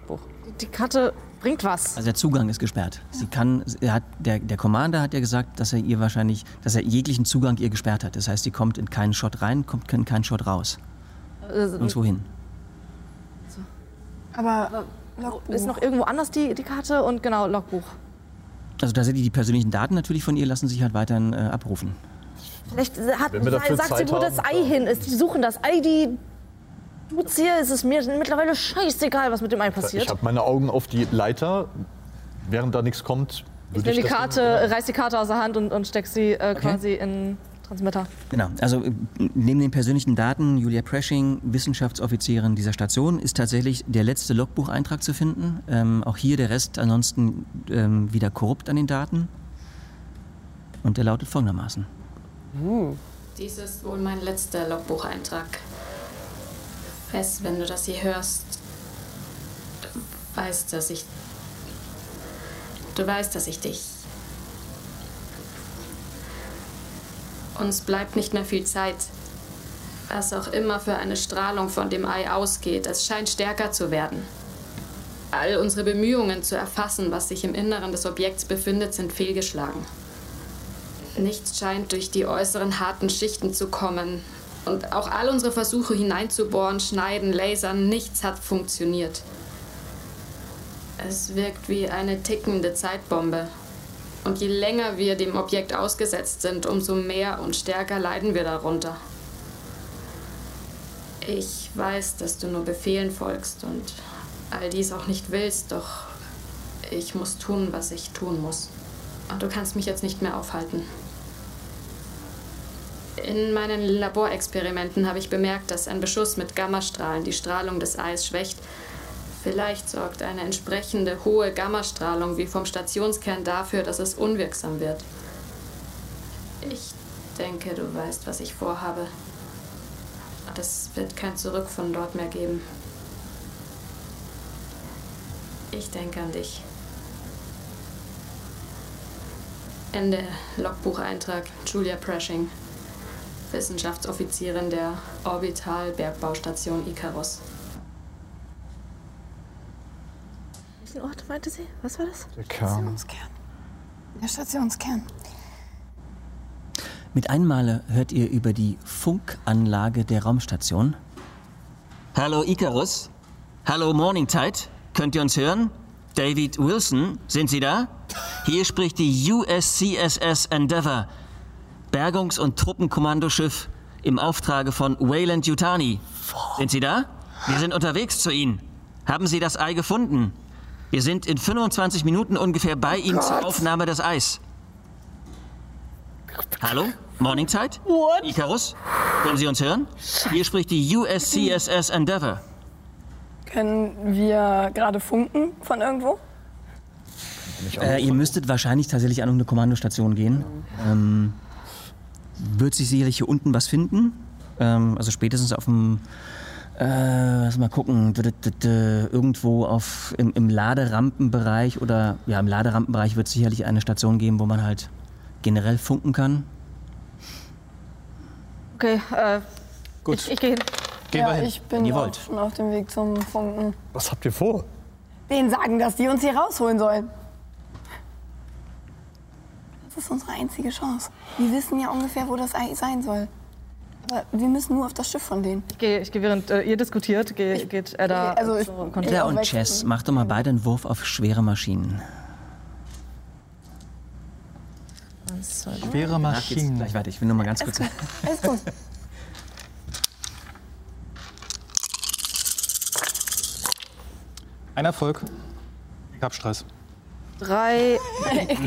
[SPEAKER 7] Buch.
[SPEAKER 2] Die Karte bringt was.
[SPEAKER 1] Also der Zugang ist gesperrt. Sie kann, er hat, der, der Commander hat ja gesagt, dass er ihr wahrscheinlich, dass er jeglichen Zugang ihr gesperrt hat. Das heißt, sie kommt in keinen Shot rein, kommt in keinen Shot raus. Und wohin?
[SPEAKER 4] Aber
[SPEAKER 2] ist noch irgendwo anders die, die Karte und genau, Logbuch.
[SPEAKER 1] Also tatsächlich, die persönlichen Daten natürlich von ihr lassen sich halt weiterhin äh, abrufen.
[SPEAKER 9] Vielleicht hat,
[SPEAKER 1] Wenn wir dafür
[SPEAKER 9] sagt sie,
[SPEAKER 1] Zeit
[SPEAKER 9] wo das
[SPEAKER 1] haben,
[SPEAKER 9] Ei hin ist. Die suchen das Ei, die tut's hier. Es ist mir mittlerweile scheißegal, was mit dem Ei passiert.
[SPEAKER 3] Ich habe meine Augen auf die Leiter. Während da nichts kommt,
[SPEAKER 2] Ich
[SPEAKER 3] würde
[SPEAKER 2] nehme
[SPEAKER 3] ich.
[SPEAKER 2] die
[SPEAKER 3] das
[SPEAKER 2] Karte, reiß die Karte aus der Hand und, und steck sie äh, quasi in Transmitter.
[SPEAKER 1] Genau, also äh, neben den persönlichen Daten, Julia Presching, Wissenschaftsoffizierin dieser Station, ist tatsächlich der letzte Logbucheintrag zu finden. Ähm, auch hier der Rest ansonsten ähm, wieder korrupt an den Daten. Und der lautet folgendermaßen.
[SPEAKER 11] Dies ist wohl mein letzter Logbucheintrag. Fest, wenn du das hier hörst, du weißt, dass ich. Du weißt, dass ich dich. Uns bleibt nicht mehr viel Zeit. Was auch immer für eine Strahlung von dem Ei ausgeht, es scheint stärker zu werden. All unsere Bemühungen zu erfassen, was sich im Inneren des Objekts befindet, sind fehlgeschlagen. Nichts scheint durch die äußeren harten Schichten zu kommen. Und auch all unsere Versuche hineinzubohren, schneiden, lasern, nichts hat funktioniert. Es wirkt wie eine tickende Zeitbombe. Und je länger wir dem Objekt ausgesetzt sind, umso mehr und stärker leiden wir darunter. Ich weiß, dass du nur Befehlen folgst und all dies auch nicht willst, doch ich muss tun, was ich tun muss. Und du kannst mich jetzt nicht mehr aufhalten. In meinen Laborexperimenten habe ich bemerkt, dass ein Beschuss mit Gammastrahlen die Strahlung des Eis schwächt. Vielleicht sorgt eine entsprechende hohe Gammastrahlung wie vom Stationskern dafür, dass es unwirksam wird. Ich denke, du weißt, was ich vorhabe. Es wird kein Zurück von dort mehr geben. Ich denke an dich. Ende Logbucheintrag Julia Pressing, Wissenschaftsoffizierin der Orbital-Bergbaustation Icarus.
[SPEAKER 2] Welchen Ort meinte sie? Was war das?
[SPEAKER 3] Der Kern.
[SPEAKER 4] Der Stationskern.
[SPEAKER 1] Mit einem Male hört ihr über die Funkanlage der Raumstation.
[SPEAKER 12] Hallo Icarus. Hallo Morning Tide. Könnt ihr uns hören? David Wilson, sind Sie da? Hier spricht die USCSS Endeavour, Bergungs- und Truppenkommandoschiff im Auftrage von Wayland Yutani. Sind Sie da? Wir sind unterwegs zu Ihnen. Haben Sie das Ei gefunden? Wir sind in 25 Minuten ungefähr bei Ihnen zur Aufnahme des Eis. Hallo? Morning Tide? What? Icarus? Können Sie uns hören? Hier spricht die USCSS Endeavour.
[SPEAKER 4] Können wir gerade funken von irgendwo?
[SPEAKER 1] Äh, ihr müsstet wahrscheinlich tatsächlich an irgendeine Kommandostation gehen. Ähm, wird sich sicherlich hier unten was finden. Ähm, also spätestens auf dem. Äh, lass mal gucken. d- d- d- d- Irgendwo auf, im, im Laderampenbereich oder. Ja, im Laderampenbereich wird es sicherlich eine Station geben, wo man halt generell funken kann.
[SPEAKER 2] Okay, äh,
[SPEAKER 1] Gut.
[SPEAKER 2] ich, ich gehe hin.
[SPEAKER 1] Gehen
[SPEAKER 4] ja,
[SPEAKER 1] wir hin,
[SPEAKER 4] ich
[SPEAKER 1] wenn
[SPEAKER 4] bin
[SPEAKER 1] ihr
[SPEAKER 4] auch
[SPEAKER 1] wollt.
[SPEAKER 4] schon auf dem Weg zum Funken.
[SPEAKER 3] Was habt ihr vor?
[SPEAKER 4] Denen sagen, dass die uns hier rausholen sollen. Das ist unsere einzige Chance. Wir wissen ja ungefähr, wo das Ei sein soll. Aber wir müssen nur auf das Schiff von denen.
[SPEAKER 2] Ich gehe, ich gehe während äh, ihr diskutiert, gehe, geht Edda
[SPEAKER 4] also ich-
[SPEAKER 2] zu
[SPEAKER 1] Edda und Chess, macht doch mal beide einen Wurf auf schwere Maschinen.
[SPEAKER 8] Schwere
[SPEAKER 1] Danach geht's
[SPEAKER 8] Maschinen.
[SPEAKER 1] Gleich weiter. Ich will nur mal ganz kurz.
[SPEAKER 4] Alles gut.
[SPEAKER 8] Ein Erfolg. Ich hab Stress.
[SPEAKER 2] also- Drei,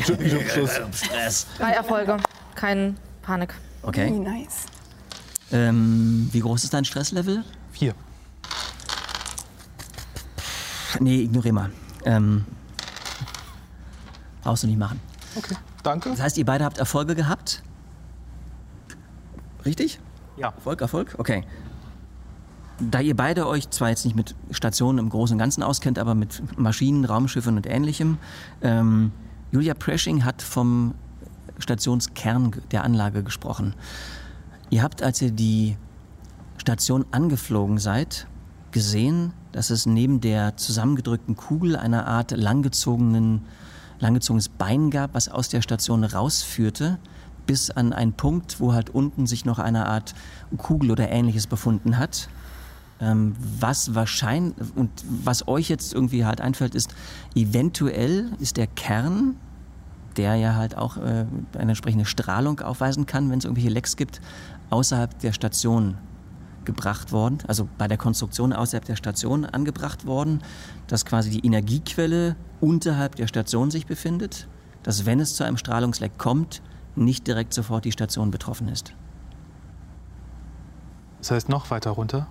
[SPEAKER 1] Stress.
[SPEAKER 2] drei Erfolge, keine Panik.
[SPEAKER 1] Okay.
[SPEAKER 4] Oh.
[SPEAKER 1] Wie
[SPEAKER 4] nice.
[SPEAKER 1] Ähm, wie groß ist dein Stresslevel?
[SPEAKER 8] Vier.
[SPEAKER 1] Nee, ignorier mal. Ähm, brauchst du nicht machen.
[SPEAKER 8] Okay, danke.
[SPEAKER 1] Das heißt, ihr beide habt Erfolge gehabt? Richtig?
[SPEAKER 8] Ja.
[SPEAKER 1] Erfolg, Erfolg? Okay. Da ihr beide euch zwar jetzt nicht mit Stationen im Großen und Ganzen auskennt, aber mit Maschinen, Raumschiffen und Ähnlichem, ähm, Julia Presching hat vom Stationskern ge- der Anlage gesprochen. Ihr habt, als ihr die Station angeflogen seid, gesehen, dass es neben der zusammengedrückten Kugel eine Art langgezogenen, langgezogenes Bein gab, was aus der Station rausführte, bis an einen Punkt, wo halt unten sich noch eine Art Kugel oder ähnliches befunden hat. Ähm, was wahrscheinlich und was euch jetzt irgendwie halt einfällt, ist, eventuell ist der Kern, der ja halt auch äh, eine entsprechende Strahlung aufweisen kann, wenn es irgendwelche Lecks gibt, außerhalb der Station gebracht worden, also bei der Konstruktion außerhalb der Station angebracht worden, dass quasi die Energiequelle unterhalb der Station sich befindet, dass wenn es zu einem Strahlungsleck kommt, nicht direkt sofort die Station betroffen ist.
[SPEAKER 8] Das heißt noch weiter runter.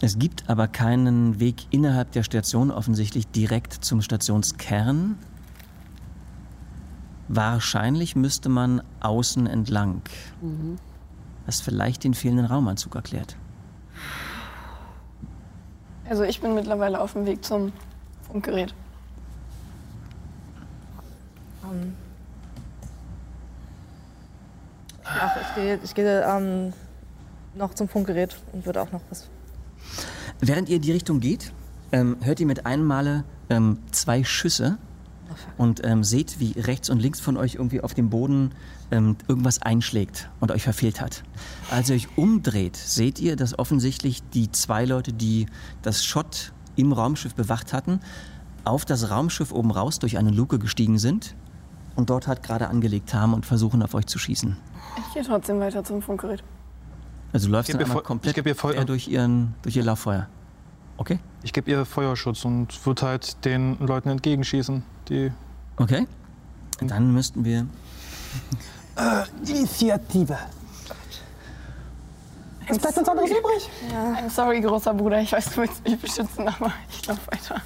[SPEAKER 1] Es gibt aber keinen Weg innerhalb der Station offensichtlich direkt zum Stationskern. Wahrscheinlich müsste man außen entlang,
[SPEAKER 7] Mhm.
[SPEAKER 1] was vielleicht den fehlenden Raumanzug erklärt.
[SPEAKER 4] Also ich bin mittlerweile auf dem Weg zum Funkgerät.
[SPEAKER 2] Ähm, ach, ich gehe, ich gehe ähm, noch zum Funkgerät und würde auch noch was.
[SPEAKER 1] Während ihr in die Richtung geht, ähm, hört ihr mit einem Male ähm, zwei Schüsse und ähm, seht, wie rechts und links von euch irgendwie auf dem Boden ähm, irgendwas einschlägt und euch verfehlt hat. Als ihr euch umdreht, seht ihr, dass offensichtlich die zwei Leute, die das Schott im Raumschiff bewacht hatten, auf das Raumschiff oben raus durch eine Luke gestiegen sind und dort halt gerade angelegt haben und versuchen, auf euch zu schießen.
[SPEAKER 4] Ich gehe trotzdem weiter zum Funkgerät.
[SPEAKER 1] Also du läufst
[SPEAKER 8] Ich
[SPEAKER 1] dann
[SPEAKER 8] geb ihr
[SPEAKER 1] einmal
[SPEAKER 8] voll-
[SPEAKER 1] komplett
[SPEAKER 8] ich geb ihr voll-
[SPEAKER 1] quer durch, ihren, durch ihr Lauffeuer. Okay?
[SPEAKER 8] Ich gebe ihr Feuerschutz und würde halt den Leuten entgegenschießen, die.
[SPEAKER 1] Okay. Dann müssten wir.
[SPEAKER 10] Initiative.
[SPEAKER 4] Es bleibt uns anderes übrig. Ja. I'm Äh, sorry, großer Bruder. Ich weiß, du willst mich beschützen, aber ich laufe weiter.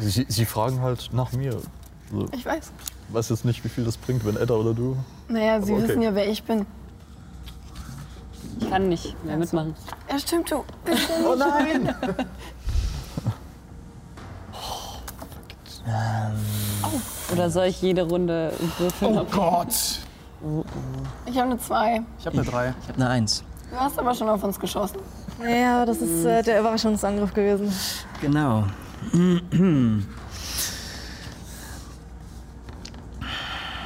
[SPEAKER 3] Sie, sie fragen halt nach mir. Also,
[SPEAKER 4] Ich weiß.
[SPEAKER 3] weiß jetzt nicht, wie viel das bringt, wenn Edda oder du.
[SPEAKER 4] Naja, sie
[SPEAKER 3] Aber okay.
[SPEAKER 4] wissen ja, wer ich bin.
[SPEAKER 7] Ich kann nicht mehr mitmachen.
[SPEAKER 4] Ja, stimmt, du.
[SPEAKER 10] Oh nein!
[SPEAKER 7] Oder soll ich jede Runde würfeln?
[SPEAKER 10] Oh Gott!
[SPEAKER 4] Ich habe eine 2.
[SPEAKER 8] Ich habe eine 3.
[SPEAKER 1] Ich habe eine 1.
[SPEAKER 4] Du hast aber schon auf uns geschossen.
[SPEAKER 2] Naja, das ist äh, der Überraschungsangriff gewesen.
[SPEAKER 1] Genau.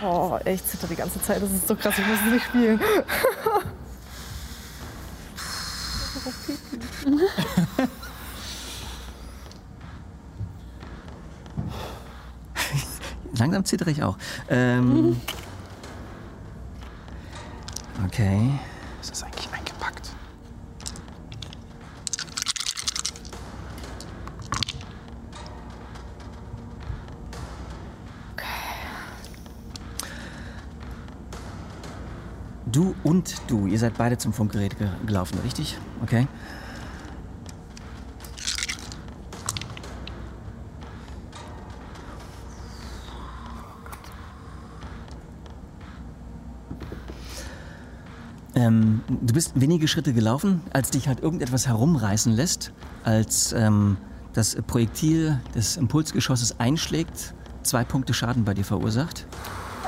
[SPEAKER 2] Oh, ich zitter die ganze Zeit. Das ist so krass. Ich muss es nicht spielen.
[SPEAKER 1] Langsam zittere ich auch. Ähm, okay.
[SPEAKER 8] Das ist eigentlich eingepackt.
[SPEAKER 1] Du und du, ihr seid beide zum Funkgerät ge- gelaufen, richtig? Okay. Ähm, du bist wenige Schritte gelaufen, als dich halt irgendetwas herumreißen lässt, als ähm, das Projektil des Impulsgeschosses einschlägt, zwei Punkte Schaden bei dir verursacht.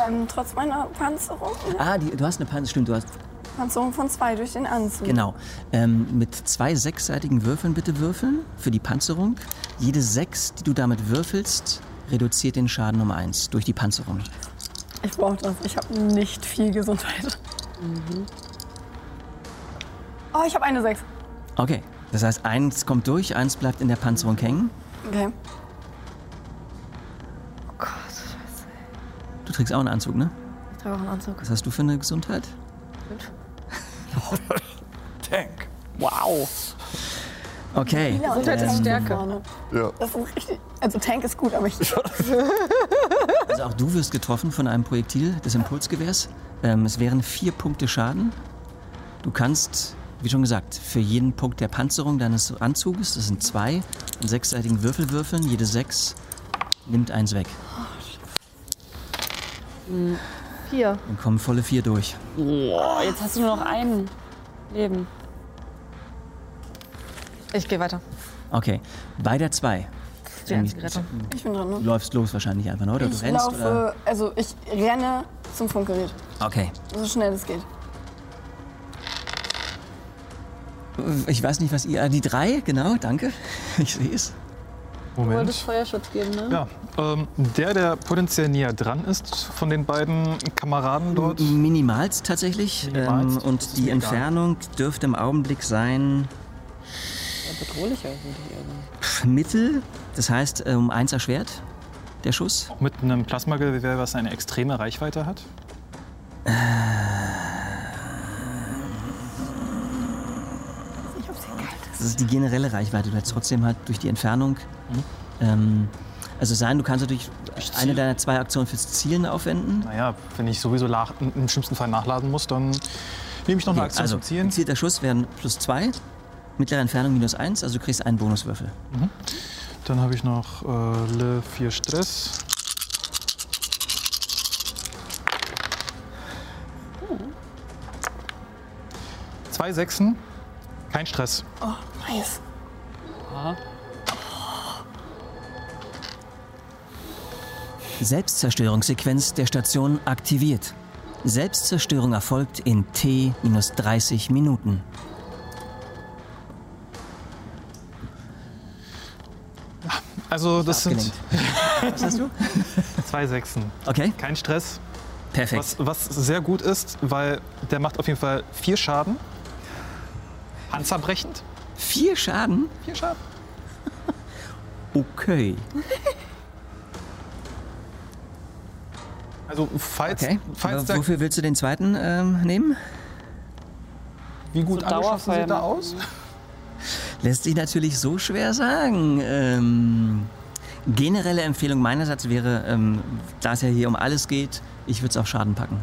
[SPEAKER 4] Ähm, trotz meiner Panzerung.
[SPEAKER 1] Ah, die, du hast eine Panzer, stimmt, du hast
[SPEAKER 4] Panzerung von zwei durch den Anzug.
[SPEAKER 1] Mhm. Genau. Ähm, mit zwei sechsseitigen Würfeln bitte würfeln für die Panzerung. Jede sechs, die du damit würfelst, reduziert den Schaden um eins durch die Panzerung.
[SPEAKER 4] Ich brauche das. Ich habe nicht viel Gesundheit. Mhm. Oh, ich habe eine 6.
[SPEAKER 1] Okay. Das heißt, eins kommt durch, eins bleibt in der Panzerung hängen.
[SPEAKER 4] Okay.
[SPEAKER 1] Du trägst auch einen Anzug, ne?
[SPEAKER 2] Ich trage auch einen Oh, Anzug.
[SPEAKER 1] Was hast du für eine Gesundheit?
[SPEAKER 3] Tank.
[SPEAKER 1] Wow. Okay.
[SPEAKER 4] Gesundheit ist
[SPEAKER 1] Ähm,
[SPEAKER 4] Stärke.
[SPEAKER 1] Ja.
[SPEAKER 4] Das ist richtig. Also Tank ist gut, aber ich.
[SPEAKER 1] Also auch du wirst getroffen von einem Projektil des Impulsgewehrs. Ähm, es wären vier Punkte Schaden. Du kannst, wie schon gesagt, für jeden Punkt der Panzerung deines Anzuges, das sind zwei, einen sechsseitigen Würfel würfeln. Jede sechs nimmt eins weg.
[SPEAKER 2] Vier.
[SPEAKER 1] Dann kommen volle vier durch.
[SPEAKER 7] Oh, jetzt hast du nur noch ein Leben.
[SPEAKER 2] Ich gehe weiter.
[SPEAKER 1] Okay, bei der zwei.
[SPEAKER 2] Die einzige Rettung.
[SPEAKER 4] Ich bin dran,
[SPEAKER 1] Du
[SPEAKER 4] ne?
[SPEAKER 1] läufst los wahrscheinlich einfach, ne? oder?
[SPEAKER 4] ich
[SPEAKER 1] du rennst,
[SPEAKER 4] laufe,
[SPEAKER 1] oder?
[SPEAKER 4] also ich renne zum Funkgerät.
[SPEAKER 1] Okay.
[SPEAKER 4] So schnell es geht.
[SPEAKER 1] Ich weiß nicht, was ihr... ah, Die drei, genau, danke. Ich sehe es.
[SPEAKER 7] Du
[SPEAKER 8] Moment.
[SPEAKER 7] wolltest Feuerschutz geben, ne?
[SPEAKER 8] Ja, ähm, der, der potenziell näher dran ist von den beiden Kameraden dort.
[SPEAKER 1] Minimalst tatsächlich. Ähm,
[SPEAKER 8] Minimalst.
[SPEAKER 1] und die
[SPEAKER 8] mir egal.
[SPEAKER 1] Entfernung dürfte im Augenblick sein
[SPEAKER 7] Ja, bedrohlicher, würde ich eher sagen.
[SPEAKER 1] pff, mittel. Das heißt, äh, um eins erschwert, der Schuss.
[SPEAKER 8] Mit einem Plasmagewehr, was eine extreme Reichweite hat.
[SPEAKER 4] Ich hab's egal.
[SPEAKER 1] Das ist die generelle Reichweite. Du hast trotzdem halt durch die Entfernung.
[SPEAKER 8] Mhm.
[SPEAKER 1] Ähm, also sein, du kannst natürlich eine deiner zwei Aktionen fürs Zielen aufwenden.
[SPEAKER 8] Naja, wenn ich sowieso la- im schlimmsten Fall nachladen muss, dann nehme ich noch eine Aktion
[SPEAKER 1] also,
[SPEAKER 8] zum Zielen.
[SPEAKER 1] gezielter Schuss wären plus zwei, mittlere Entfernung minus eins, also du kriegst einen Bonuswürfel.
[SPEAKER 8] Dann habe ich noch äh, Le 4 Stress. Zwei Sechsen, kein Stress.
[SPEAKER 4] Oh, nice.
[SPEAKER 1] Selbstzerstörungssequenz der Station aktiviert. Selbstzerstörung erfolgt in T-30 Minuten.
[SPEAKER 8] Also das sind
[SPEAKER 1] abgelenkt. Was hast du?
[SPEAKER 8] zwei Sechsen.
[SPEAKER 1] Okay.
[SPEAKER 8] Kein Stress.
[SPEAKER 1] Perfekt.
[SPEAKER 8] Was, was sehr gut ist, weil der macht auf jeden Fall vier Schaden. Panzerbrechend.
[SPEAKER 1] Vier Schaden?
[SPEAKER 8] Vier Schaden.
[SPEAKER 1] Okay.
[SPEAKER 8] Also falls,
[SPEAKER 1] Okay. Also
[SPEAKER 8] falls
[SPEAKER 1] Aber
[SPEAKER 8] der...
[SPEAKER 1] Wofür willst du den zweiten ähm, nehmen?
[SPEAKER 8] Wie gut angeschossen sieht er
[SPEAKER 7] Dauerfeuer.
[SPEAKER 8] aus?
[SPEAKER 1] Lässt sich natürlich so schwer sagen. Ähm, generelle Empfehlung meinerseits wäre, ähm, da es ja hier um alles geht, ich würde es auf Schaden packen.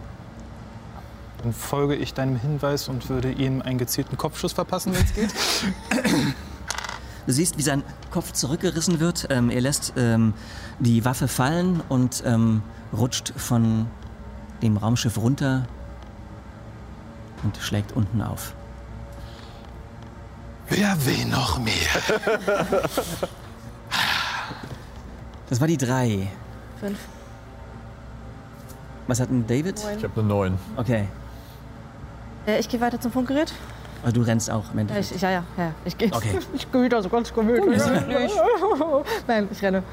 [SPEAKER 8] Dann folge ich deinem Hinweis und würde ihm einen gezielten Kopfschuss verpassen, wenn es geht.
[SPEAKER 1] Du siehst, wie sein Kopf zurückgerissen wird. Ähm, er lässt ähm, die Waffe fallen und ähm, rutscht von dem Raumschiff runter und schlägt unten auf.
[SPEAKER 10] Wer will noch mehr?
[SPEAKER 1] Das war die drei.
[SPEAKER 2] Fünf.
[SPEAKER 1] Was hat denn David?
[SPEAKER 2] Neun. Ich
[SPEAKER 1] habe eine neun. Okay.
[SPEAKER 2] Äh, ich gehe weiter zum Funkgerät.
[SPEAKER 1] Also du rennst auch im
[SPEAKER 2] Ja,
[SPEAKER 1] Endeffekt.
[SPEAKER 2] ich, ja, ja, ja. Ich gehe.
[SPEAKER 1] Okay.
[SPEAKER 2] Ich gehe wieder so ganz gemütlich. Nein, ich renne.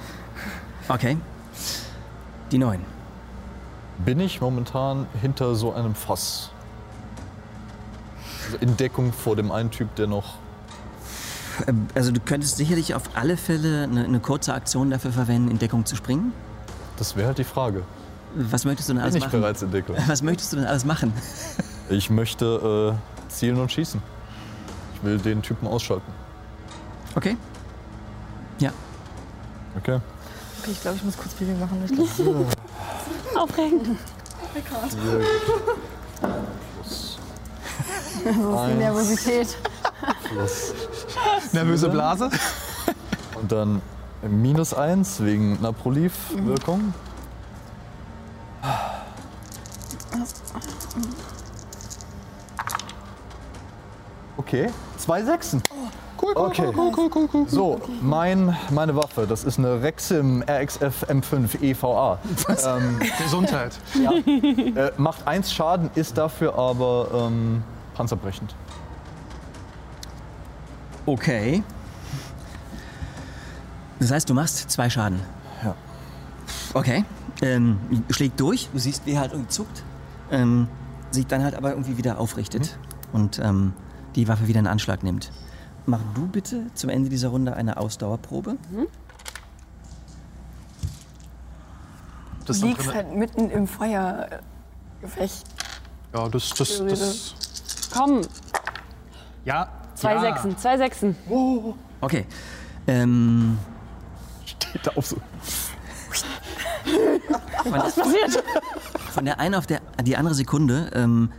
[SPEAKER 1] Okay. Die neun.
[SPEAKER 3] Bin ich momentan hinter so einem Fass? Also in Deckung vor dem einen Typ, der noch.
[SPEAKER 1] Ähm, Also du könntest sicherlich auf alle Fälle eine, eine kurze Aktion dafür verwenden, in Deckung zu springen.
[SPEAKER 3] Das wäre halt die Frage.
[SPEAKER 1] Was möchtest du denn alles
[SPEAKER 3] Bin ich
[SPEAKER 1] machen?
[SPEAKER 3] bereits in Deckung?
[SPEAKER 1] Was möchtest du denn alles machen?
[SPEAKER 3] Ich möchte äh, zielen und schießen. Ich will den Typen ausschalten.
[SPEAKER 1] Okay. Ja.
[SPEAKER 3] Okay.
[SPEAKER 2] Okay, ich glaube, ich muss kurz Pipi machen. Ich glaub,
[SPEAKER 7] Aufregend.
[SPEAKER 2] oh mein Gott.
[SPEAKER 3] Sehr gut. Plus
[SPEAKER 13] So viel
[SPEAKER 3] Eins.
[SPEAKER 13] Nervosität.
[SPEAKER 3] Plus
[SPEAKER 8] Nervöse
[SPEAKER 3] sieben.
[SPEAKER 8] Blase.
[SPEAKER 3] Und dann minus eins wegen Naproliv-Wirkung. Okay, zwei Sechsen.
[SPEAKER 8] Oh. Cool,
[SPEAKER 3] cool, okay.
[SPEAKER 8] cool, cool, cool, cool.
[SPEAKER 3] So, mein, meine Waffe, das ist eine Rexim RXF M5 EVA. Ähm,
[SPEAKER 8] Gesundheit.
[SPEAKER 3] Ja. Äh, macht eins Schaden, ist dafür aber ähm, panzerbrechend.
[SPEAKER 1] Okay. Das heißt, du machst zwei Schaden.
[SPEAKER 3] Ja.
[SPEAKER 1] Okay. Ähm, schlägt durch. Du siehst, wie er halt irgendwie zuckt. Ähm, sich dann halt aber irgendwie wieder aufrichtet
[SPEAKER 3] Mhm.
[SPEAKER 1] und ähm, die Waffe wieder in Anschlag nimmt. Mach du bitte zum Ende dieser Runde eine Ausdauerprobe.
[SPEAKER 8] Das ist
[SPEAKER 4] Du
[SPEAKER 8] noch
[SPEAKER 4] liegst
[SPEAKER 8] drin.
[SPEAKER 4] halt mitten im Feuergefecht.
[SPEAKER 8] Ja, das, das, das.
[SPEAKER 7] Komm,
[SPEAKER 8] Ja.
[SPEAKER 7] zwei
[SPEAKER 8] ja.
[SPEAKER 7] Sechsen, zwei Sechsen.
[SPEAKER 1] Okay. Ähm,
[SPEAKER 3] Steht da auf so.
[SPEAKER 1] Was
[SPEAKER 13] passiert?
[SPEAKER 1] Von der einen auf der, die andere Sekunde ähm,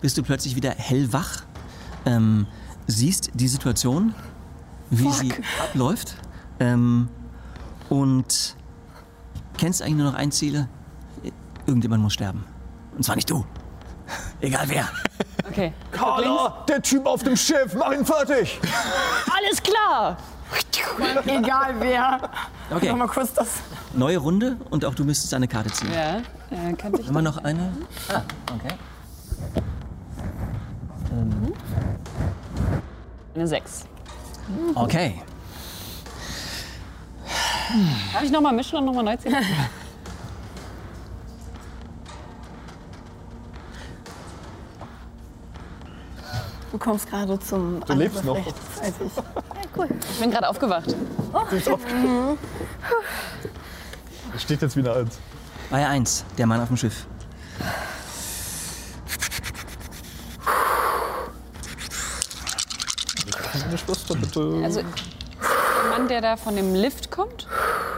[SPEAKER 1] bist du plötzlich wieder hellwach, ähm, siehst die Situation, wie sie abläuft ähm, und kennst eigentlich nur noch ein Ziel. Irgendjemand muss sterben. Und zwar nicht du. Egal wer.
[SPEAKER 7] Okay.
[SPEAKER 3] Carla, der Typ auf dem Schiff, mach ihn fertig!
[SPEAKER 13] Alles klar! Egal wer.
[SPEAKER 1] Okay.
[SPEAKER 13] Noch mal kurz das.
[SPEAKER 1] Neue Runde und auch du müsstest eine Karte ziehen.
[SPEAKER 7] Ja, äh, könnte ich.
[SPEAKER 1] Immer noch eine? Ah, okay. Ähm,
[SPEAKER 7] Eine sechs.
[SPEAKER 1] Okay.
[SPEAKER 7] Darf ich nochmal mischen und nochmal neu ziehen?
[SPEAKER 4] Du kommst gerade zum
[SPEAKER 7] Du lebst noch.
[SPEAKER 4] Angriff rechts, als
[SPEAKER 7] Ich bin gerade aufgewacht.
[SPEAKER 4] ich.
[SPEAKER 3] Steht jetzt wieder eins.
[SPEAKER 1] Bei 1, der Mann auf dem Schiff.
[SPEAKER 3] Meine Schwester, bitte.
[SPEAKER 7] Also, ein Mann, der da von dem Lift kommt?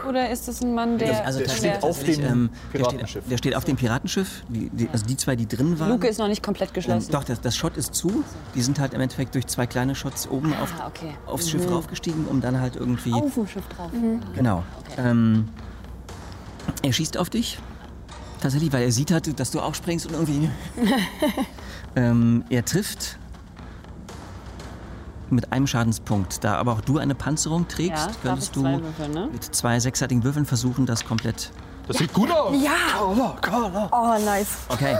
[SPEAKER 7] Oder ist es ein Mann, der.
[SPEAKER 1] also ähm,
[SPEAKER 7] der
[SPEAKER 1] der steht auf dem Piratenschiff. Der steht auf dem Piratenschiff. Die, die, also die zwei, die drin waren.
[SPEAKER 7] Luke ist noch nicht komplett
[SPEAKER 1] ähm,
[SPEAKER 7] geschlossen.
[SPEAKER 1] doch, das, das Schott ist zu. Die sind halt im Endeffekt durch zwei kleine Shots oben auf,
[SPEAKER 7] Ah, okay.
[SPEAKER 1] aufs
[SPEAKER 7] Mhm.
[SPEAKER 1] Schiff raufgestiegen, um dann halt irgendwie.
[SPEAKER 7] Auf dem Schiff drauf.
[SPEAKER 1] Genau. Ähm, er schießt auf dich. Tatsächlich, weil er sieht halt, dass du aufspringst und irgendwie. ähm, er trifft mit einem Schadenspunkt. Da aber auch du eine Panzerung trägst,
[SPEAKER 7] Ja, darf ich
[SPEAKER 1] könntest du
[SPEAKER 7] zwei würfeln, ne?
[SPEAKER 1] mit zwei sechsseitigen Würfeln versuchen, das komplett.
[SPEAKER 8] Das sieht gut aus.
[SPEAKER 4] Ja! Carla,
[SPEAKER 8] Carla.
[SPEAKER 4] Oh, nice.
[SPEAKER 1] Okay.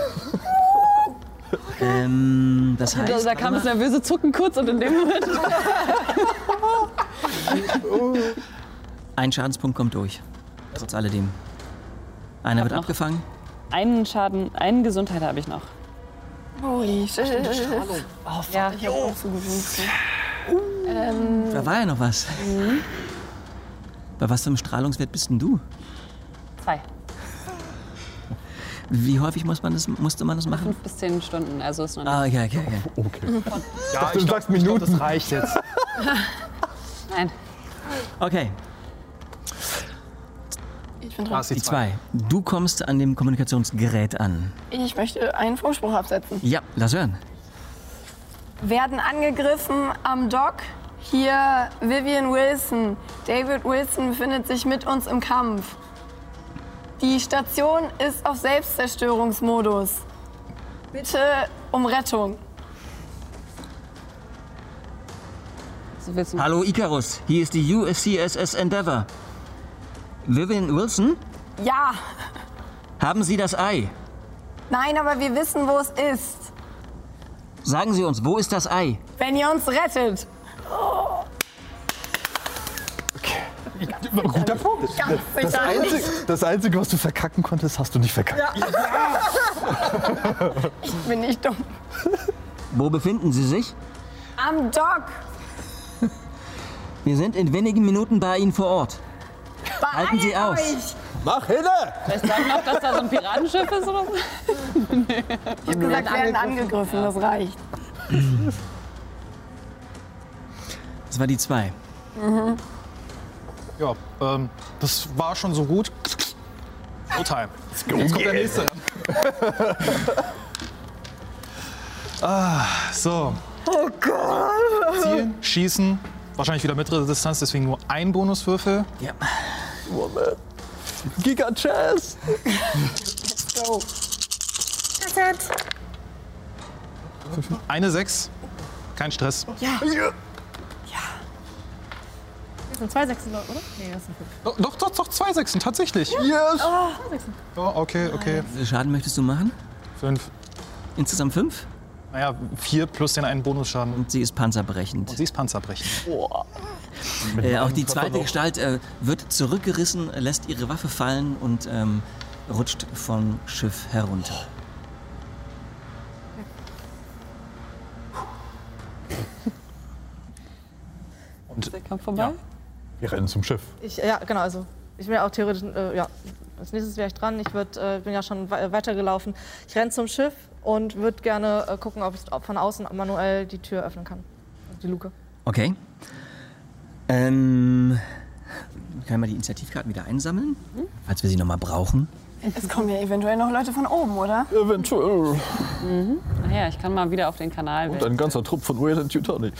[SPEAKER 1] ähm, das
[SPEAKER 7] Da,
[SPEAKER 1] heißt.
[SPEAKER 7] da kam das nervöse Zucken kurz und in dem Moment.
[SPEAKER 1] Ein Schadenspunkt kommt durch. Trotz alledem. Einer wird
[SPEAKER 7] noch-
[SPEAKER 1] abgefangen.
[SPEAKER 7] einen Schaden, einen Gesundheit habe ich noch.
[SPEAKER 4] Holy shit.
[SPEAKER 7] Oh, fuck, ja.
[SPEAKER 4] Ich hab auch so gewusst. Mhm.
[SPEAKER 7] Ähm,
[SPEAKER 1] Da war ja noch was. Bei was für einem Strahlungswert bist denn du?
[SPEAKER 7] zwei.
[SPEAKER 1] Wie häufig muss man das, musste man das machen?
[SPEAKER 7] Fünf bis zehn Stunden, also ist noch nicht.
[SPEAKER 1] Ah, okay, okay, okay.
[SPEAKER 8] Ja, ich glaub, ich glaub, das reicht jetzt.
[SPEAKER 7] Nein.
[SPEAKER 1] Okay,
[SPEAKER 4] Ich bin
[SPEAKER 1] die
[SPEAKER 4] dran.
[SPEAKER 8] Ah,
[SPEAKER 1] zwei. Du kommst an dem Kommunikationsgerät an.
[SPEAKER 4] Ich möchte einen Funkspruch absetzen.
[SPEAKER 1] Ja, lass hören.
[SPEAKER 4] Werden angegriffen am Dock. Hier Vivian Wilson. David Wilson befindet sich mit uns im Kampf. Die Station ist auf Selbstzerstörungsmodus. Bitte um Rettung.
[SPEAKER 12] Hallo Icarus, hier ist die USCSS Endeavour. Vivian Wilson,
[SPEAKER 4] Ja,
[SPEAKER 12] haben Sie das Ei?
[SPEAKER 4] nein, aber wir wissen, wo es ist.
[SPEAKER 12] Sagen Sie uns, wo ist das Ei?
[SPEAKER 4] Wenn ihr uns rettet.
[SPEAKER 3] Guter Punkt.
[SPEAKER 4] Ganz
[SPEAKER 3] Das
[SPEAKER 4] sicher
[SPEAKER 3] Einzige,
[SPEAKER 4] nicht.
[SPEAKER 3] das Einzige, was du verkacken konntest, hast du nicht verkackt.
[SPEAKER 4] Ich bin nicht dumm.
[SPEAKER 12] Wo befinden Sie sich?
[SPEAKER 4] Am Dock.
[SPEAKER 12] Wir sind in wenigen Minuten bei Ihnen vor Ort. Halten Sie aus.
[SPEAKER 4] Euch.
[SPEAKER 12] Mach hinne!
[SPEAKER 7] Vielleicht sagen noch, dass da so ein Piratenschiff ist oder so.
[SPEAKER 4] Ich hab gesagt, werden angegriffen, das reicht.
[SPEAKER 1] Das war die zwei.
[SPEAKER 8] Ja, ähm, das war schon so gut. Showtime. Jetzt kommt der nächste. Ah, so.
[SPEAKER 13] Oh Gott.
[SPEAKER 8] Zielen, schießen. Wahrscheinlich wieder mittlere Distanz, deswegen nur ein Bonuswürfel.
[SPEAKER 1] Ja.
[SPEAKER 8] Woman. Giga Chess.
[SPEAKER 13] Let's go.
[SPEAKER 9] That's it.
[SPEAKER 8] Eine Sechs. Kein Stress.
[SPEAKER 13] Ja. Ja. Das sind zwei Sechsen, oder? Nee, das sind fünf.
[SPEAKER 8] Doch, doch, doch, doch, zwei Sechsen, tatsächlich.
[SPEAKER 13] Oh, zwei Sechsen.
[SPEAKER 8] Oh, okay, okay.
[SPEAKER 1] Wie viel Äh, Schaden möchtest du machen?
[SPEAKER 8] Fünf.
[SPEAKER 1] Insgesamt fünf?
[SPEAKER 8] Naja, vier plus den einen Bonusschaden.
[SPEAKER 1] Und sie ist panzerbrechend.
[SPEAKER 8] Und sie ist panzerbrechend.
[SPEAKER 1] Boah. Äh, auch die zweite Gestalt äh, wird zurückgerissen, lässt ihre Waffe fallen und ähm, rutscht vom Schiff herunter.
[SPEAKER 3] Und
[SPEAKER 7] Der Kampf vorbei?
[SPEAKER 3] wir rennen zum Schiff.
[SPEAKER 2] Ich, ja, genau, also ich bin ja auch theoretisch, äh, ja, als nächstes wäre ich dran. Ich würd, äh, bin ja schon we- weitergelaufen. Ich renne zum Schiff und würde gerne äh, gucken, ob ich ob von außen manuell die Tür öffnen kann. Also Die Luke.
[SPEAKER 1] Okay. Ähm, können wir die Initiativkarten wieder einsammeln, falls wir sie nochmal brauchen?
[SPEAKER 4] Es kommen ja eventuell noch Leute von oben, oder?
[SPEAKER 3] Eventuell.
[SPEAKER 7] Mhm. Naja, ich kann mal wieder auf den Kanal
[SPEAKER 3] Und
[SPEAKER 7] wechseln.
[SPEAKER 3] ein ganzer Trupp von Whale and Tutani.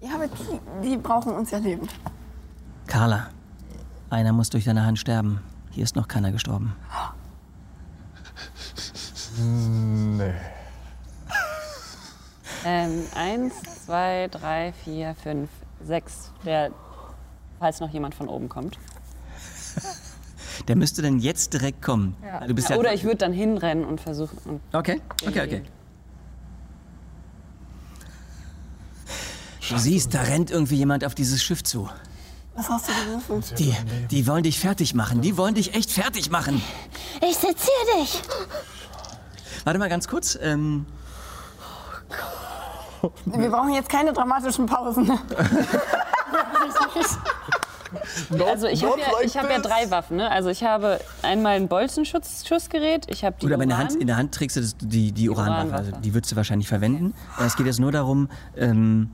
[SPEAKER 4] Ja, aber die, die brauchen uns ja lebend.
[SPEAKER 1] Carla, einer muss durch deine Hand sterben. Hier ist noch keiner gestorben.
[SPEAKER 3] Nee.
[SPEAKER 7] Ähm, eins, zwei, drei, vier, fünf, sechs. Der, falls noch jemand von oben kommt.
[SPEAKER 1] Der müsste denn jetzt direkt kommen. Du bist ja,
[SPEAKER 7] Oder ich würde dann hinrennen und versuchen. Und
[SPEAKER 1] Okay, okay, okay. Du siehst, da rennt irgendwie jemand auf dieses Schiff zu.
[SPEAKER 4] Was hast du gewürfelt?
[SPEAKER 1] Die, die wollen dich fertig machen. Die wollen dich echt fertig machen.
[SPEAKER 9] Ich seziere dich.
[SPEAKER 1] Warte mal ganz kurz. Ähm,
[SPEAKER 4] Wir brauchen jetzt keine dramatischen Pausen.
[SPEAKER 7] also ich habe ja, ich hab ja drei Waffen. Ne? Also ich habe einmal ein Bolzenschussgerät, ich habe die.
[SPEAKER 1] gut, aber in der,
[SPEAKER 7] Uran-
[SPEAKER 1] Hand, in der Hand trägst du das, die, die Uranwaffe. Also die würdest du wahrscheinlich verwenden. Es geht jetzt nur darum, ähm,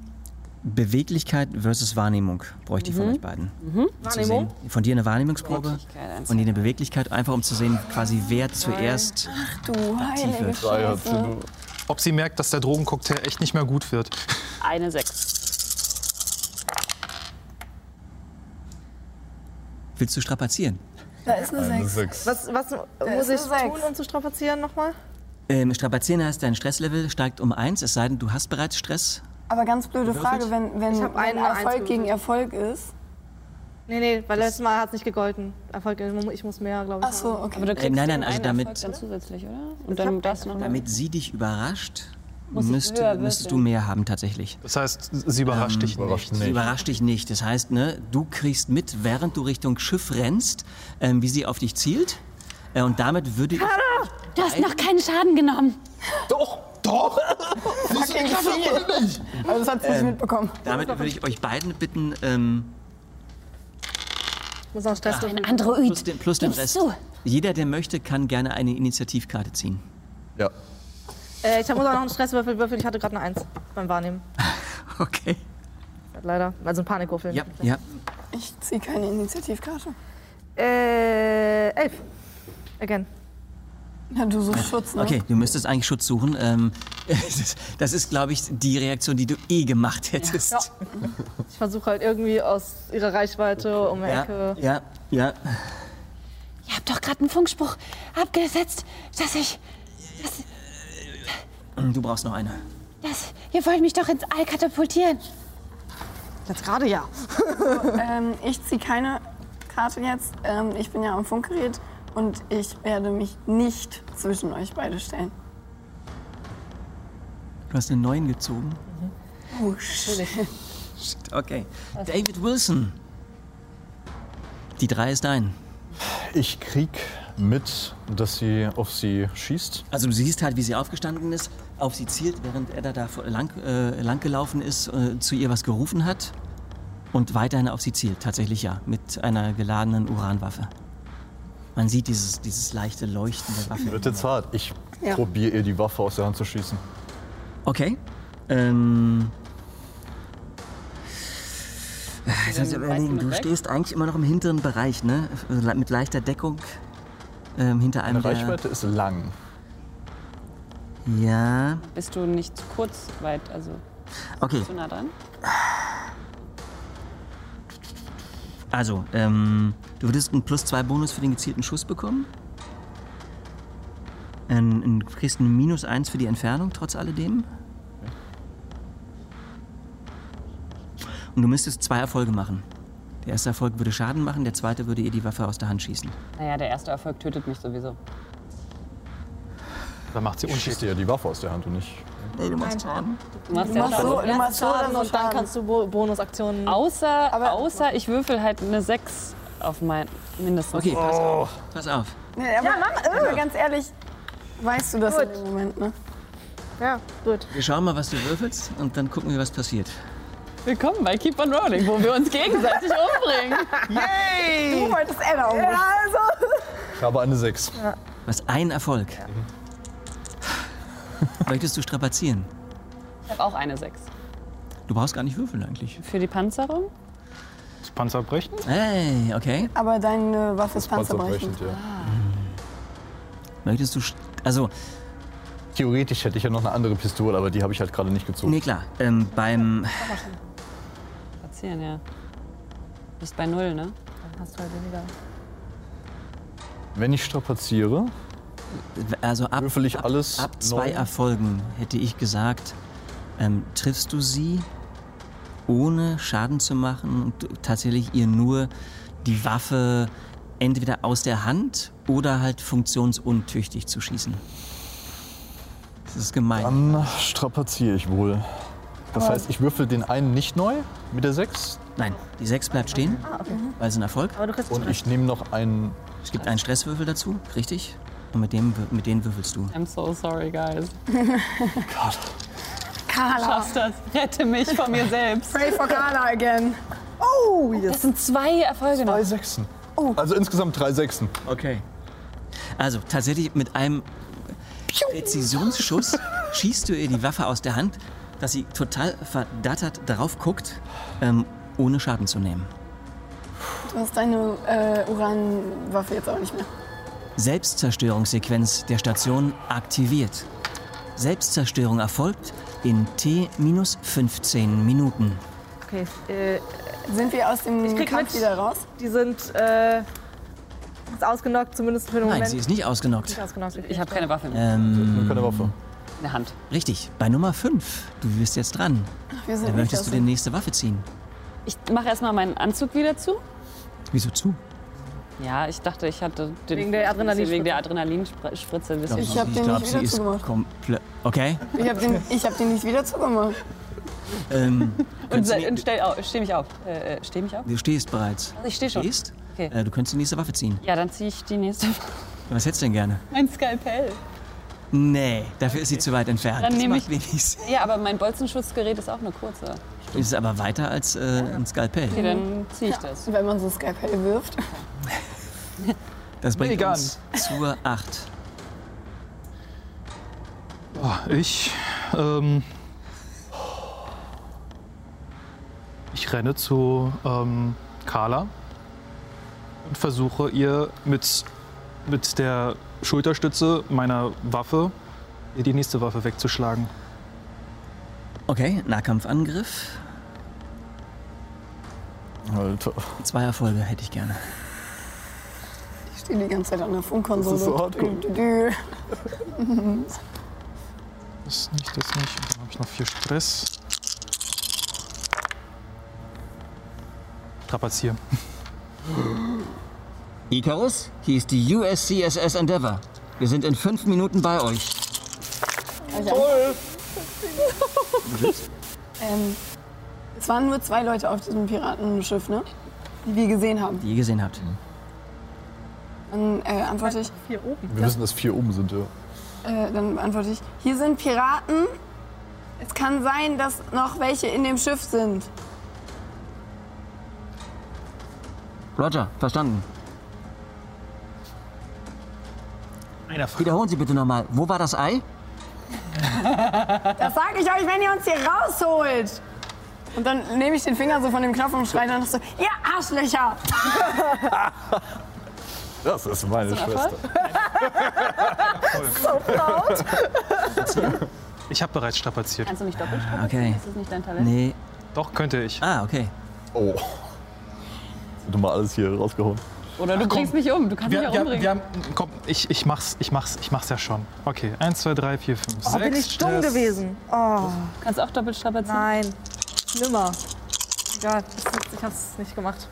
[SPEAKER 1] Beweglichkeit versus Wahrnehmung bräuchte ich von
[SPEAKER 7] Mhm.
[SPEAKER 1] euch beiden.
[SPEAKER 7] Mhm.
[SPEAKER 1] Um zu sehen- Von dir eine Wahrnehmungsprobe,
[SPEAKER 7] Beweglichkeit, eins,
[SPEAKER 1] von dir eine Beweglichkeit, einfach um zu sehen, quasi wer zuerst
[SPEAKER 4] Ach du heilige
[SPEAKER 1] Tiefe. Drei hat sie
[SPEAKER 4] Scheiße.
[SPEAKER 1] nur.
[SPEAKER 8] Ob sie merkt, dass der Drogencocktail echt nicht mehr gut wird.
[SPEAKER 7] Eine sechs.
[SPEAKER 1] willst du strapazieren.
[SPEAKER 4] Da ist eine,
[SPEAKER 1] Eine
[SPEAKER 4] Sechs.
[SPEAKER 1] Sechs.
[SPEAKER 2] Was, was muss ich
[SPEAKER 4] ist eine
[SPEAKER 2] tun, um zu strapazieren nochmal?
[SPEAKER 1] Ähm, strapazieren heißt, dein Stresslevel steigt um eins, es sei denn, du hast bereits Stress.
[SPEAKER 4] Aber ganz blöde
[SPEAKER 1] Gewürfelt?
[SPEAKER 4] Frage, wenn, wenn,
[SPEAKER 2] Ich hab
[SPEAKER 4] wenn
[SPEAKER 2] einen Eins
[SPEAKER 4] Erfolg gegen
[SPEAKER 2] gewürfelt.
[SPEAKER 4] Erfolg ist.
[SPEAKER 2] Nee, nee, weil letztes Mal hat es nicht gegolten. Erfolg, äh, ich muss mehr, glaube ich.
[SPEAKER 4] Ach so, okay.
[SPEAKER 7] Aber du
[SPEAKER 1] Äh,
[SPEAKER 7] kriegst
[SPEAKER 1] nein, nein,
[SPEAKER 7] den
[SPEAKER 1] also
[SPEAKER 7] einen
[SPEAKER 1] damit-
[SPEAKER 7] Erfolg dann zusätzlich, oder? Und dann das noch
[SPEAKER 1] Damit sie dich überrascht,
[SPEAKER 7] Muss ich höher
[SPEAKER 1] müsste, müsstest du
[SPEAKER 7] würfeln.
[SPEAKER 1] mehr haben tatsächlich.
[SPEAKER 8] Das heißt, sie Hm, überrascht dich nicht.
[SPEAKER 1] Sie überrascht dich nicht. Das heißt, ne, du kriegst mit, während du Richtung Schiff rennst, ähm, wie sie auf dich zielt. Äh, und damit würde ich.
[SPEAKER 7] Du hast noch keinen Schaden genommen.
[SPEAKER 3] Doch!
[SPEAKER 4] Fucking viel. Also das hat sie nicht
[SPEAKER 1] Ähm,
[SPEAKER 4] mitbekommen.
[SPEAKER 1] Damit würde ich euch beiden bitten, ähm,
[SPEAKER 2] Ich muss auch Stress
[SPEAKER 7] Ein
[SPEAKER 1] plus
[SPEAKER 7] Android.
[SPEAKER 1] den, plus den
[SPEAKER 7] Gibst
[SPEAKER 1] Rest. Jeder, der möchte, kann gerne eine Initiativkarte ziehen.
[SPEAKER 3] Ja.
[SPEAKER 2] Äh, ich muss auch noch einen Stresswürfel würfeln. Ich hatte gerade eine Eins beim Wahrnehmen.
[SPEAKER 1] Okay.
[SPEAKER 2] Leider. Also ein Panikwürfel.
[SPEAKER 1] Ja, ja.
[SPEAKER 4] Ich ziehe keine Initiativkarte.
[SPEAKER 2] Äh, elf. Again.
[SPEAKER 4] Na, du suchst Schutz, ne?
[SPEAKER 1] Okay, du müsstest eigentlich Schutz suchen. Ähm, das ist, glaube ich, die Reaktion, die du eh gemacht hättest.
[SPEAKER 2] Ja. Ich versuche halt irgendwie aus ihrer Reichweite um die Ecke.
[SPEAKER 1] ja, ja.
[SPEAKER 7] Ihr habt doch gerade einen Funkspruch abgesetzt, dass ich. Dass,
[SPEAKER 1] Du brauchst noch eine.
[SPEAKER 7] dass, ihr wollt mich doch ins All katapultieren.
[SPEAKER 2] Jetzt gerade ja.
[SPEAKER 4] ähm, ich ziehe keine Karte jetzt. Ähm, ich bin ja am Funkgerät und ich werde mich nicht zwischen euch beide stellen.
[SPEAKER 1] Du hast eine 9 gezogen.
[SPEAKER 4] Oh, shit.
[SPEAKER 1] Okay. David Wilson. Die 3 ist dein.
[SPEAKER 3] Ich krieg mit, dass sie auf sie schießt.
[SPEAKER 1] Also du siehst halt, wie sie aufgestanden ist, auf sie zielt, während er da, da vor- lang, äh, lang gelaufen ist, äh, zu ihr was gerufen hat und weiterhin auf sie zielt. Tatsächlich ja, mit einer geladenen Uranwaffe. Man sieht dieses, dieses leichte Leuchten der Waffe.
[SPEAKER 3] Wird jetzt hart. Ich
[SPEAKER 1] Ja.
[SPEAKER 3] probiere ihr die Waffe aus der Hand zu schießen.
[SPEAKER 1] Okay. Ähm. äh, Jetzt muss ich überlegen,
[SPEAKER 3] mit
[SPEAKER 1] Ähm, du
[SPEAKER 3] weg?
[SPEAKER 1] stehst eigentlich immer noch im hinteren Bereich, ne? Also le- Mit leichter Deckung ähm, hinter einem
[SPEAKER 3] Meine
[SPEAKER 1] der-
[SPEAKER 3] Reichweite ist lang.
[SPEAKER 1] Ja.
[SPEAKER 7] Bist du nicht zu kurz weit, also
[SPEAKER 1] Okay.
[SPEAKER 7] bist du nah dran?
[SPEAKER 1] Also, ähm, du würdest einen plus 2 Bonus für den gezielten Schuss bekommen. Ein, ein, du kriegst einen minus 1 für die Entfernung, trotz alledem. Und du müsstest zwei Erfolge machen. Der erste Erfolg würde Schaden machen, der zweite würde ihr die Waffe aus der Hand schießen.
[SPEAKER 7] Naja, der erste Erfolg tötet mich sowieso.
[SPEAKER 3] Dann macht sie unschießt ihr die Waffe aus der Hand und nicht.
[SPEAKER 1] Nee, du
[SPEAKER 3] machst
[SPEAKER 1] Schaden.
[SPEAKER 7] Du machst,
[SPEAKER 2] Du
[SPEAKER 7] ja
[SPEAKER 2] machst
[SPEAKER 7] Schaden.
[SPEAKER 2] so- du machst so oder so
[SPEAKER 7] und dann
[SPEAKER 2] Schaden.
[SPEAKER 7] kannst du Bo- Bonusaktionen. Außer, außer ich würfel halt eine 6 auf mein mindestens.
[SPEAKER 1] Okay, pass auf. Pass auf.
[SPEAKER 4] Nee, aber,
[SPEAKER 7] Ja, Mama, äh.
[SPEAKER 4] aber ganz ehrlich, weißt du das in dem Moment, ne?
[SPEAKER 2] Ja, gut.
[SPEAKER 1] Wir schauen mal, was du würfelst und dann gucken wir, was passiert.
[SPEAKER 7] Willkommen bei Keep on Rolling, wo wir uns gegenseitig umbringen.
[SPEAKER 4] Yay! Du wolltest Ella umbringen. Hm. Ja, also.
[SPEAKER 3] Ich habe eine 6.
[SPEAKER 1] Was ein Erfolg. Möchtest du strapazieren?
[SPEAKER 7] Ich habe auch eine 6.
[SPEAKER 1] Du brauchst gar nicht würfeln eigentlich.
[SPEAKER 7] Für die Panzerung?
[SPEAKER 8] Das Panzer brechen?
[SPEAKER 1] Hey, okay.
[SPEAKER 4] Aber deine Waffe ist panzerbrechend.
[SPEAKER 1] Möchtest du. Also.
[SPEAKER 3] Theoretisch hätte ich ja noch eine andere Pistole, aber die habe ich halt gerade nicht gezogen.
[SPEAKER 1] Nee, klar. Ähm, beim.
[SPEAKER 7] Spazieren, ja. Du bist bei null, ne? Dann hast du halt weniger.
[SPEAKER 3] Wenn ich strapaziere,
[SPEAKER 1] also ab,
[SPEAKER 3] würfel ich alles.
[SPEAKER 1] Ab zwei
[SPEAKER 3] neu.
[SPEAKER 1] Erfolgen hätte ich gesagt, ähm, triffst du sie, ohne Schaden zu machen und tatsächlich ihr nur die Waffe entweder aus der Hand oder halt funktionsuntüchtig zu schießen. Das ist gemein.
[SPEAKER 3] Dann Hm, strapaziere ich wohl. Das heißt, ich würfel den einen nicht neu mit der 6.
[SPEAKER 1] Nein, die 6 bleibt stehen, weil es ein Erfolg.
[SPEAKER 3] Ah, Aber du kriegst Und Stress. ich nehme noch einen.
[SPEAKER 1] Es gibt einen Stresswürfel dazu, richtig? Und mit dem, wür- mit denen würfelst du.
[SPEAKER 7] I'm so sorry, guys.
[SPEAKER 1] Gott.
[SPEAKER 4] Carla.
[SPEAKER 7] Schaffst das. Rette mich von mir selbst.
[SPEAKER 4] Pray for Carla again. Oh, yes.
[SPEAKER 7] Das sind zwei Erfolge noch. Zwei
[SPEAKER 3] Sechsen. Also insgesamt drei Sechsen.
[SPEAKER 1] Okay. Also tatsächlich mit einem Präzisionsschuss schießt du ihr die Waffe aus der Hand, dass sie total verdattert darauf guckt, ähm, ohne Schaden zu nehmen.
[SPEAKER 4] Du hast deine äh, Uranwaffe jetzt auch nicht mehr.
[SPEAKER 1] Selbstzerstörungssequenz der Station aktiviert. Selbstzerstörung erfolgt in T-15 Minuten.
[SPEAKER 2] Okay. Äh,
[SPEAKER 4] Sind wir aus dem
[SPEAKER 2] ich krieg
[SPEAKER 4] Kampf
[SPEAKER 2] mit,
[SPEAKER 4] wieder raus?
[SPEAKER 2] Die sind äh, ist ausgenockt, zumindest für den
[SPEAKER 1] Nein,
[SPEAKER 2] Moment.
[SPEAKER 1] sie ist nicht ausgenockt.
[SPEAKER 2] Nicht ausgenockt. okay.
[SPEAKER 7] Ich habe keine Waffe mehr.
[SPEAKER 1] Ähm,
[SPEAKER 3] keine Waffe.
[SPEAKER 7] Eine Hand.
[SPEAKER 1] Richtig, bei Nummer 5. Du bist jetzt dran.
[SPEAKER 7] wir sind
[SPEAKER 1] Dann
[SPEAKER 7] nicht
[SPEAKER 1] möchtest du
[SPEAKER 7] aus
[SPEAKER 1] die
[SPEAKER 7] dem-
[SPEAKER 1] nächste Waffe ziehen.
[SPEAKER 7] Ich mache erstmal meinen Anzug wieder zu.
[SPEAKER 1] Wieso zu?
[SPEAKER 7] Ja, ich dachte, ich hatte den
[SPEAKER 2] Wegen der Adrenalinspritze.
[SPEAKER 7] Wegen der Adrenalinspritze ein bisschen.
[SPEAKER 1] glaub, sie- glaub, sie ist komplett. Okay.
[SPEAKER 4] Ich habe den, ich hab den nicht wieder zugemacht.
[SPEAKER 1] Ähm,
[SPEAKER 7] Und,
[SPEAKER 1] könntest du
[SPEAKER 7] se-
[SPEAKER 1] die-
[SPEAKER 7] und stell, au- steh mich auf. Äh, äh, steh mich auf?
[SPEAKER 1] du stehst bereits.
[SPEAKER 7] Also ich stehe schon.
[SPEAKER 1] Stehst?
[SPEAKER 7] Okay.
[SPEAKER 1] Äh, du könntest die nächste Waffe ziehen.
[SPEAKER 7] Ja, dann ziehe ich die nächste.
[SPEAKER 1] Was hättest du denn gerne?
[SPEAKER 7] mein Skalpell.
[SPEAKER 1] Nee, dafür ist sie zu weit entfernt.
[SPEAKER 7] Dann
[SPEAKER 1] das
[SPEAKER 7] nehme
[SPEAKER 1] macht
[SPEAKER 7] ich.
[SPEAKER 1] wenig Sinn.
[SPEAKER 7] Ja, aber mein Bolzenschutzgerät ist auch eine kurze.
[SPEAKER 1] Das ist aber weiter als äh, ein Skalpell.
[SPEAKER 7] Okay, dann ziehe ich das.
[SPEAKER 4] Wenn man so ein Skalpell wirft.
[SPEAKER 1] Das bringt
[SPEAKER 4] Minigun.
[SPEAKER 1] uns zur 8.
[SPEAKER 8] Boah, ich. Ähm, ich renne zu ähm, Carla und versuche ihr mit, mit der Schulterstütze meiner Waffe ihr die nächste Waffe wegzuschlagen.
[SPEAKER 1] Okay, Nahkampfangriff.
[SPEAKER 3] Alter.
[SPEAKER 1] Zwei Erfolge hätte ich gerne.
[SPEAKER 4] Ich stehe die ganze Zeit an der Funkkonsole.
[SPEAKER 1] Das ist so hardcore.
[SPEAKER 4] Dü- dü- dü.
[SPEAKER 8] Das nicht, das nicht. Und Dann habe ich noch viel Stress. Strapazier.
[SPEAKER 1] Icarus, hier ist die USCSS Endeavour. Wir sind in fünf Minuten bei euch.
[SPEAKER 4] Toll! ähm, es waren nur zwei Leute auf diesem Piratenschiff, ne? Die wir gesehen haben.
[SPEAKER 1] Die ihr gesehen habt.
[SPEAKER 4] Dann äh, antworte ich.
[SPEAKER 14] Hier oben.
[SPEAKER 3] Wir wissen, dass vier oben sind, ja.
[SPEAKER 4] Äh, dann antworte ich. Hier sind Piraten. Es kann sein, dass noch welche in dem Schiff sind.
[SPEAKER 1] Roger, verstanden.
[SPEAKER 8] Einer
[SPEAKER 1] Wiederholen Sie bitte nochmal. Wo war das Ei?
[SPEAKER 4] Das sage ich euch, wenn ihr uns hier rausholt. Und dann nehme ich den Finger so von dem Knopf und schreie dann noch so, ihr Arschlöcher!
[SPEAKER 3] Das ist meine
[SPEAKER 13] Zum
[SPEAKER 3] Schwester.
[SPEAKER 13] so proud.
[SPEAKER 8] Ich habe bereits strapaziert.
[SPEAKER 7] Kannst du nicht doppelt strapazieren?
[SPEAKER 8] okay.
[SPEAKER 7] Das ist nicht dein Talent.
[SPEAKER 8] Doch, könnte ich.
[SPEAKER 1] Ah, okay.
[SPEAKER 3] Oh. Hätte mal alles hier rausgehauen.
[SPEAKER 7] Oder du
[SPEAKER 8] Ach, komm.
[SPEAKER 7] bringst mich um. Du kannst
[SPEAKER 8] Wir,
[SPEAKER 7] mich auch
[SPEAKER 8] wir,
[SPEAKER 7] umbringen.
[SPEAKER 8] wir haben, komm, ich, ich mach's, ich mach's, ich mach's ja schon. Okay, 1, 2, 3, 4, 5, 6.
[SPEAKER 2] Oh, bin ich dumm gewesen. Oh.
[SPEAKER 7] Kannst du auch doppelt strapazieren?
[SPEAKER 2] Nein. Nimmer. Egal, das ist- ich hab's nicht gemacht.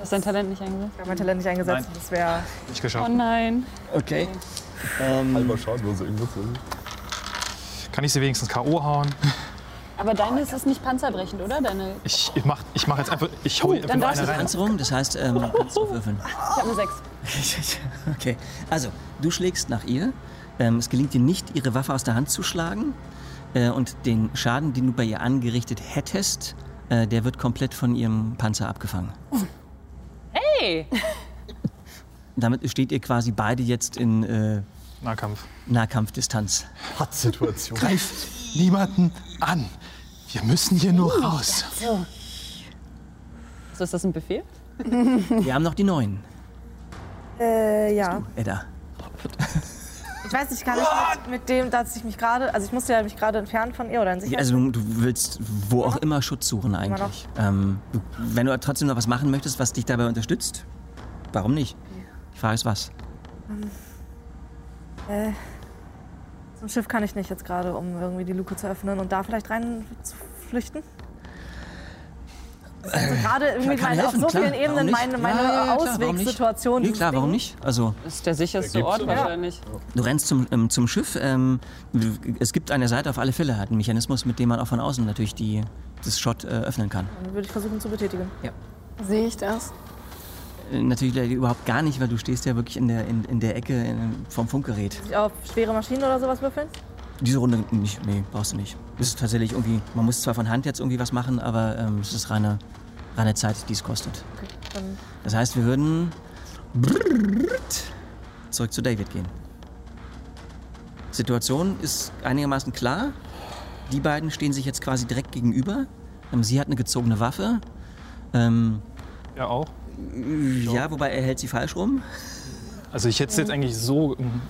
[SPEAKER 7] Hast dein Talent nicht eingesetzt?
[SPEAKER 2] Ich hab mein Talent nicht eingesetzt.
[SPEAKER 7] Nein.
[SPEAKER 2] Das wäre.
[SPEAKER 8] Nicht
[SPEAKER 7] Oh nein.
[SPEAKER 12] Okay.
[SPEAKER 3] Halber Schaden, also irgendwas.
[SPEAKER 8] Kann ich sie wenigstens K.O. hauen?
[SPEAKER 7] Aber deine ist es nicht panzerbrechend, oder? Deine.
[SPEAKER 8] Ich, ich, mach, ich mach jetzt einfach. Ich hau
[SPEAKER 7] Uh,
[SPEAKER 8] hier
[SPEAKER 7] dann
[SPEAKER 8] einfach
[SPEAKER 7] darfst
[SPEAKER 8] eine
[SPEAKER 7] du
[SPEAKER 8] rein.
[SPEAKER 7] ganz
[SPEAKER 1] Rum, das heißt, ähm, kannst du würfeln.
[SPEAKER 7] Ich habe eine 6.
[SPEAKER 1] okay. Also, du schlägst nach ihr. Ähm, es gelingt dir nicht, ihre Waffe aus der Hand zu schlagen. Äh, und den Schaden, den du bei ihr angerichtet hättest, äh, der wird komplett von ihrem Panzer abgefangen.
[SPEAKER 7] Hey!
[SPEAKER 1] Damit steht ihr quasi beide jetzt in äh,
[SPEAKER 8] Nahkampf.
[SPEAKER 1] Nahkampfdistanz.
[SPEAKER 3] Hat Situation.
[SPEAKER 1] Greif
[SPEAKER 8] niemanden an. Wir müssen hier nur raus.
[SPEAKER 7] So. so, ist das ein Befehl?
[SPEAKER 1] Wir haben noch die neuen,
[SPEAKER 2] Äh, ja.
[SPEAKER 1] Edda.
[SPEAKER 2] Ich weiß nicht, kann ich mit, mit dem, dass ich mich gerade. Also ich musste ja mich gerade entfernen von ihr oder in Sicherheit.
[SPEAKER 1] Also du, du willst wo auch immer Schutz suchen eigentlich. Ähm, du, wenn du trotzdem noch was machen möchtest, was dich dabei unterstützt, warum nicht? Die Frage ist was.
[SPEAKER 2] Ähm, äh, zum Schiff kann ich nicht jetzt gerade, um irgendwie die Luke zu öffnen und da vielleicht rein zu flüchten. Also gerade irgendwie
[SPEAKER 1] kann
[SPEAKER 2] meine, auf
[SPEAKER 1] helfen,
[SPEAKER 2] so
[SPEAKER 1] klar,
[SPEAKER 2] vielen
[SPEAKER 1] warum
[SPEAKER 2] Ebenen
[SPEAKER 1] nicht?
[SPEAKER 2] meine, meine
[SPEAKER 1] Ja, ja, ja, klar, warum nicht?
[SPEAKER 2] Auswegssituation.
[SPEAKER 1] Nee, klar, warum nicht? Also
[SPEAKER 7] Ist der sicherste
[SPEAKER 1] Da gibt's
[SPEAKER 7] Ort
[SPEAKER 1] ja.
[SPEAKER 7] wahrscheinlich.
[SPEAKER 1] du rennst zum, ähm, zum Schiff. Ähm, es gibt eine Seite auf alle Fälle, hat einen Mechanismus, mit dem man auch von außen natürlich die, das Shot äh, öffnen kann.
[SPEAKER 2] Dann würde ich versuchen zu betätigen.
[SPEAKER 1] Ja.
[SPEAKER 4] Sehe ich das?
[SPEAKER 1] Äh, Natürlich leider überhaupt gar nicht, weil du stehst ja wirklich in der, in, in der Ecke in, vom Funkgerät.
[SPEAKER 2] Muss ich auf schwere Maschinen oder sowas würfeln?
[SPEAKER 1] Diese Runde nicht, nee, brauchst du nicht. Das ist tatsächlich irgendwie, man muss zwar von Hand jetzt irgendwie was machen, aber ähm, es ist reine, reine Zeit, die es kostet.
[SPEAKER 2] Okay, dann
[SPEAKER 1] Das heißt, wir würden zurück zu David gehen. Situation ist einigermaßen klar. Die beiden stehen sich jetzt quasi direkt gegenüber. Ähm, Sie hat eine gezogene Waffe. Ähm,
[SPEAKER 8] ja, auch.
[SPEAKER 1] Ja, wobei er hält sie falsch rum.
[SPEAKER 8] Also ich hätte es jetzt eigentlich so ähm,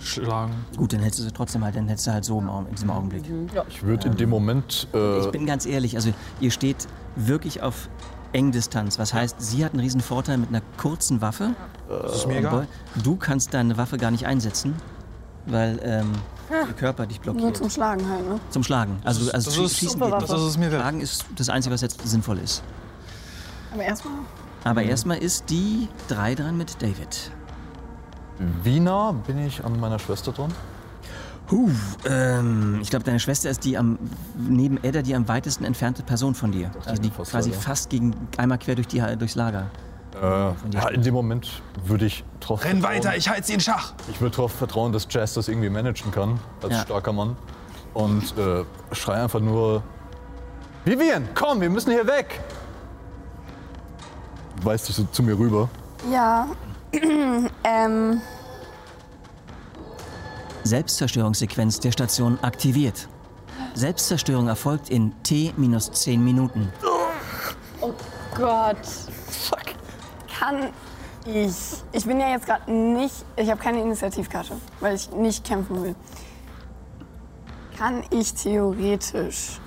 [SPEAKER 8] schlagen.
[SPEAKER 1] Gut, dann hättest du sie trotzdem halt, dann hättest du halt so im Augen- in diesem Augenblick.
[SPEAKER 3] Ich würde in dem Moment. Äh,
[SPEAKER 1] Ich bin ganz ehrlich, also ihr steht wirklich auf Engdistanz. Was heißt, sie hat einen riesen Vorteil mit einer kurzen Waffe.
[SPEAKER 8] Das ist mir egal.
[SPEAKER 1] Du kannst deine Waffe gar nicht einsetzen, weil ähm, der Körper dich
[SPEAKER 4] Nur
[SPEAKER 1] blockiert.
[SPEAKER 4] zum Schlagen halt, ne?
[SPEAKER 1] Zum Schlagen. Also,
[SPEAKER 4] Das ist-
[SPEAKER 1] also
[SPEAKER 4] das
[SPEAKER 1] schie-
[SPEAKER 4] ist-
[SPEAKER 1] schießen
[SPEAKER 4] das
[SPEAKER 1] geht.
[SPEAKER 4] ist es
[SPEAKER 1] mir Schlagen ist das Einzige, was jetzt sinnvoll ist.
[SPEAKER 4] Aber erstmal.
[SPEAKER 1] Aber erstmal ist die 3 dran mit David.
[SPEAKER 3] Wie nah bin ich an meiner Schwester dran?
[SPEAKER 1] Huh, ähm, ich glaube, deine Schwester ist die am neben Edda die am weitesten entfernte Person von dir. Also die
[SPEAKER 3] fast
[SPEAKER 1] quasi
[SPEAKER 3] leider.
[SPEAKER 1] fast gegen einmal quer durch die, durchs Lager.
[SPEAKER 3] Äh, ja, in dem Moment würde ich drauf
[SPEAKER 8] Renn
[SPEAKER 3] vertrauen.
[SPEAKER 8] weiter, ich halte sie in Schach.
[SPEAKER 3] Ich würde darauf vertrauen, dass Jazz das irgendwie managen kann, als
[SPEAKER 8] Ja.
[SPEAKER 3] starker Mann. Und äh, schrei einfach nur: Vivian, komm, wir müssen hier weg! Weißt dich so zu mir rüber.
[SPEAKER 4] Ja. ähm.
[SPEAKER 1] Selbstzerstörungssequenz der Station aktiviert. Selbstzerstörung erfolgt in T minus 10 Minuten.
[SPEAKER 4] Oh Gott. Fuck. Kann ich. Ich bin ja jetzt gerade nicht. Ich habe keine Initiativkarte, weil ich nicht kämpfen will. Kann ich theoretisch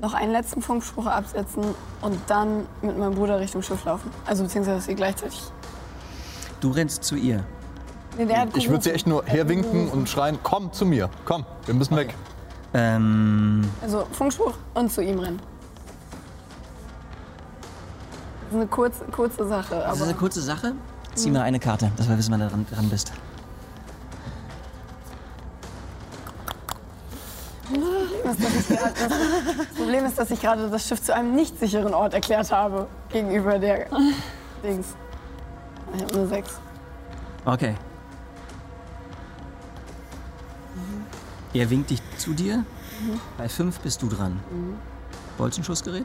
[SPEAKER 4] noch einen letzten Funkspruch absetzen und dann mit meinem Bruder Richtung Schiff laufen? Also beziehungsweise dass ihr gleichzeitig.
[SPEAKER 1] Du rennst zu ihr.
[SPEAKER 4] Nee, der hat
[SPEAKER 3] Ich würde sie echt nur
[SPEAKER 4] gerufen. Er hat
[SPEAKER 3] herwinken
[SPEAKER 4] gerufen.
[SPEAKER 3] und schreien: Komm zu mir, komm, wir müssen weg.
[SPEAKER 1] Ähm,
[SPEAKER 4] Also Funkspruch und zu ihm rennen. Das ist eine kurze, kurze Sache.
[SPEAKER 1] das ist
[SPEAKER 4] Aber
[SPEAKER 1] eine kurze Sache. Zieh mal eine Karte, dass wir wissen, wann du dran, dran bist.
[SPEAKER 4] Das Problem ist, dass ich gerade- das Problem ist, dass ich gerade das Schiff zu einem nicht sicheren Ort erklärt habe gegenüber der Dings. Ich habe nur sechs.
[SPEAKER 1] Okay. Er winkt dich zu dir.
[SPEAKER 7] Mhm.
[SPEAKER 1] Bei 5 bist du dran.
[SPEAKER 7] Mhm.
[SPEAKER 1] Bolzenschussgerät?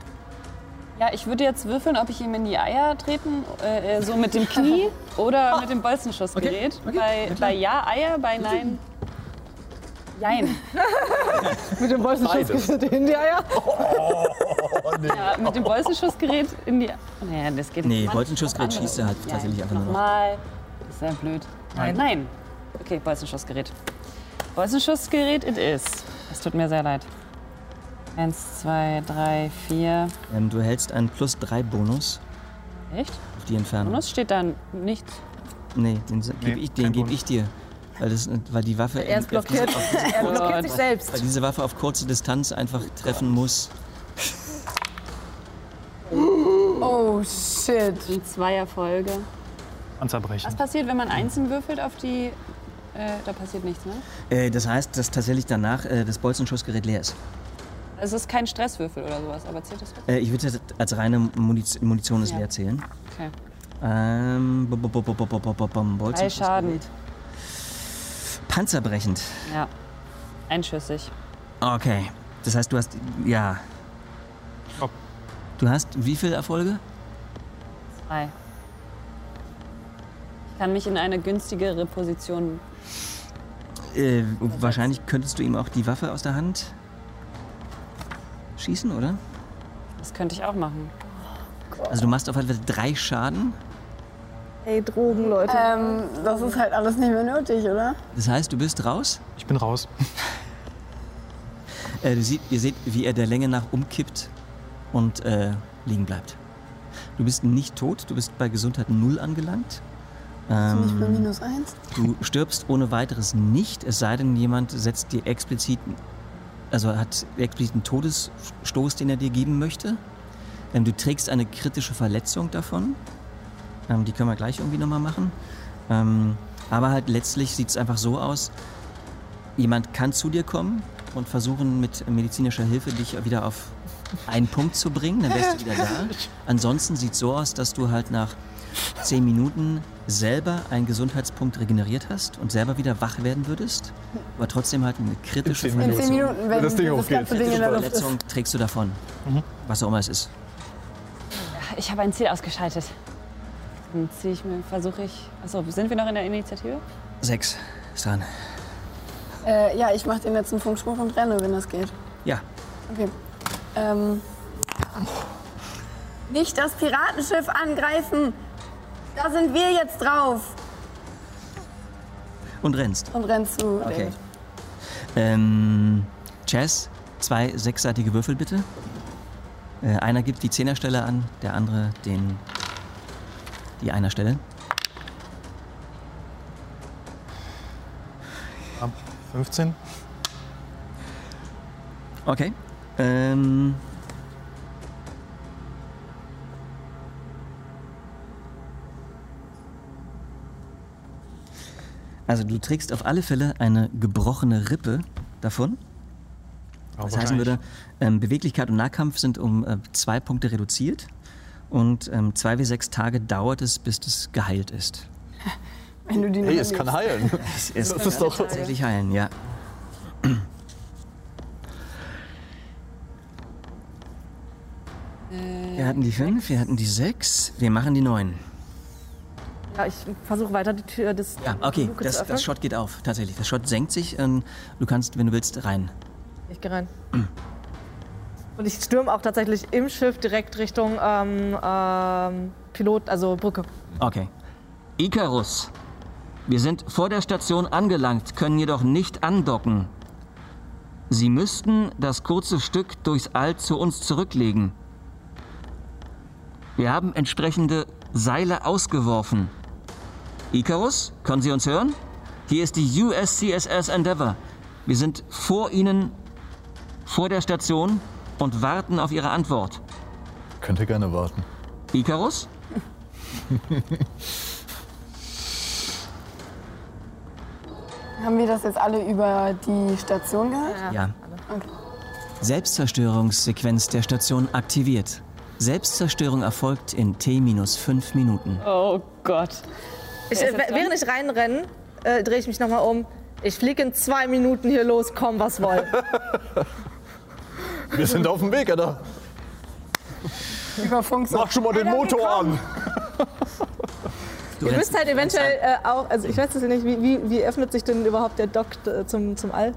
[SPEAKER 7] Ja, ich würde jetzt würfeln, ob ich ihm in die Eier treten, äh, äh, so mit dem Knie oder mit dem Bolzenschussgerät. Bei, bei Ja Eier, bei Nein. Jein.
[SPEAKER 13] Mit dem Bolzenschussgerät in die Eier.
[SPEAKER 3] Oh,
[SPEAKER 7] Ja, mit dem Bolzenschussgerät in die. Naja, das geht
[SPEAKER 1] Nee,
[SPEAKER 7] Mann,
[SPEAKER 1] Bolzenschussgerät
[SPEAKER 7] was anderes.
[SPEAKER 1] schießt er halt tatsächlich einfach nur noch.
[SPEAKER 7] Nochmal. Sehr blöd. Äh,
[SPEAKER 13] Nein.
[SPEAKER 7] Nein. Okay, Bolzenschussgerät. Bolzenschussgerät it is. Es tut mir sehr leid. Eins, zwei, drei, vier.
[SPEAKER 1] Ähm, du erhältst einen plus 3 Bonus
[SPEAKER 7] Echt?
[SPEAKER 1] auf die Entfernung.
[SPEAKER 7] Bonus steht da nichts.
[SPEAKER 1] Nee, den gebe ich, den geb ich dir. Weil, das, weil die Waffe.
[SPEAKER 7] Er ist
[SPEAKER 1] auf diese-
[SPEAKER 7] blockiert.
[SPEAKER 1] auf diese-
[SPEAKER 7] Er blockiert sich selbst.
[SPEAKER 1] Weil diese Waffe auf kurze Distanz einfach treffen muss.
[SPEAKER 7] Oh shit. In zwei Erfolge.
[SPEAKER 3] An Zerbrechen.
[SPEAKER 7] Was passiert, wenn man einzeln würfelt auf die. Äh, da passiert nichts, ne?
[SPEAKER 1] Äh, das heißt, dass tatsächlich danach äh, das Bolzenschussgerät leer ist.
[SPEAKER 7] Also es ist kein Stresswürfel oder sowas, aber zählt das
[SPEAKER 1] Äh, ich würde das als reine Muniz Munition ist
[SPEAKER 7] Ja.
[SPEAKER 1] leer zählen.
[SPEAKER 7] Okay.
[SPEAKER 1] Ähm, bu- bu- bu- bu- bu- bu- bu- bu- bum,
[SPEAKER 7] Drei
[SPEAKER 1] Bolzenschuss.
[SPEAKER 7] Schaden.
[SPEAKER 1] Panzerbrechend.
[SPEAKER 7] Ja. Einschüssig.
[SPEAKER 1] Okay. Das heißt, du hast. Ja. Du hast wie viele Erfolge?
[SPEAKER 7] Drei. Ich kann mich in eine günstigere Position.
[SPEAKER 1] Äh, wahrscheinlich könntest du ihm auch die Waffe aus der Hand schießen, oder?
[SPEAKER 7] Das könnte ich auch machen.
[SPEAKER 1] Also du machst auf jeden Fall drei Schaden.
[SPEAKER 4] Ey, Drogen, Leute. Ähm, das ist halt alles nicht mehr nötig, oder?
[SPEAKER 1] Das heißt, du bist raus.
[SPEAKER 8] Ich bin raus.
[SPEAKER 1] Äh, du sieht, ihr seht, wie er der Länge nach umkippt und äh, liegen bleibt. Du bist nicht tot, du bist bei Gesundheit null angelangt.
[SPEAKER 4] Ich bin
[SPEAKER 1] Ähm,
[SPEAKER 4] minus eins.
[SPEAKER 1] du stirbst ohne weiteres nicht, es sei denn, jemand setzt dir explizit, also hat explizit einen Todesstoß, den er dir geben möchte. Ähm, du trägst eine kritische Verletzung davon. Ähm, die können wir gleich irgendwie nochmal machen. Ähm, aber halt letztlich sieht es einfach so aus, jemand kann zu dir kommen und versuchen mit medizinischer Hilfe dich wieder auf einen Punkt zu bringen, dann wärst du wieder da. Ansonsten sieht es so aus, dass du halt nach zehn Minuten selber einen Gesundheitspunkt regeneriert hast und selber wieder wach werden würdest, aber trotzdem halt eine kritische
[SPEAKER 4] In zehn Minuten. In zehn
[SPEAKER 1] Verletzung.
[SPEAKER 4] Minuten, wenn Das Ding dieses hochgeht. ganze Ding in
[SPEAKER 1] Kritische
[SPEAKER 4] der Luft ist.
[SPEAKER 1] Verletzung trägst du davon, was auch immer es ist.
[SPEAKER 7] Ich habe ein Ziel ausgeschaltet. Dann ziehe ich mir, versuche ich. Achso, sind wir noch in der Initiative?
[SPEAKER 1] Sechs ist dran.
[SPEAKER 4] Äh, ja, ich mache den letzten Funkspruch und renne, wenn das geht.
[SPEAKER 1] Ja,
[SPEAKER 4] Okay. Ähm. Nicht das Piratenschiff angreifen! Da sind wir jetzt drauf!
[SPEAKER 1] und rennst.
[SPEAKER 4] Und rennst zu
[SPEAKER 1] Okay.
[SPEAKER 4] David.
[SPEAKER 1] Ähm, Jazz, zwei sechsseitige Würfel bitte. Äh, einer gibt die Zehnerstelle an, der andere den die Einerstelle.
[SPEAKER 8] Ab 15.
[SPEAKER 1] Okay. Ähm, also du trägst auf alle Fälle eine gebrochene Rippe davon.
[SPEAKER 3] Ja,
[SPEAKER 1] das heißen würde, ähm, Beweglichkeit und Nahkampf sind um äh, zwei Punkte reduziert und ähm, zwei bis sechs Tage dauert es, bis das geheilt ist.
[SPEAKER 4] Wenn du die
[SPEAKER 3] Hey,
[SPEAKER 4] noch
[SPEAKER 3] es kann
[SPEAKER 4] erlebst.
[SPEAKER 3] heilen.
[SPEAKER 1] Es ist, doch tatsächlich heilen, ja. Wir hatten die fünf, wir hatten die sechs, wir machen die neun.
[SPEAKER 2] Ja, ich versuche weiter die Tür des
[SPEAKER 1] Ja, okay,
[SPEAKER 2] Luke zu
[SPEAKER 1] das,
[SPEAKER 2] öffnen.
[SPEAKER 1] das Shot geht auf, tatsächlich. Das Shot senkt sich. Ähm, du kannst, wenn du willst, rein.
[SPEAKER 2] Ich gehe rein. Und ich stürme auch tatsächlich im Schiff direkt Richtung ähm, ähm, Pilot, also Brücke.
[SPEAKER 1] Okay.
[SPEAKER 12] Icarus, wir sind vor der Station angelangt, können jedoch nicht andocken. Sie müssten das kurze Stück durchs All zu uns zurücklegen. Wir haben entsprechende Seile ausgeworfen. Icarus, können Sie uns hören? Hier ist die USCSS Endeavour. Wir sind vor Ihnen, vor der Station und warten auf Ihre Antwort.
[SPEAKER 3] Könnt ihr gerne warten.
[SPEAKER 12] Icarus?
[SPEAKER 4] Haben wir das jetzt alle über die Station gehalten?
[SPEAKER 1] Ja.
[SPEAKER 4] Okay.
[SPEAKER 1] Selbstzerstörungssequenz der Station aktiviert. Selbstzerstörung erfolgt in T-5 Minuten.
[SPEAKER 7] Oh Gott.
[SPEAKER 2] Ich,
[SPEAKER 7] Wer
[SPEAKER 2] äh,
[SPEAKER 7] ist jetzt
[SPEAKER 2] während ich reinrenne, äh, drehe ich mich nochmal um. Ich fliege in zwei Minuten hier los, komm, was wollt.
[SPEAKER 3] Wir sind auf dem Weg, Alter.
[SPEAKER 4] Über Funk
[SPEAKER 3] Mach schon mal den Motor an.
[SPEAKER 2] Ihr müsst halt eventuell äh, auch, also ich weiß es ja nicht, wie, wie, wie öffnet sich denn überhaupt der Dock äh, zum, zum All?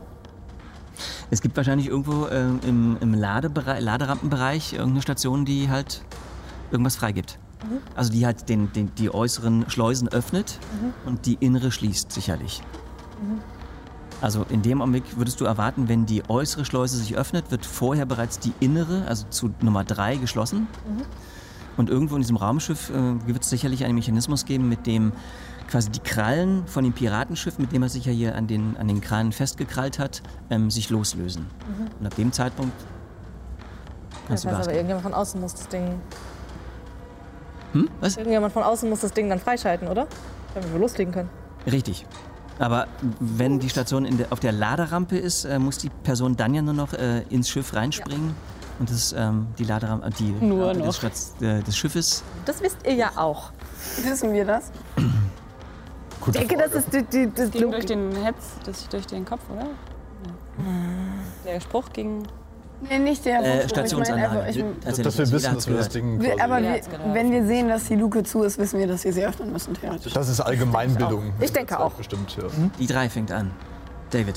[SPEAKER 1] Es gibt wahrscheinlich irgendwo ähm, im, im Ladeberei- Laderampenbereich irgendeine Station, die halt irgendwas freigibt.
[SPEAKER 2] Mhm.
[SPEAKER 1] Also die halt den, den, die äußeren Schleusen öffnet
[SPEAKER 13] Mhm.
[SPEAKER 1] und die innere schließt sicherlich.
[SPEAKER 13] Mhm.
[SPEAKER 1] Also in dem Augenblick würdest du erwarten, wenn die äußere Schleuse sich öffnet, wird vorher bereits die innere, also zu Nummer 3, geschlossen.
[SPEAKER 13] Mhm.
[SPEAKER 1] Und irgendwo in diesem Raumschiff äh, wird es sicherlich einen Mechanismus geben, mit dem quasi die Krallen von dem Piratenschiff, mit dem er sich ja hier an den, an den Krallen festgekrallt hat, ähm, sich loslösen.
[SPEAKER 2] Mhm.
[SPEAKER 1] Und ab dem Zeitpunkt kannst
[SPEAKER 2] Das
[SPEAKER 1] du
[SPEAKER 2] heißt
[SPEAKER 1] Gas
[SPEAKER 2] aber,
[SPEAKER 1] geben.
[SPEAKER 2] irgendjemand von außen muss das Ding.
[SPEAKER 1] Hm? Was?
[SPEAKER 2] Irgendjemand von außen muss das Ding dann freischalten, oder? Damit wir loslegen können.
[SPEAKER 1] Richtig. Aber wenn die Station in der, auf der Laderampe ist, äh, muss die Person dann ja nur noch äh, ins Schiff reinspringen. Und das ist ähm, die Laderampe, äh, die
[SPEAKER 2] Nur
[SPEAKER 1] Rampe des,
[SPEAKER 2] noch.
[SPEAKER 1] Stats- äh, des Schiffes.
[SPEAKER 2] Das wisst ihr ja auch. Wissen wir das?
[SPEAKER 1] Gute
[SPEAKER 2] ich denke, das ist die, die, das
[SPEAKER 7] ging durch den Hetz, das durch den Kopf, oder? Ja. Der Spruch ging.
[SPEAKER 4] Nee, nicht der
[SPEAKER 1] Äh,
[SPEAKER 2] also
[SPEAKER 4] Funkspruch.
[SPEAKER 1] Stationsanlage.
[SPEAKER 4] Ich meine,
[SPEAKER 1] Also,
[SPEAKER 3] Dass wir
[SPEAKER 1] jeder
[SPEAKER 3] wissen,
[SPEAKER 1] hat's
[SPEAKER 3] dass wir das
[SPEAKER 1] gehört.
[SPEAKER 3] Ding
[SPEAKER 4] also, wir, aber
[SPEAKER 3] quasi-
[SPEAKER 4] wir, wenn wir sehen, dass die Luke zu ist, wissen wir, dass wir sie öffnen müssen, theoretisch.
[SPEAKER 3] Das ist Allgemeinbildung.
[SPEAKER 4] Ich denke auch.
[SPEAKER 3] Bestimmt, ja.
[SPEAKER 1] Die drei fängt an. David.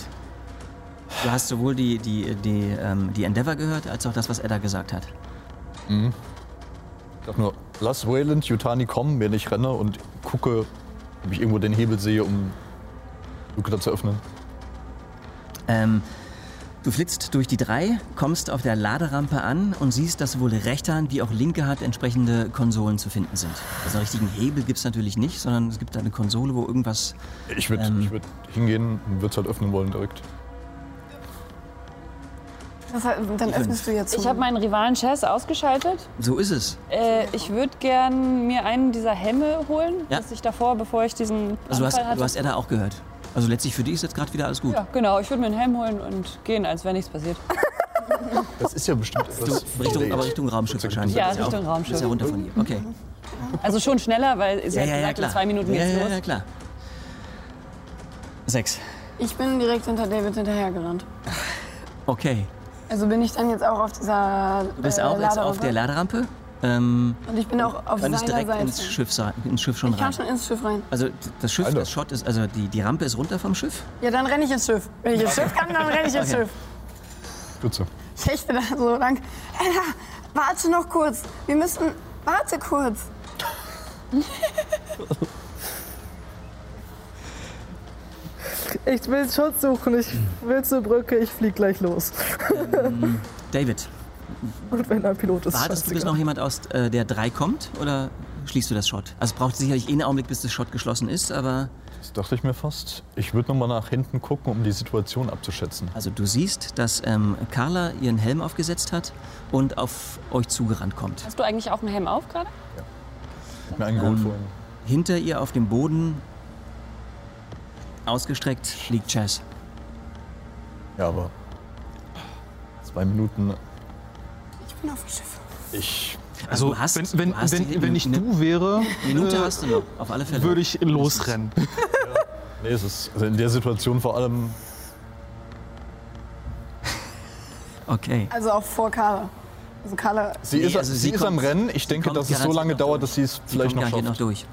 [SPEAKER 1] Du hast sowohl die, die, die, ähm, die Endeavour gehört, als auch das, was Edda gesagt hat.
[SPEAKER 3] Mhm. Ich sag nur, lass Wayland Yutani kommen, wenn ich renne und gucke, ob ich irgendwo den Hebel sehe, um Luke da zu öffnen.
[SPEAKER 1] Ähm, du flitzt durch die drei, kommst auf der Laderampe an und siehst, dass sowohl rechte Hand wie auch linke Hand entsprechende Konsolen zu finden sind. Also einen richtigen Hebel gibt es natürlich nicht, sondern es gibt da eine Konsole, wo irgendwas.
[SPEAKER 3] Ich würde
[SPEAKER 1] Ähm.
[SPEAKER 3] würd hingehen und würde es halt öffnen wollen direkt.
[SPEAKER 4] Das, heißt, dann
[SPEAKER 3] Fünf.
[SPEAKER 4] öffnest du jetzt.
[SPEAKER 7] Ich habe meinen Rivalen Chess ausgeschaltet.
[SPEAKER 1] So ist es.
[SPEAKER 7] Äh, ich würde gern mir einen dieser Helme holen,
[SPEAKER 1] Ja.
[SPEAKER 7] dass ich davor, bevor ich diesen
[SPEAKER 1] Also du hast,
[SPEAKER 7] Anfall hatte.
[SPEAKER 1] du hast Edda auch gehört. Also letztlich für die ist jetzt gerade wieder alles gut.
[SPEAKER 7] Ja, genau. Ich würde mir einen Helm holen und gehen, als wäre nichts passiert.
[SPEAKER 3] Das ist ja bestimmt etwas.
[SPEAKER 1] Du, Richtung, aber Richtung Raumschiff wahrscheinlich.
[SPEAKER 7] Ja,
[SPEAKER 1] Das ist auch-
[SPEAKER 7] Richtung Raumschiff.
[SPEAKER 1] das Ist ja runter von hier. Okay.
[SPEAKER 7] Also schon schneller, weil sie hat gesagt, in zwei Minuten
[SPEAKER 1] ja,
[SPEAKER 7] geht's
[SPEAKER 1] ja,
[SPEAKER 7] los.
[SPEAKER 1] Ja, klar. Sechs.
[SPEAKER 4] Ich bin direkt hinter David hinterhergerannt.
[SPEAKER 1] Okay.
[SPEAKER 4] Also bin ich dann jetzt auch auf dieser.
[SPEAKER 1] Du bist
[SPEAKER 4] äh,
[SPEAKER 1] auch jetzt
[SPEAKER 4] Laderampe?
[SPEAKER 1] auf der Laderampe. Ähm,
[SPEAKER 4] Und ich bin auch auf
[SPEAKER 1] könntest
[SPEAKER 4] seiner
[SPEAKER 1] direkt
[SPEAKER 4] Seite.
[SPEAKER 1] ins Schiff, sa- ins Schiff schon
[SPEAKER 4] ich kann
[SPEAKER 1] rein.
[SPEAKER 4] schon ins Schiff rein.
[SPEAKER 1] Also d- das Schiff, das Schott ist, also die, die Rampe ist runter vom Schiff.
[SPEAKER 4] Ja, dann renne ich ins Schiff. Wenn ich ins Schiff kann, dann renne ich ins
[SPEAKER 1] Okay.
[SPEAKER 4] Schiff.
[SPEAKER 3] Gut so.
[SPEAKER 4] Ich hechte da so lang. Ella, warte noch kurz. Wir müssen. Warte kurz.
[SPEAKER 13] Ich will Schutz suchen, ich will zur Brücke, ich flieg gleich los.
[SPEAKER 1] David,
[SPEAKER 13] Und wenn ein Pilot ist,
[SPEAKER 1] wartest du, bis
[SPEAKER 13] scheißegal.
[SPEAKER 1] noch jemand aus äh, der 3 kommt oder schließt du das Schott? Also es braucht sicherlich eh einen Augenblick, bis das Schott geschlossen ist, aber
[SPEAKER 3] Das dachte ich mir fast. Ich würde nochmal nach hinten gucken, um die Situation abzuschätzen.
[SPEAKER 1] also du siehst, dass ähm, Carla ihren Helm aufgesetzt hat und auf euch zugerannt kommt.
[SPEAKER 7] Hast du eigentlich auch einen Helm auf gerade?
[SPEAKER 3] Hat mir einen geholt
[SPEAKER 1] Ähm,
[SPEAKER 3] vorhin.
[SPEAKER 1] Hinter ihr auf dem Boden ausgestreckt liegt Chess.
[SPEAKER 3] Ja, aber zwei Minuten.
[SPEAKER 4] Ich bin auf dem Schiff.
[SPEAKER 3] Ich.
[SPEAKER 1] Also,
[SPEAKER 8] Also,
[SPEAKER 1] du hast-
[SPEAKER 8] wenn,
[SPEAKER 1] du
[SPEAKER 8] wenn,
[SPEAKER 1] hast die-
[SPEAKER 8] wenn, wenn ich
[SPEAKER 1] eine-
[SPEAKER 8] du wäre,
[SPEAKER 1] Minute
[SPEAKER 8] äh,
[SPEAKER 1] hast du noch, auf alle Fälle.
[SPEAKER 8] würde ich losrennen.
[SPEAKER 3] Nee, es ist also in der Situation vor allem.
[SPEAKER 1] Okay.
[SPEAKER 4] Also auch vor Carla. Also Carla.
[SPEAKER 3] Sie ist, also sie ist am Rennen. Ich denke, dass es so lange dauert, dass sie es vielleicht noch
[SPEAKER 1] garantiert
[SPEAKER 3] schafft.
[SPEAKER 1] noch durch.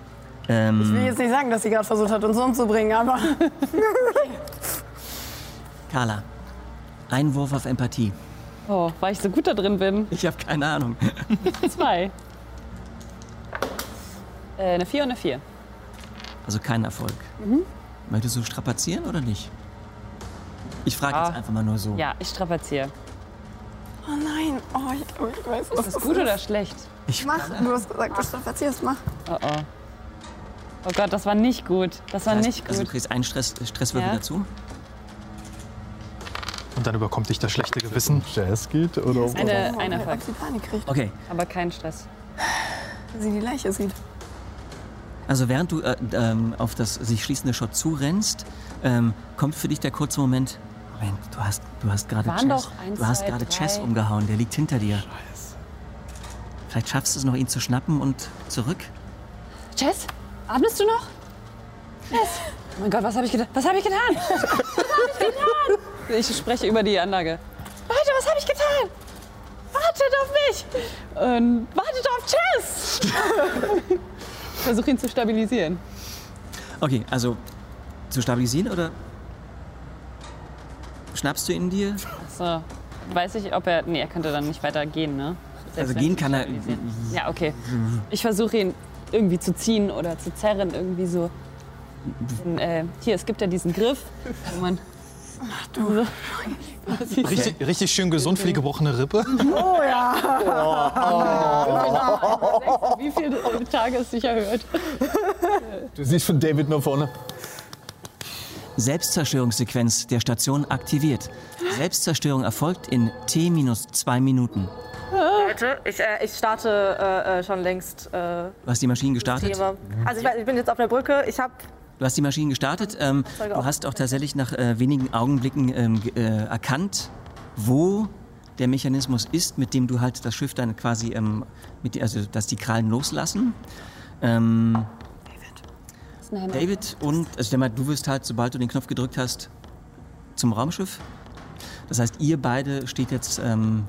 [SPEAKER 4] Ich will
[SPEAKER 1] Ähm,
[SPEAKER 4] jetzt nicht sagen, dass sie gerade versucht hat, uns umzubringen, aber.
[SPEAKER 1] Carla, Einwurf auf Empathie.
[SPEAKER 7] Oh, weil ich so gut da drin bin.
[SPEAKER 1] Ich habe keine Ahnung.
[SPEAKER 7] Zwei. Äh, eine Vier und eine Vier.
[SPEAKER 1] Also kein Erfolg.
[SPEAKER 7] Mhm.
[SPEAKER 1] Möchtest du strapazieren oder nicht? Ich frage jetzt einfach mal nur so.
[SPEAKER 7] Ah. Ja, ich strapaziere.
[SPEAKER 4] Oh nein. Oh, ich, oh, ich weiß, was
[SPEAKER 7] Ist das gut oder schlecht?
[SPEAKER 1] Ich
[SPEAKER 4] mach. Du hast gesagt, du strapazierst, mach.
[SPEAKER 7] Oh, oh. Oh Gott, das war nicht gut. Das war
[SPEAKER 1] Das heißt,
[SPEAKER 7] nicht
[SPEAKER 1] Also
[SPEAKER 7] gut.
[SPEAKER 1] du kriegst einen Stress, Stresswürfel
[SPEAKER 7] Ja.
[SPEAKER 1] dazu.
[SPEAKER 8] Und dann überkommt dich das schlechte Gewissen.
[SPEAKER 3] Jazz geht oder
[SPEAKER 7] Eine, ein Erfolg.
[SPEAKER 4] Ob sie Panik kriegt.
[SPEAKER 1] Okay,
[SPEAKER 7] Aber kein Stress.
[SPEAKER 4] Wenn sie die Leiche sieht.
[SPEAKER 1] also während du äh, ähm, auf das sich schließende Shot zurennst, ähm, kommt für dich der kurze Moment. Moment, du hast, du hast gerade
[SPEAKER 7] Waren
[SPEAKER 1] Chess,
[SPEAKER 7] doch eins,
[SPEAKER 1] du hast
[SPEAKER 7] zwei,
[SPEAKER 1] gerade
[SPEAKER 7] drei.
[SPEAKER 1] Chess umgehauen. Der liegt hinter dir. Vielleicht schaffst du es noch, ihn zu schnappen und zurück.
[SPEAKER 7] Jess, atmest du noch? Jess! Oh mein Gott, was habe ich getan? Was habe ich getan? Was habe ich getan? Ich spreche über die Anlage. Leute, was habe ich getan? Wartet auf mich! Und Ähm, wartet auf Chess! Versuche ihn zu stabilisieren.
[SPEAKER 1] Okay, also zu stabilisieren oder schnappst du ihn dir?
[SPEAKER 7] So, weiß ich, ob er. Nee, er könnte dann nicht weiter gehen, ne?
[SPEAKER 1] Also
[SPEAKER 7] selbst
[SPEAKER 1] gehen
[SPEAKER 7] wenn-
[SPEAKER 1] kann er.
[SPEAKER 7] Ja, okay. Ich versuche ihn irgendwie zu ziehen oder zu zerren, irgendwie so. Und, äh, hier, es gibt ja diesen Griff, wo man. Ach du.
[SPEAKER 8] Richtig, richtig schön gesund für die gebrochene Rippe.
[SPEAKER 7] Oh ja! Wie viele Tage es sich erhört.
[SPEAKER 3] Du siehst von David nur vorne.
[SPEAKER 1] Selbstzerstörungssequenz der Station aktiviert. Selbstzerstörung erfolgt in T minus zwei Minuten.
[SPEAKER 2] Leute, ich, äh, ich starte äh, äh, schon längst äh,
[SPEAKER 1] Du hast die Maschinen gestartet?
[SPEAKER 2] Thema. Also ich, weiß, ich bin jetzt auf der Brücke, ich habe
[SPEAKER 1] Du hast die Maschinen gestartet. Ähm, du hast auch tatsächlich nach äh, wenigen Augenblicken ähm, ge- äh, erkannt, wo der Mechanismus ist, mit dem du halt das Schiff dann quasi, ähm, mit, die- also dass die Krallen loslassen. Ähm, David und, also ich denke mal, du wirst halt, sobald du den Knopf gedrückt hast, zum Raumschiff. Das heißt, ihr beide steht jetzt ähm,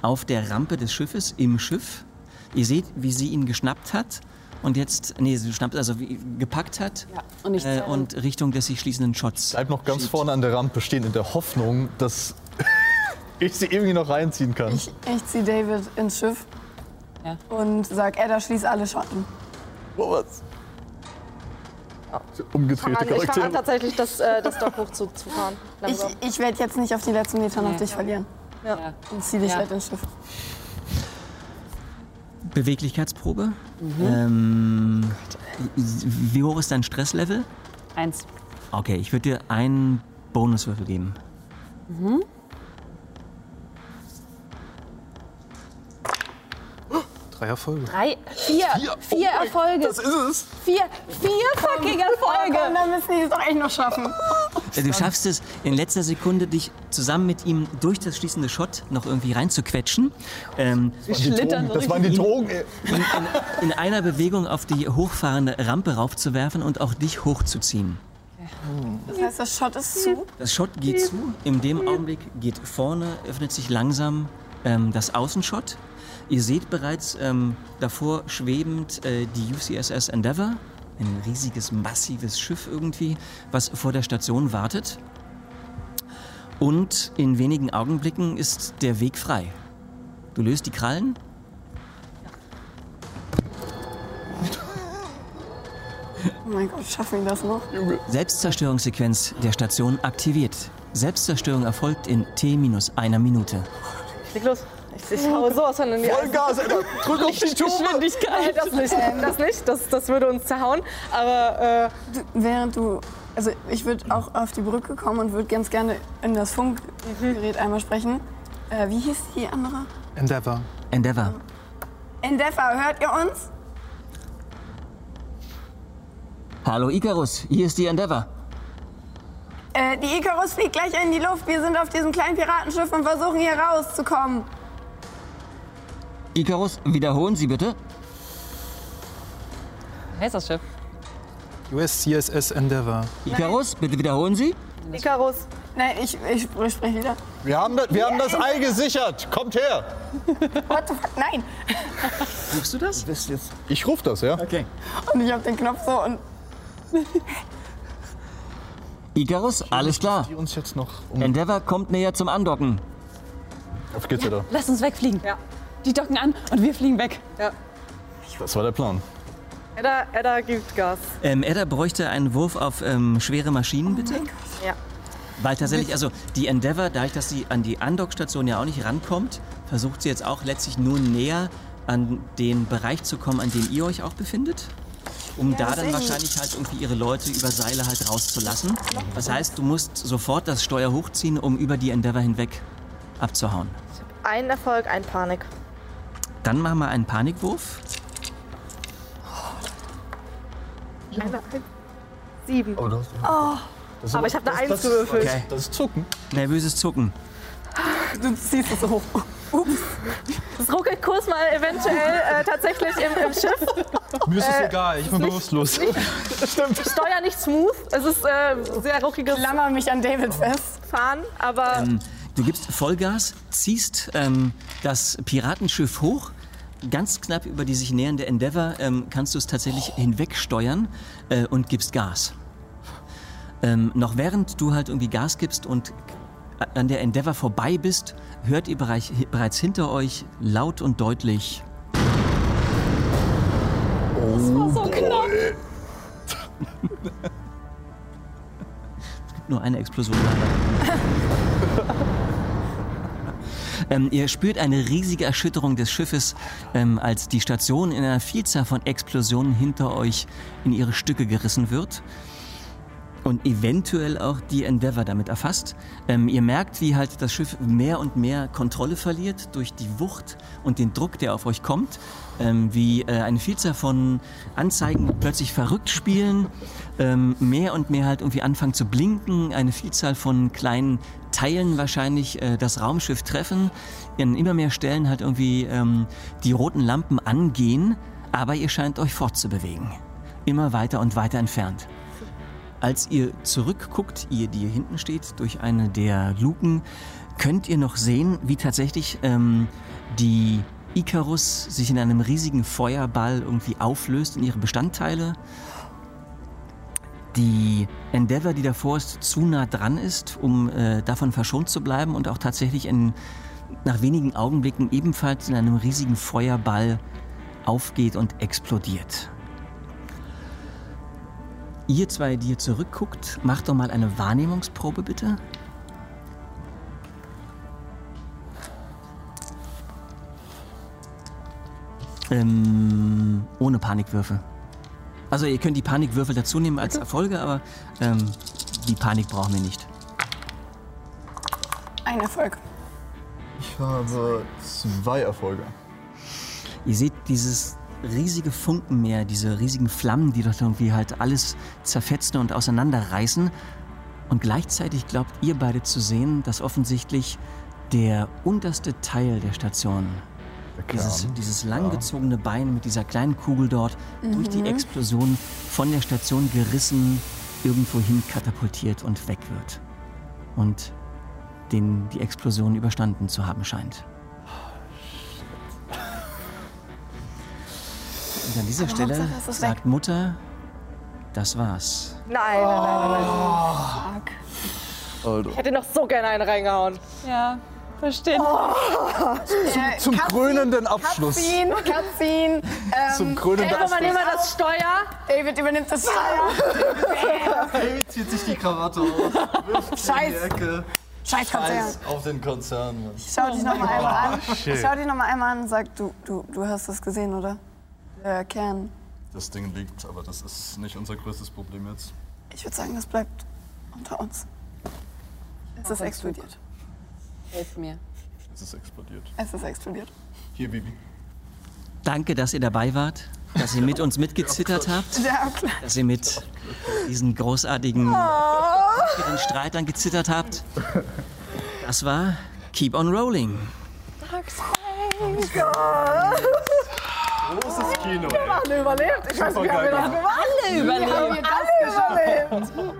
[SPEAKER 1] auf der Rampe des Schiffes, im Schiff. Ihr seht, wie sie ihn geschnappt hat und jetzt, nee, sie schnappt, also wie, gepackt hat
[SPEAKER 7] und, ich
[SPEAKER 1] äh,
[SPEAKER 7] zerre.
[SPEAKER 1] und Richtung des sich schließenden Shots.
[SPEAKER 3] Bleib noch ganz vorne an der Rampe stehen, in der Hoffnung, dass ich sie irgendwie noch reinziehen kann.
[SPEAKER 4] Ich, ich ziehe David ins Schiff und sag, Edda, schließ alle Schotten.
[SPEAKER 3] Boris. Ah, Umgedrehte
[SPEAKER 2] ich fange an,
[SPEAKER 3] Charaktere.
[SPEAKER 2] tatsächlich das, äh, das Dock hochzufahren.
[SPEAKER 4] Ich, ich werde jetzt nicht auf die letzten Meter noch dich verlieren.
[SPEAKER 7] Ja.
[SPEAKER 4] Und zieh dich
[SPEAKER 7] Ja. Oh
[SPEAKER 4] halt ins Schiff.
[SPEAKER 1] Beweglichkeitsprobe. Ähm, wie hoch ist dein Stresslevel?
[SPEAKER 7] Eins.
[SPEAKER 1] Okay, ich würde dir einen Bonuswürfel geben. Äh,
[SPEAKER 7] Mhm.
[SPEAKER 8] Drei Erfolge.
[SPEAKER 7] Drei, vier, vier, Erfolge. Das ist
[SPEAKER 8] es.
[SPEAKER 7] Vier, vier fucking Erfolge.
[SPEAKER 4] Komm, dann müssen die es doch echt noch schaffen.
[SPEAKER 1] Äh, Du schaffst es in letzter Sekunde, dich zusammen mit ihm durch das schließende Shot noch irgendwie reinzuquetschen. Ähm,
[SPEAKER 3] Das waren die Drogen, das waren die Drogen. ey.
[SPEAKER 1] In, in, in einer Bewegung auf die hochfahrende Rampe raufzuwerfen und auch dich hochzuziehen.
[SPEAKER 4] Das heißt, das Schott ist zu.
[SPEAKER 1] Das Shot geht zu. In dem Augenblick geht vorne, öffnet sich langsam ähm, das Außenshot. Ihr seht bereits ähm, davor schwebend äh, die UCSS Endeavour, ein riesiges, massives Schiff irgendwie, was vor der Station wartet. Und in wenigen Augenblicken ist der Weg frei. Du löst die Krallen.
[SPEAKER 4] Oh mein Gott, schaffen wir das noch?
[SPEAKER 1] Selbstzerstörungssequenz der Station aktiviert. Selbstzerstörung erfolgt in T minus einer Minute.
[SPEAKER 2] Leg los. Ich, ich hau sowas von in die
[SPEAKER 3] Vollgas, Alter. Drück auf die Tube.
[SPEAKER 2] Geschwindigkeit. Äh, das nicht, das nicht, das, das würde uns zerhauen. Aber
[SPEAKER 4] äh, während du, also ich würde auch auf die Brücke kommen und würde ganz gerne in das
[SPEAKER 7] Mhm.
[SPEAKER 4] Funkgerät einmal sprechen. Äh, wie hieß die andere?
[SPEAKER 8] Endeavor.
[SPEAKER 1] Endeavor.
[SPEAKER 4] Endeavor, hört ihr uns?
[SPEAKER 12] Hallo Icarus, hier ist die Endeavour.
[SPEAKER 4] Äh, die Icarus fliegt gleich in die Luft. Wir sind auf diesem kleinen Piratenschiff und versuchen hier rauszukommen.
[SPEAKER 12] Icarus, wiederholen Sie bitte.
[SPEAKER 7] Heißt das Schiff?
[SPEAKER 8] USCSS Endeavor.
[SPEAKER 12] Icarus, bitte wiederholen Sie.
[SPEAKER 4] Icarus. Nein, ich, ich, ich spreche wieder.
[SPEAKER 3] Wir haben, das, wir haben das Ei gesichert. Kommt her.
[SPEAKER 4] What the fuck? Nein.
[SPEAKER 1] Rufst du das?
[SPEAKER 3] Ich ruf das, ja.
[SPEAKER 1] Okay.
[SPEAKER 4] Und ich hab den Knopf so und.
[SPEAKER 12] Icarus, alles klar.
[SPEAKER 3] um-
[SPEAKER 12] Endeavour kommt näher zum Andocken.
[SPEAKER 3] Auf geht's wieder.
[SPEAKER 7] Lass uns wegfliegen. Die docken an und wir fliegen weg.
[SPEAKER 3] Das war der Plan.
[SPEAKER 2] Edda, Edda gibt Gas.
[SPEAKER 1] Ähm, Edda bräuchte einen Wurf auf ähm, schwere Maschinen, bitte.
[SPEAKER 2] Oh Ja.
[SPEAKER 1] Weil tatsächlich, also die Endeavour, dadurch, dass sie an die Andockstation ja auch nicht rankommt, versucht sie jetzt auch letztlich nur näher an den Bereich zu kommen, an dem ihr euch auch befindet. Um
[SPEAKER 12] Ja,
[SPEAKER 1] da dann
[SPEAKER 12] deswegen.
[SPEAKER 1] wahrscheinlich halt irgendwie ihre Leute über Seile halt rauszulassen. Das heißt, du musst sofort das Steuer hochziehen, um über die Endeavour hinweg abzuhauen.
[SPEAKER 2] Ein Erfolg, ein Panik.
[SPEAKER 1] Dann machen wir einen Panikwurf.
[SPEAKER 2] Eine, ein, sieben.
[SPEAKER 3] Oh, das,
[SPEAKER 2] oh.
[SPEAKER 3] Das ist
[SPEAKER 2] aber ich habe eine Eins
[SPEAKER 3] das-
[SPEAKER 2] gewürfelt.
[SPEAKER 1] Okay.
[SPEAKER 3] Das ist Zucken.
[SPEAKER 1] Nervöses Zucken.
[SPEAKER 4] Du ziehst es hoch.
[SPEAKER 2] Das ruckelt kurz mal eventuell äh, tatsächlich im, im Schiff.
[SPEAKER 8] Mir ist es
[SPEAKER 2] Äh,
[SPEAKER 8] egal, ich bin bewusstlos.
[SPEAKER 2] Stimmt. Steuer nicht smooth. Es ist äh, sehr ruckiges.
[SPEAKER 4] Klammer mich an David fest.
[SPEAKER 2] Fahren, aber.
[SPEAKER 1] Ähm, du gibst Vollgas, ziehst ähm, das Piratenschiff hoch. Ganz knapp über die sich nähernde Endeavour ähm, kannst du es tatsächlich hinwegsteuern äh, und gibst Gas. Ähm, noch während du halt irgendwie Gas gibst und an der Endeavour vorbei bist, hört ihr bereich, bereits hinter euch laut und deutlich.
[SPEAKER 7] Das war
[SPEAKER 1] Oh
[SPEAKER 7] so knapp.
[SPEAKER 1] Es gibt nur eine Explosion. Ähm, ihr spürt eine riesige Erschütterung des Schiffes, ähm, als die Station in einer Vielzahl von Explosionen hinter euch in ihre Stücke gerissen wird. Und eventuell auch die Endeavour damit erfasst. Ähm, ihr merkt, wie halt das Schiff mehr und mehr Kontrolle verliert durch die Wucht und den Druck, der auf euch kommt. Ähm, wie äh, eine Vielzahl von Anzeigen plötzlich verrückt spielen. Ähm, mehr und mehr halt irgendwie anfangen zu blinken. Eine Vielzahl von kleinen Teilen wahrscheinlich äh, das Raumschiff treffen, an immer mehr Stellen halt irgendwie ähm, die roten Lampen angehen, aber ihr scheint euch fortzubewegen. Immer weiter und weiter entfernt. Als ihr zurückguckt, ihr, die hier hinten steht, durch eine der Luken, könnt ihr noch sehen, wie tatsächlich ähm, die Icarus sich in einem riesigen Feuerball irgendwie auflöst in ihre Bestandteile die Endeavour, die davor ist, zu nah dran ist, um äh, davon verschont zu bleiben und auch tatsächlich in, nach wenigen Augenblicken ebenfalls in einem riesigen Feuerball aufgeht und explodiert. Ihr zwei, die ihr zurückguckt, macht doch mal eine Wahrnehmungsprobe bitte. Ähm, ohne Panikwürfe. Also ihr könnt die Panikwürfel dazu nehmen als Erfolge, aber ähm, die Panik brauchen wir nicht.
[SPEAKER 4] Ein Erfolg.
[SPEAKER 3] Ich habe zwei Erfolge.
[SPEAKER 1] Ihr seht dieses riesige Funkenmeer, diese riesigen Flammen, die dort irgendwie halt alles zerfetzen und auseinanderreißen. Und gleichzeitig glaubt ihr beide zu sehen, dass offensichtlich der unterste Teil der Station, dieses, dieses langgezogene Bein mit dieser kleinen Kugel dort, durch die
[SPEAKER 7] Mhm.
[SPEAKER 1] Explosion von der Station gerissen, irgendwohin katapultiert und weg wird. Und den die Explosion überstanden zu haben scheint.
[SPEAKER 4] Oh,
[SPEAKER 1] Und an dieser
[SPEAKER 4] Aber
[SPEAKER 1] Stelle
[SPEAKER 4] Oh, Hauptsache, es ist
[SPEAKER 1] sagt Mutter, das war's.
[SPEAKER 9] Nein, nein, nein, nein. nein. Ich hätte noch so gerne einen reingehauen.
[SPEAKER 7] Ja, verstehe.
[SPEAKER 4] Äh,
[SPEAKER 3] Zum krönenden Abschluss.
[SPEAKER 4] Katzin, Katzin.
[SPEAKER 3] Zum krönenden David, Abschluss. übernimm mal
[SPEAKER 4] das Steuer. David übernimmt das Steuer.
[SPEAKER 3] David zieht sich die Krawatte aus.
[SPEAKER 4] Scheiß.
[SPEAKER 3] Ecke.
[SPEAKER 4] Scheiß Konzern.
[SPEAKER 3] auf den Konzern. Mann.
[SPEAKER 4] Schau dich nochmal einmal an.
[SPEAKER 3] Oh, Shit.
[SPEAKER 4] Schau dich nochmal einmal an und sag, du, du, du hast das gesehen, oder? Der Kern.
[SPEAKER 3] Das Ding liegt, aber das ist nicht unser größtes Problem jetzt.
[SPEAKER 4] Ich würde sagen, das bleibt unter uns. Es ist explodiert.
[SPEAKER 7] Hilf mir.
[SPEAKER 3] Es ist explodiert.
[SPEAKER 4] Es ist explodiert.
[SPEAKER 3] Hier, Bibi.
[SPEAKER 1] Danke, dass ihr dabei wart, dass ihr mit uns mitgezittert habt,
[SPEAKER 4] Ja, klar.
[SPEAKER 1] dass ihr mit diesen großartigen ihren Streitern gezittert habt. Das war Keep on Rolling.
[SPEAKER 4] Dark Space. Großes Kino. Wir haben alle überlebt. Ich weiß nicht, wie haben wir das gemacht?
[SPEAKER 7] Alle überlebt.
[SPEAKER 4] Wie haben wir das
[SPEAKER 7] Alle
[SPEAKER 4] überlebt?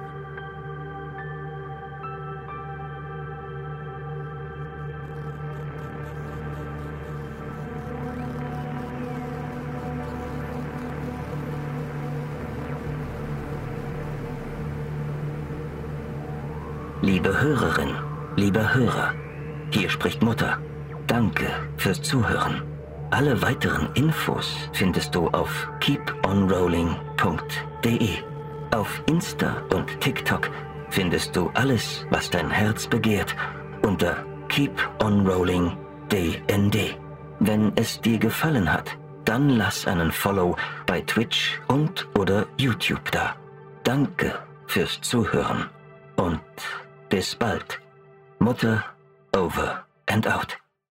[SPEAKER 12] Liebe Hörerin, lieber Hörer, hier spricht Mutter. Danke fürs Zuhören. Alle weiteren Infos findest du auf keeponrolling.de. Auf Insta und TikTok findest du alles, was dein Herz begehrt, unter keeponrolling.dnd. Wenn es dir gefallen hat, dann lass einen Follow bei Twitch und oder YouTube da. Danke fürs Zuhören und bis bald. Mutter over and out.